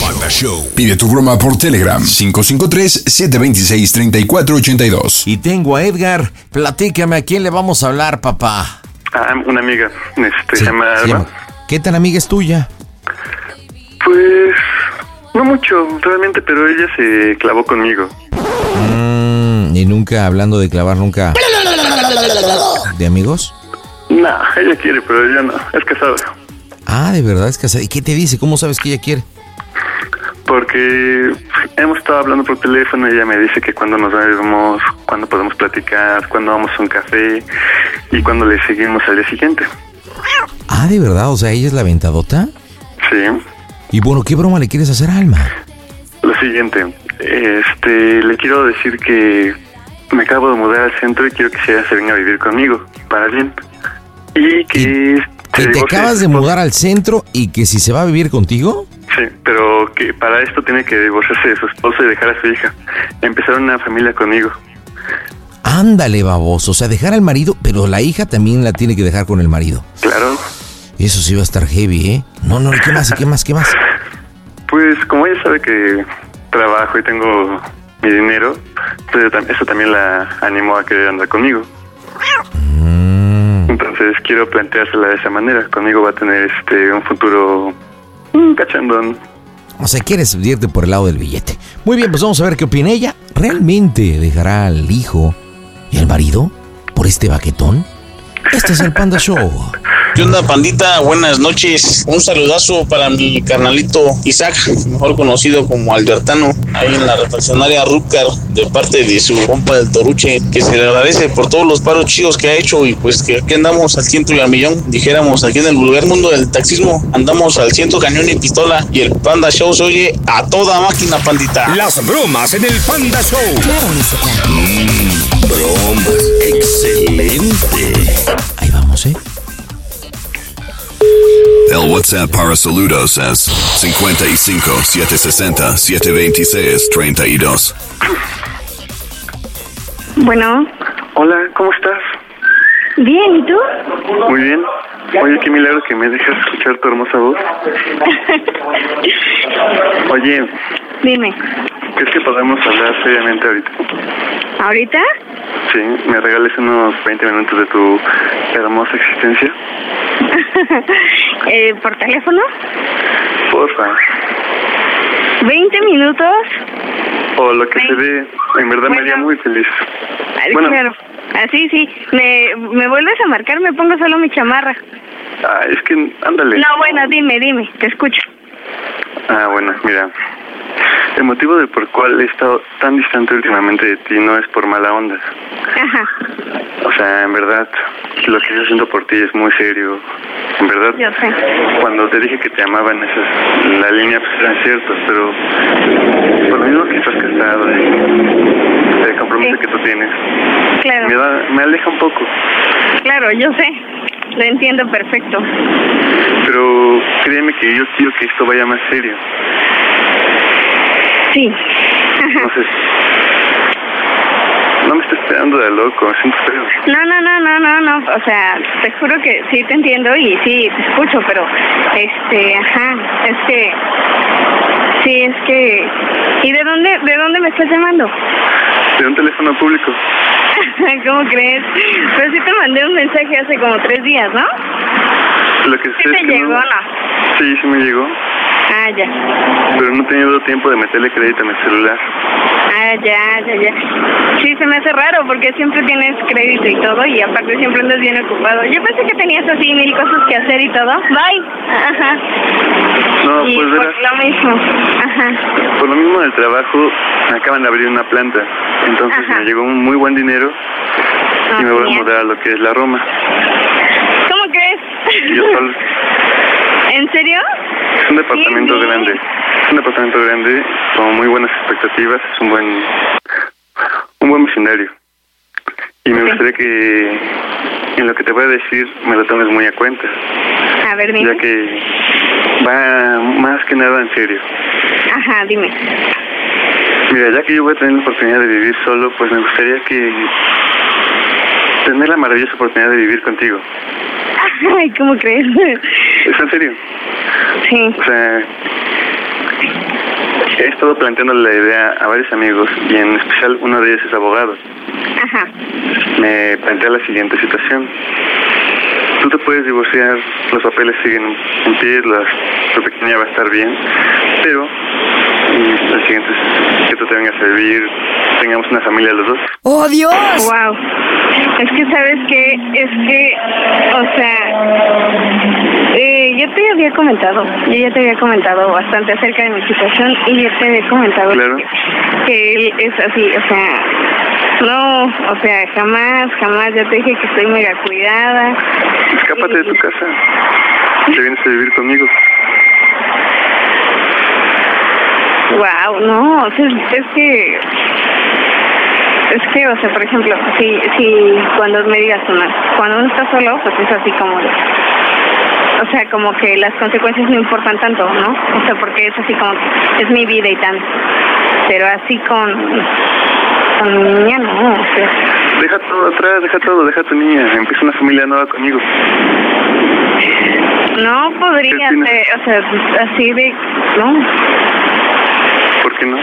[SPEAKER 4] Panda Show. Pide tu broma por Telegram 553-726-3482.
[SPEAKER 7] Y tengo a Edgar. Platícame a quién le vamos a hablar, papá.
[SPEAKER 13] Ah, una amiga, este, se llama
[SPEAKER 2] Se
[SPEAKER 13] Alba.
[SPEAKER 2] llama, ¿Qué tan amiga es tuya?
[SPEAKER 13] Pues, no mucho, realmente, pero ella se clavó conmigo.
[SPEAKER 2] Mm, y nunca, hablando de clavar, nunca. ¿De amigos?
[SPEAKER 13] No, ella quiere, pero ella no, es casada.
[SPEAKER 2] Ah, de verdad es casada. ¿Y qué te dice? ¿Cómo sabes que ella quiere?
[SPEAKER 13] Porque hemos estado hablando por teléfono y ella me dice que cuando nos vemos, cuando podemos platicar, cuando vamos a un café y cuando le seguimos al día siguiente.
[SPEAKER 2] Ah, de verdad, o sea, ella es la ventadota.
[SPEAKER 13] Sí.
[SPEAKER 2] Y bueno, ¿qué broma le quieres hacer a Alma?
[SPEAKER 13] Lo siguiente, este, le quiero decir que me acabo de mudar al centro y quiero que se se venga a vivir conmigo, para bien. Y que... se
[SPEAKER 2] Que te
[SPEAKER 13] divorcie.
[SPEAKER 2] acabas de mudar al centro y que si se va a vivir contigo.
[SPEAKER 13] Sí, pero que para esto tiene que divorciarse de su esposo y dejar a su hija. Empezar una familia conmigo.
[SPEAKER 2] Ándale, baboso. O sea, dejar al marido, pero la hija también la tiene que dejar con el marido.
[SPEAKER 13] Claro.
[SPEAKER 2] Eso sí va a estar heavy, ¿eh? No, no, ¿y ¿qué más? ¿Y qué más? ¿Qué más?
[SPEAKER 13] Pues como ella sabe que trabajo y tengo mi dinero, entonces tam- eso también la animó a querer andar conmigo. Entonces quiero planteársela de esa manera. Conmigo va a tener este un futuro mm, cachandón.
[SPEAKER 2] O sea, quieres irte por el lado del billete. Muy bien, pues vamos a ver qué opina ella. ¿Realmente dejará al hijo y al marido por este baquetón? Este es el Panda Show.
[SPEAKER 25] ¿Qué onda, pandita? Buenas noches. Un saludazo para mi carnalito Isaac, mejor conocido como Albertano, ahí en la refaccionaria Rúcar, de parte de su compa del Toruche, que se le agradece por todos los paros chidos que ha hecho y pues que aquí andamos al ciento y al millón. Dijéramos aquí en el vulgar mundo del taxismo, andamos al ciento cañón y pistola y el Panda Show se oye a toda máquina, pandita.
[SPEAKER 4] Las bromas en el Panda Show. Mm, bromas. Excelente.
[SPEAKER 5] El WhatsApp para saludos es 55 760 726 32.
[SPEAKER 13] Bueno. Hola, ¿cómo estás?
[SPEAKER 19] Bien, ¿y tú?
[SPEAKER 13] Muy bien. Oye, qué milagro que me dejas escuchar tu hermosa voz. Oye,
[SPEAKER 19] Dime,
[SPEAKER 13] ¿crees que podemos hablar seriamente ahorita?
[SPEAKER 19] ¿ahorita?
[SPEAKER 13] Sí, me regales unos 20 minutos de tu hermosa existencia.
[SPEAKER 19] Eh, ¿Por teléfono?
[SPEAKER 13] Porfa.
[SPEAKER 19] ¿20 minutos?
[SPEAKER 13] O lo que se dé, en verdad me haría muy feliz.
[SPEAKER 19] Ay,
[SPEAKER 13] Bueno.
[SPEAKER 19] claro. Así, sí. Me, me vuelves a marcar, me pongo solo mi chamarra.
[SPEAKER 13] Ah, es que, ándale.
[SPEAKER 19] No, bueno, dime, dime, te escucho.
[SPEAKER 13] Ah, bueno, mira. El motivo del por cual he estado tan distante últimamente de ti no es por mala onda.
[SPEAKER 19] Ajá.
[SPEAKER 13] O sea, en verdad, lo que yo siento por ti es muy serio. En verdad, cuando te dije que te amaba en esas- en la línea, pues eran ciertos, pero por lo mismo que estás casado y el compromiso que tú tienes,
[SPEAKER 19] Claro,
[SPEAKER 13] me, da- me aleja un poco.
[SPEAKER 19] claro, yo sé. Lo entiendo perfecto.
[SPEAKER 13] Pero créeme que yo quiero que esto vaya más serio.
[SPEAKER 19] Sí.
[SPEAKER 13] No sé, No me estés esperando de loco, siento feo.
[SPEAKER 12] No, no, no, no, no, no. O sea, te juro que sí te entiendo y sí te escucho, pero este, ajá, es que sí es que ¿Y de dónde de dónde me estás llamando?
[SPEAKER 13] De un teléfono público.
[SPEAKER 12] ¿Cómo crees? Pero sí te mandé un mensaje hace como tres días, ¿no?
[SPEAKER 13] Lo que
[SPEAKER 12] Sí
[SPEAKER 13] sé
[SPEAKER 12] te
[SPEAKER 13] es que
[SPEAKER 12] llegó,
[SPEAKER 13] no-
[SPEAKER 12] ¿no?
[SPEAKER 13] Sí, sí me llegó,
[SPEAKER 12] Ah, ya.
[SPEAKER 13] pero no he tenido tiempo de meterle crédito a mi celular.
[SPEAKER 12] Ah, ya, ya, ya. Sí, se me hace raro porque siempre tienes crédito y todo y aparte siempre andas bien ocupado. Yo pensé que tenías así mil cosas que hacer y todo. Bye. Ajá.
[SPEAKER 13] No,
[SPEAKER 12] y
[SPEAKER 13] pues verás,
[SPEAKER 12] por lo mismo. Ajá.
[SPEAKER 13] por lo mismo del trabajo, me acaban de abrir una planta, entonces me llegó un muy buen dinero y me voy a mudar a lo que es la Roma.
[SPEAKER 12] Ah, ¿Cómo crees?
[SPEAKER 13] Y yo solo,
[SPEAKER 12] ¿En serio?
[SPEAKER 13] es un departamento grande, es un departamento grande con muy buenas expectativas, es un buen, un buen vecindario. Y me gustaría que en lo que te voy a decir me lo tomes muy a cuenta,
[SPEAKER 12] A ver, dime.
[SPEAKER 13] ya que va más que nada en serio.
[SPEAKER 12] Ajá, dime.
[SPEAKER 13] Mira, ya que yo voy a tener la oportunidad de vivir solo, pues me gustaría que tener la maravillosa oportunidad de vivir contigo.
[SPEAKER 12] Ay, ¿cómo crees?
[SPEAKER 13] ¿Es en serio?
[SPEAKER 12] Sí.
[SPEAKER 13] O sea, he estado planteando la idea a varios amigos y en especial uno de ellos es abogado.
[SPEAKER 12] Ajá.
[SPEAKER 13] Me plantea la siguiente situación. Tú te puedes divorciar, los papeles siguen en pie, las- tu pequeña va a estar bien, pero mm, lo siguiente es que tú te vengas a vivir, tengamos una familia los dos.
[SPEAKER 12] ¡Oh, Dios! ¡Wow! Es que, ¿sabes qué? Es que, o sea, eh, yo te había comentado, yo ya te había comentado bastante acerca de mi situación y yo te había comentado
[SPEAKER 13] Claro.
[SPEAKER 12] que él es así, o sea, no, o sea, jamás, jamás, ya te dije que estoy mega cuidada.
[SPEAKER 13] Escápate de tu casa. Te vienes a vivir conmigo.
[SPEAKER 12] Wow, no, o sea, es que es que, o sea, por ejemplo, si si cuando me digas una, cuando uno está solo, pues es así como de- o sea, como que las consecuencias no importan tanto, ¿no? O sea, porque es así como es mi vida y tan. Pero así con con mi niña no, o sea,
[SPEAKER 13] Deja todo atrás, deja todo, deja tu niña. Empieza una familia nueva conmigo.
[SPEAKER 12] no podría ser, o sea, así de no.
[SPEAKER 13] ¿Por qué no?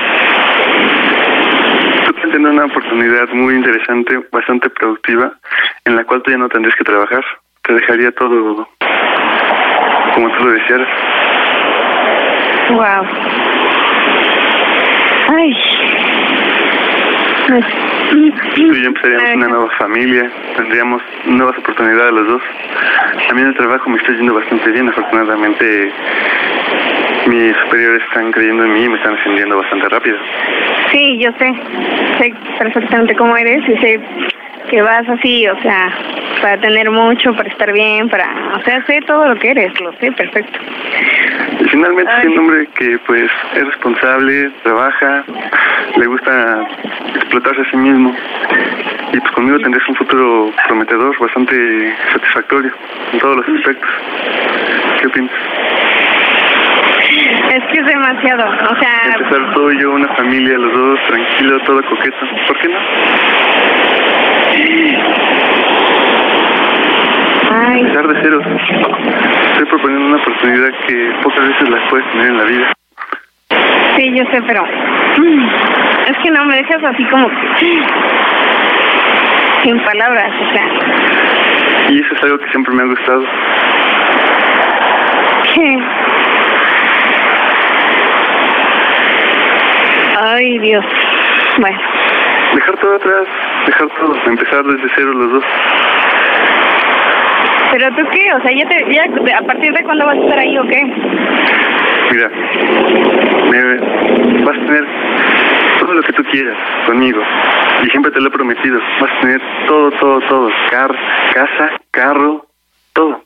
[SPEAKER 13] Tú estás teniendo una oportunidad muy interesante, bastante productiva, en la cual tú ya no tendrías que trabajar. Te dejaría todo como tú lo desearas.
[SPEAKER 12] Wow. Ay.
[SPEAKER 13] Tú y yo empezaríamos una nueva familia, tendríamos nuevas oportunidades los dos. A mí en el trabajo me está yendo bastante bien, afortunadamente mis superiores están creyendo en mí y me están ascendiendo bastante rápido.
[SPEAKER 12] Sí, yo sé, sé perfectamente cómo eres y sé que vas así, o sea, para tener mucho, para estar bien, para, o sea, sé todo lo que eres, lo sé perfecto.
[SPEAKER 13] Y finalmente es un hombre que pues es responsable, trabaja, le gusta explotarse a sí mismo y pues conmigo tendrás un futuro prometedor, bastante satisfactorio en todos los aspectos. ¿Qué opinas?
[SPEAKER 12] Es que es demasiado, o sea,
[SPEAKER 13] Empezar todo yo, una familia, los dos, tranquilo, todo coqueto. ¿Por qué no? Empezar de cero. Estoy proponiendo una oportunidad que pocas veces la puedes tener en la vida.
[SPEAKER 12] sí, yo sé, pero mm, es que no me dejas así como que, sin palabras, o sea,
[SPEAKER 13] Y eso es algo que siempre me ha gustado.
[SPEAKER 12] que... Ay, Dios. Bueno,
[SPEAKER 13] Dejar todo atrás, dejar todo, empezar desde cero los dos.
[SPEAKER 12] pero tú qué, o sea, ya te, ya, a partir de cuándo vas a estar ahí o qué?
[SPEAKER 13] Mira, me- vas a tener todo lo que tú quieras conmigo. Y siempre te lo he prometido. Vas a tener todo, todo, todo. Car, casa, carro, todo.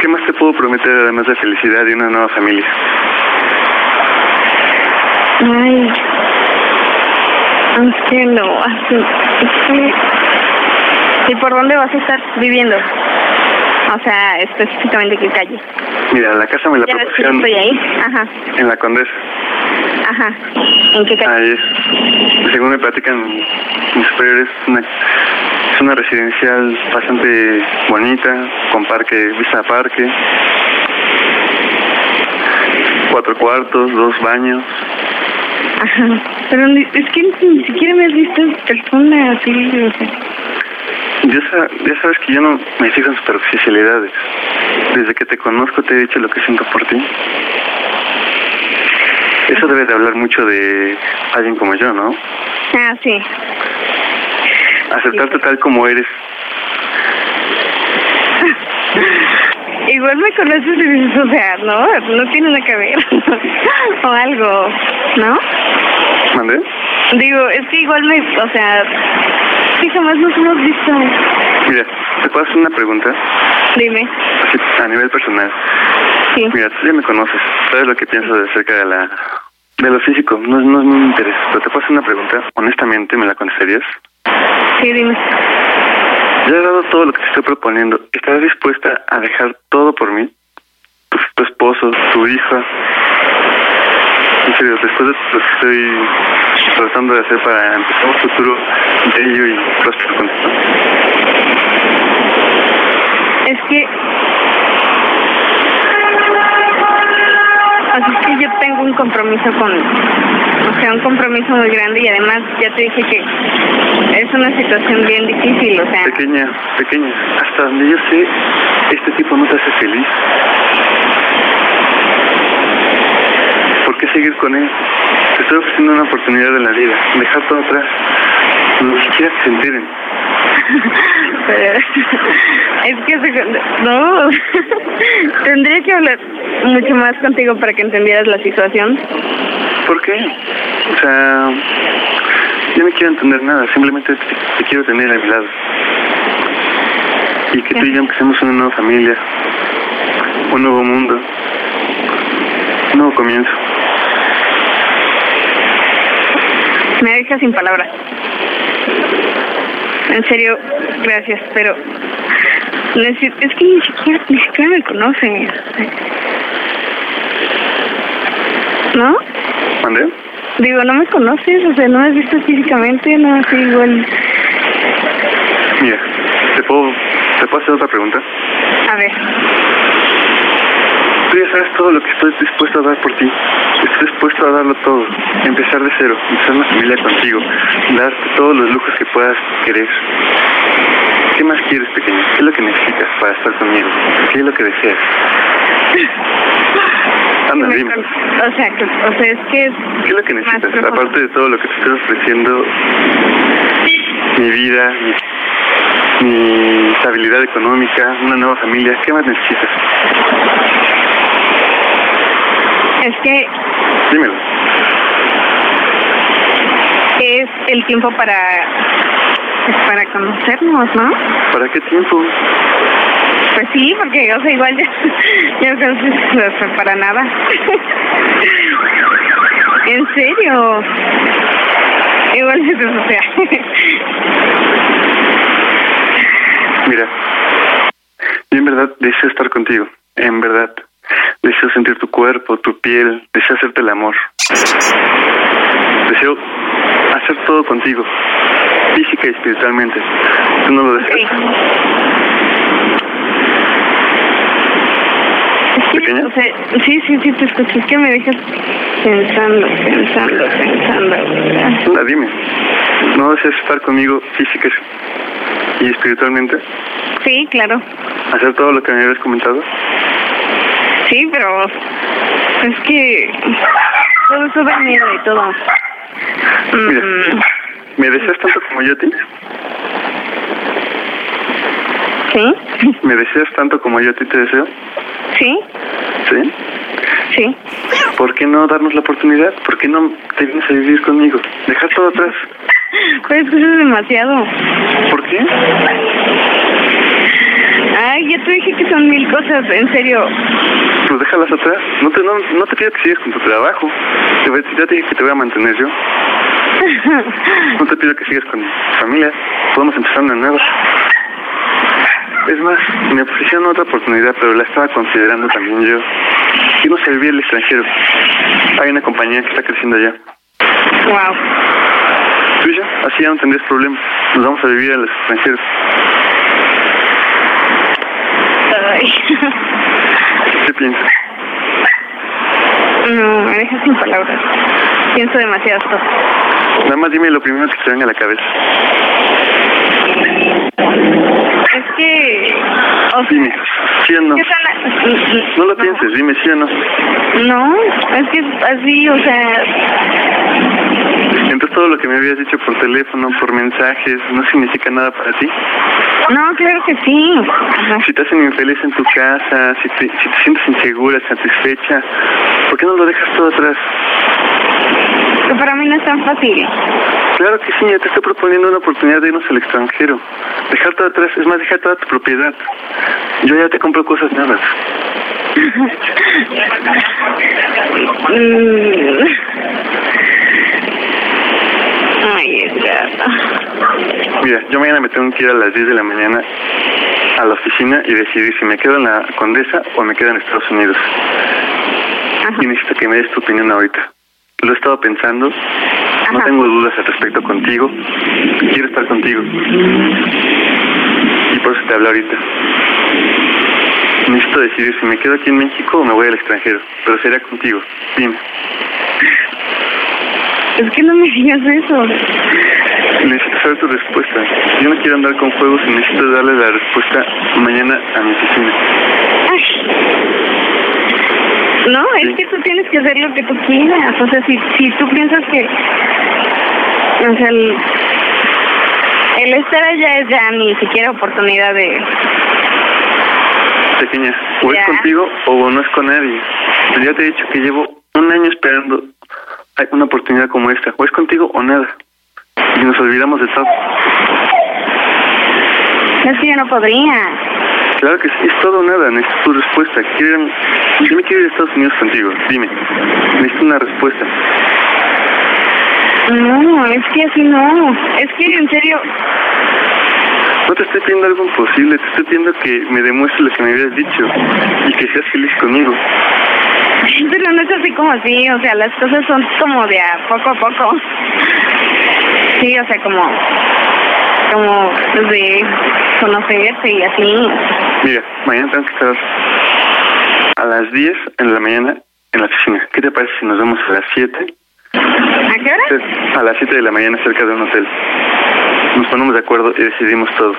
[SPEAKER 13] ¿Qué más te puedo prometer además de felicidad y una nueva familia?
[SPEAKER 12] Ay, es que no, así, es que- ¿Y por dónde vas a estar viviendo? O sea, específicamente qué calle.
[SPEAKER 13] Mira, la casa me la
[SPEAKER 12] ya ves que yo
[SPEAKER 13] propusieron
[SPEAKER 12] estoy ahí. Ajá.
[SPEAKER 13] en la Condesa.
[SPEAKER 12] Ajá. ¿En qué ca-
[SPEAKER 13] Ahí Ah, es. Según me platican mis superiores, es una, es una residencial bastante bonita, con parque, vista a parque. Cuatro cuartos, dos baños.
[SPEAKER 12] Ajá. Pero ni- es que ni siquiera me has visto en persona así, o sea.
[SPEAKER 13] Ya, sa- ya sabes que yo no me fijo en superficialidades. Desde que te conozco te he dicho lo que siento por ti. Eso debe de hablar mucho de alguien como yo, ¿no?
[SPEAKER 12] Ah, sí.
[SPEAKER 13] Aceptarte tal como eres.
[SPEAKER 12] Igual me conoces y dices, o sea, no, no tiene nada que ver. o algo, ¿no?
[SPEAKER 13] ¿Mandé?
[SPEAKER 12] Digo, es que igual me, o sea, sí jamás nos hemos visto.
[SPEAKER 13] Mira, ¿te puedo hacer una pregunta?
[SPEAKER 12] Dime,
[SPEAKER 13] Así, a nivel personal.
[SPEAKER 12] sí.
[SPEAKER 13] Mira, tú ya me conoces. ¿Sabes lo que pienso de acerca de la... De lo físico, no, es- no es mi interés, pero te puedo hacer una pregunta, honestamente, ¿me la contestarías?
[SPEAKER 12] Sí, dime.
[SPEAKER 13] Ya he dado todo lo que te estoy proponiendo. ¿Estás dispuesta a dejar todo por mí? Tu, tu esposo, tu hija. En serio, después de lo que estoy tratando de hacer para empezar un futuro bello y próspero con
[SPEAKER 12] Es que... Así es que yo tengo un compromiso con... O sea, un compromiso muy grande y además ya te dije que es una situación bien difícil, o sea...
[SPEAKER 13] Pequeña, pequeña, hasta donde yo sé, este tipo no te hace feliz. ¿Por qué seguir con él? Te estoy ofreciendo una oportunidad de la vida, dejar todo atrás. Ni siquiera que se enteren.
[SPEAKER 12] Pero- es que se- no tendría que hablar mucho más contigo para que entendieras la situación
[SPEAKER 13] ¿Por qué? O sea, yo no quiero entender nada, simplemente te, te quiero tener a mi lado. Y que tú y yo empecemos una nueva familia, un nuevo mundo, un nuevo comienzo.
[SPEAKER 12] Pues me deja sin palabras en serio gracias pero neci- es que ni siquiera ni siquiera me conocen no
[SPEAKER 13] ¿Mandé?
[SPEAKER 12] digo no me conoces o sea no me has visto físicamente no así igual
[SPEAKER 13] Mira, ¿te puedo, ¿te puedo hacer otra pregunta?
[SPEAKER 12] a ver
[SPEAKER 13] Tú ya sabes todo lo que estoy dispuesto a dar por ti. Estoy dispuesto a darlo todo. Empezar de cero, empezar una familia contigo, darte todos los lujos que puedas querer. ¿Qué más quieres, pequeño? ¿Qué es lo que necesitas para estar conmigo? ¿Qué es lo que deseas? Anda,
[SPEAKER 12] me
[SPEAKER 13] dime.
[SPEAKER 12] con- o sea que- o sea es que es
[SPEAKER 13] ¿Qué es lo que necesitas? Aparte de todo lo que te estoy ofreciendo, mi vida, mi, mi estabilidad económica, una nueva familia, ¿qué más necesitas?
[SPEAKER 12] es que
[SPEAKER 13] Dímelo.
[SPEAKER 12] es el tiempo para pues, para conocernos, ¿no?
[SPEAKER 13] ¿Para qué tiempo?
[SPEAKER 12] Pues sí, porque o sea, igual ya, ya no conoces o sea, para nada. en serio. Igual es, o sea,
[SPEAKER 13] Mira, yo en verdad deseo estar contigo, en verdad. Deseo sentir tu cuerpo, tu piel, deseo hacerte el amor. Deseo hacer todo contigo, física y espiritualmente. Tú no lo deseas. ¿Pequeña?
[SPEAKER 12] o sea, sí, sí, sí, te escucho, es que me dejas pensando, pensando, pensando. ¿verdad?
[SPEAKER 13] Anda, Ah, dime, ¿no deseas estar conmigo física y espiritualmente?
[SPEAKER 12] Sí, claro.
[SPEAKER 13] ¿Hacer todo lo que me habías comentado?
[SPEAKER 12] Sí, pero es que todo eso da miedo y todo.
[SPEAKER 13] Mira, ¿me deseas tanto como yo a ti?
[SPEAKER 12] ¿Sí?
[SPEAKER 13] ¿Me deseas tanto como yo a ti te deseo?
[SPEAKER 12] ¿Sí?
[SPEAKER 13] ¿Sí?
[SPEAKER 12] Sí.
[SPEAKER 13] ¿Por qué no darnos la oportunidad? ¿Por qué no te vienes a vivir conmigo? Dejar todo atrás.
[SPEAKER 12] Pero es que Pues eso es demasiado.
[SPEAKER 13] ¿Por qué?
[SPEAKER 12] Ay, ya te dije que son mil cosas, en serio.
[SPEAKER 13] Pues déjalas atrás. No te, no, no te pido que sigas con tu trabajo. Te voy- Ya te dije que te voy a mantener yo. No te pido que sigas con tu familia. Podemos empezar una nueva. Es más, me ofrecieron otra oportunidad, pero la estaba considerando también yo. que no servir al extranjero. Hay una compañía que está creciendo allá.
[SPEAKER 12] Wow.
[SPEAKER 13] Tú y yo, así ya no tendrías problemas. Nos vamos a vivir a los extranjeros.
[SPEAKER 12] Ay.
[SPEAKER 13] ¿Qué piensas?
[SPEAKER 12] No, me dejas sin palabras. Pienso demasiadas cosas.
[SPEAKER 13] Nada más dime lo primero que te venga a la cabeza.
[SPEAKER 12] Es que... O
[SPEAKER 13] Dime, ¿sí o no?
[SPEAKER 12] ¿Qué tal?
[SPEAKER 13] No lo pienses, dime sí o no.
[SPEAKER 12] sea, no, es que así, o sea...
[SPEAKER 13] Entonces todo lo que me habías dicho por teléfono, por mensajes, no significa nada para ti.
[SPEAKER 12] No, claro que sí. Ajá.
[SPEAKER 13] Si te hacen infeliz en tu casa, si te, si te sientes insegura, satisfecha, ¿por qué no lo dejas todo atrás?
[SPEAKER 12] Que para mí no es tan fácil.
[SPEAKER 13] Claro que sí, ya te estoy proponiendo una oportunidad de irnos al extranjero. Dejar todo atrás, es más, dejar toda tu propiedad. Yo ya te compro cosas nuevas.
[SPEAKER 12] Mm. Ay, Edgar.
[SPEAKER 13] Mira, yo mañana me tengo que ir a las 10 de la mañana a la oficina y decidir si me quedo en la Condesa o me quedo en Estados Unidos. Y necesito que me des tu opinión ahorita. Lo he estado pensando, no tengo dudas al respecto contigo, quiero estar contigo. Y por eso te hablo ahorita. Necesito decidir si me quedo aquí en México o me voy al extranjero, pero será contigo. Dime,
[SPEAKER 12] Es que no me digas eso.
[SPEAKER 13] necesito saber tu respuesta. Yo no quiero andar con juegos y necesito darle la respuesta mañana a mi oficina.
[SPEAKER 12] Ay. No, es que tú tienes que hacer lo que tú quieras. O sea, si, si tú piensas que... O sea, el, el estar allá es ya ni siquiera oportunidad de...
[SPEAKER 13] pequeña, o es contigo o no es con nadie. Pues Ya te he dicho que llevo un año esperando ay, una oportunidad como esta. O es contigo o nada. Y nos olvidamos de todo.
[SPEAKER 12] Es que yo no podría.
[SPEAKER 13] Claro que sí, es todo o nada. Necesito tu respuesta. Quiero ir a- yo me quiero ir a Estados Unidos contigo. Dime. Necesito una respuesta.
[SPEAKER 12] No, es que así no. Es que en serio...
[SPEAKER 13] No te estoy pidiendo algo imposible. Te estoy pidiendo que me demuestres lo que me habías dicho. Y que seas feliz conmigo.
[SPEAKER 12] Pero no es así como así, o sea, las cosas son como de a poco a poco. Sí, o sea, como, como de conocerse y así.
[SPEAKER 13] Mira, mañana tengo que estar a las 10 en la mañana en la oficina. ¿Qué te parece si nos vemos a las 7?
[SPEAKER 12] ¿A qué hora?
[SPEAKER 13] A las 7 de la mañana cerca de un hotel. Nos ponemos de acuerdo y decidimos todo.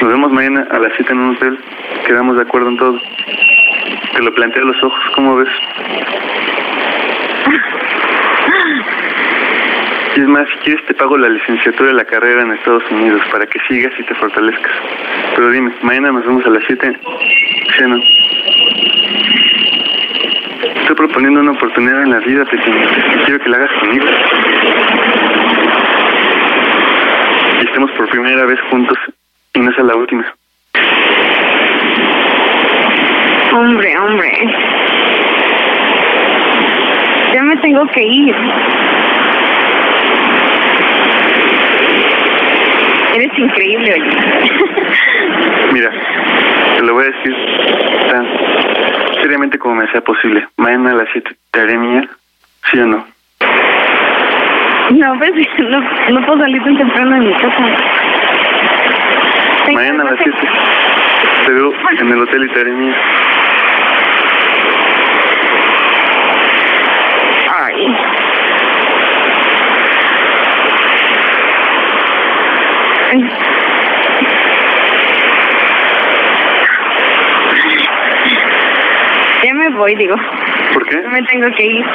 [SPEAKER 13] Nos vemos mañana a las 7 en un hotel. Quedamos de acuerdo en todo. Te lo planteo a los ojos, ¿cómo ves? Y es más, si quieres te pago la licenciatura de la carrera en Estados Unidos para que sigas y te fortalezcas. Pero dime, mañana nos vemos a las 7. ¿Sí o no? Estoy proponiendo una oportunidad en la vida, pequeño. y Quiero que la hagas conmigo. Y estemos por primera vez juntos y no sea la última.
[SPEAKER 12] Hombre, hombre. Ya me tengo que ir. Eres increíble, oye.
[SPEAKER 13] Mira, te lo voy a decir tan seriamente como me sea posible. Mañana a las 7 te haré mía, ¿sí o no?
[SPEAKER 12] No, pues no, no puedo salir tan temprano de mi casa.
[SPEAKER 13] Mañana a las 7 te veo en el hotel y te haré mía.
[SPEAKER 12] Ay. Ya me voy, digo.
[SPEAKER 13] ¿Por qué?
[SPEAKER 12] Me tengo que ir.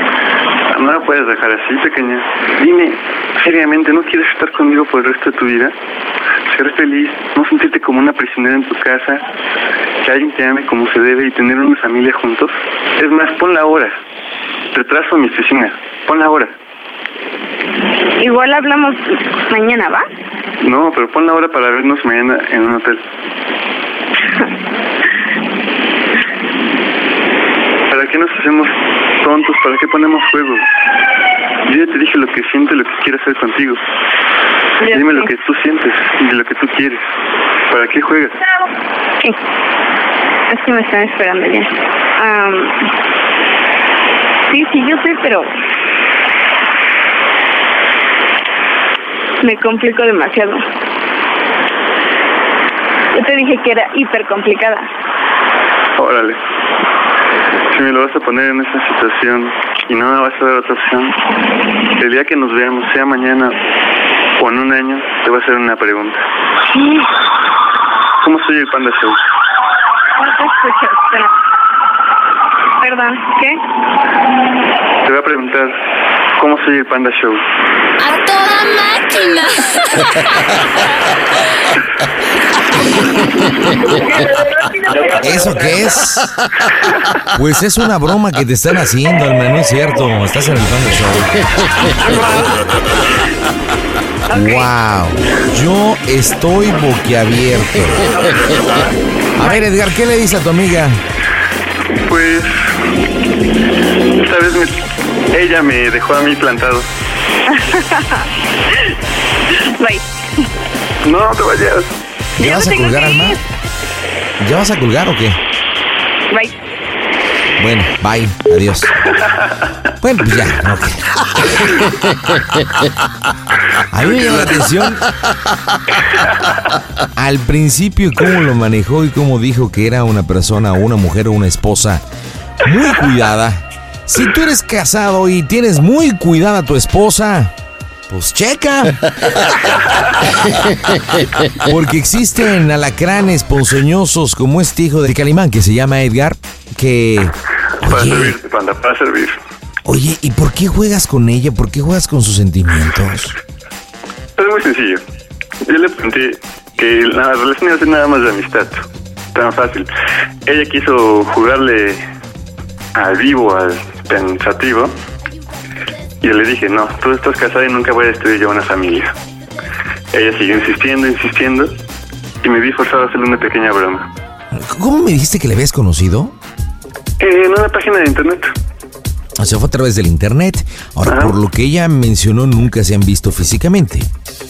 [SPEAKER 13] No la puedes dejar así, pequeña. Dime, seriamente, ¿no quieres estar conmigo por el resto de tu vida? Ser feliz, no sentirte como una prisionera en tu casa, que alguien te ame como se debe y tener una familia juntos. Es más, pon la hora. Retraso mi oficina. Pon la hora.
[SPEAKER 12] Igual hablamos mañana, ¿va?
[SPEAKER 13] No, pero pon la hora para vernos mañana en un hotel. ¿Para qué nos hacemos tontos? ¿Para qué ponemos juegos? Yo ya te dije lo que siento y lo que quiero hacer contigo. Dime lo que tú sientes y lo que tú quieres. ¿Para qué juegas?
[SPEAKER 12] Sí. Es que me están esperando ya. Am, sí, sí, yo sé, pero me complico demasiado. Yo te dije que era hiper complicada.
[SPEAKER 13] Órale. Si me lo vas a poner en esta situación y no me vas a dar otra opción, el día que nos veamos, sea mañana o en un año, te voy a hacer una pregunta. ¿Cómo soy el Panda Show?
[SPEAKER 12] No te escucho, espera. Perdón, ¿qué?
[SPEAKER 13] Te voy a preguntar, ¿cómo soy el Panda Show?
[SPEAKER 3] A toda máquina.
[SPEAKER 2] ¿Eso qué es? Pues es una broma que te están haciendo, Alma, no es cierto. Estás en el Panda Show. wow. Yo estoy boquiabierto. A ver, Edgar, ¿qué le dices a tu amiga?
[SPEAKER 13] Pues, esta vez me- ella me dejó a mí plantado.
[SPEAKER 12] Bye.
[SPEAKER 13] No, no te vayas.
[SPEAKER 2] ¿Ya vas a colgar, Alma? ¿Ya vas a colgar o qué?
[SPEAKER 12] Bye.
[SPEAKER 2] Bueno, bye, adiós. Bueno, pues ya, ok. A mí me llama la atención al principio cómo lo manejó y cómo dijo que era una persona, una mujer o una esposa muy cuidada. Si tú eres casado y tienes muy cuidada a tu esposa, pues checa. Porque existen alacranes ponzoñosos como este hijo de Calimán que se llama Edgar, que...
[SPEAKER 13] Para
[SPEAKER 2] Oye,
[SPEAKER 13] servirte, Panda, para servir.
[SPEAKER 2] Oye, ¿y por qué juegas con ella? ¿Por qué juegas con sus sentimientos?
[SPEAKER 13] Es muy sencillo. Yo le pregunté que la relación iba a ser nada más de amistad. Tan fácil. Ella quiso jugarle al vivo, al pensativo. Y yo le dije, no, tú estás casada y nunca voy a destruir yo una familia. Ella siguió insistiendo, insistiendo. Y me vi forzado a hacerle una pequeña broma.
[SPEAKER 2] ¿Cómo me dijiste que le habías conocido?
[SPEAKER 13] Eh, en una página de internet.
[SPEAKER 2] O sea, fue a través del internet. Ahora, por lo que ella mencionó, nunca se han visto físicamente.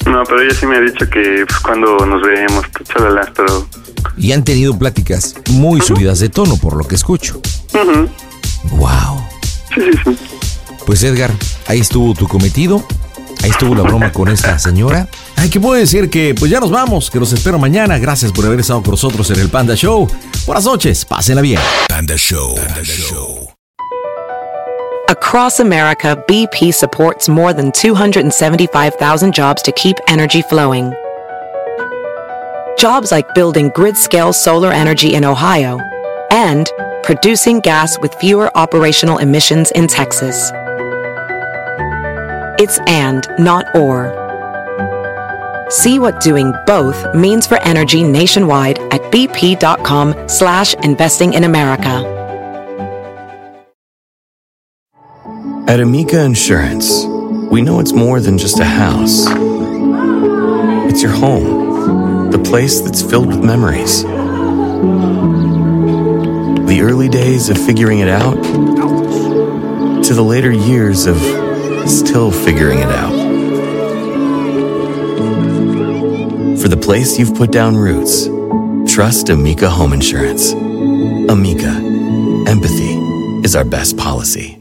[SPEAKER 13] No, pero ella sí me ha dicho que pues, cuando nos vemos, chalala, pero...
[SPEAKER 2] Y han tenido pláticas muy subidas de tono, por lo que escucho.
[SPEAKER 13] ujú,
[SPEAKER 2] ¡Wow!
[SPEAKER 13] Sí, sí, sí.
[SPEAKER 2] Pues Edgar, ahí estuvo tu cometido. Ahí estuvo la broma con esta señora.
[SPEAKER 7] Ay, que puedo decir que pues ya nos vamos, que los espero mañana. Gracias por haber estado con nosotros en el Panda Show. Buenas noches, pásenla bien. Panda Show.
[SPEAKER 10] Across America, BP supports more than 275,000 jobs to keep energy flowing. Jobs like building grid scale solar energy in Ohio and producing gas with fewer operational emissions in Texas. It's and, not or. See what doing both means for energy nationwide at bp.com slash investing in America.
[SPEAKER 14] At Amica Insurance, we know it's more than just a house. It's your home, the place that's filled with memories. The early days of figuring it out to the later years of still figuring it out. For the place you've put down roots, trust Amica Home Insurance. Amica, empathy is our best policy.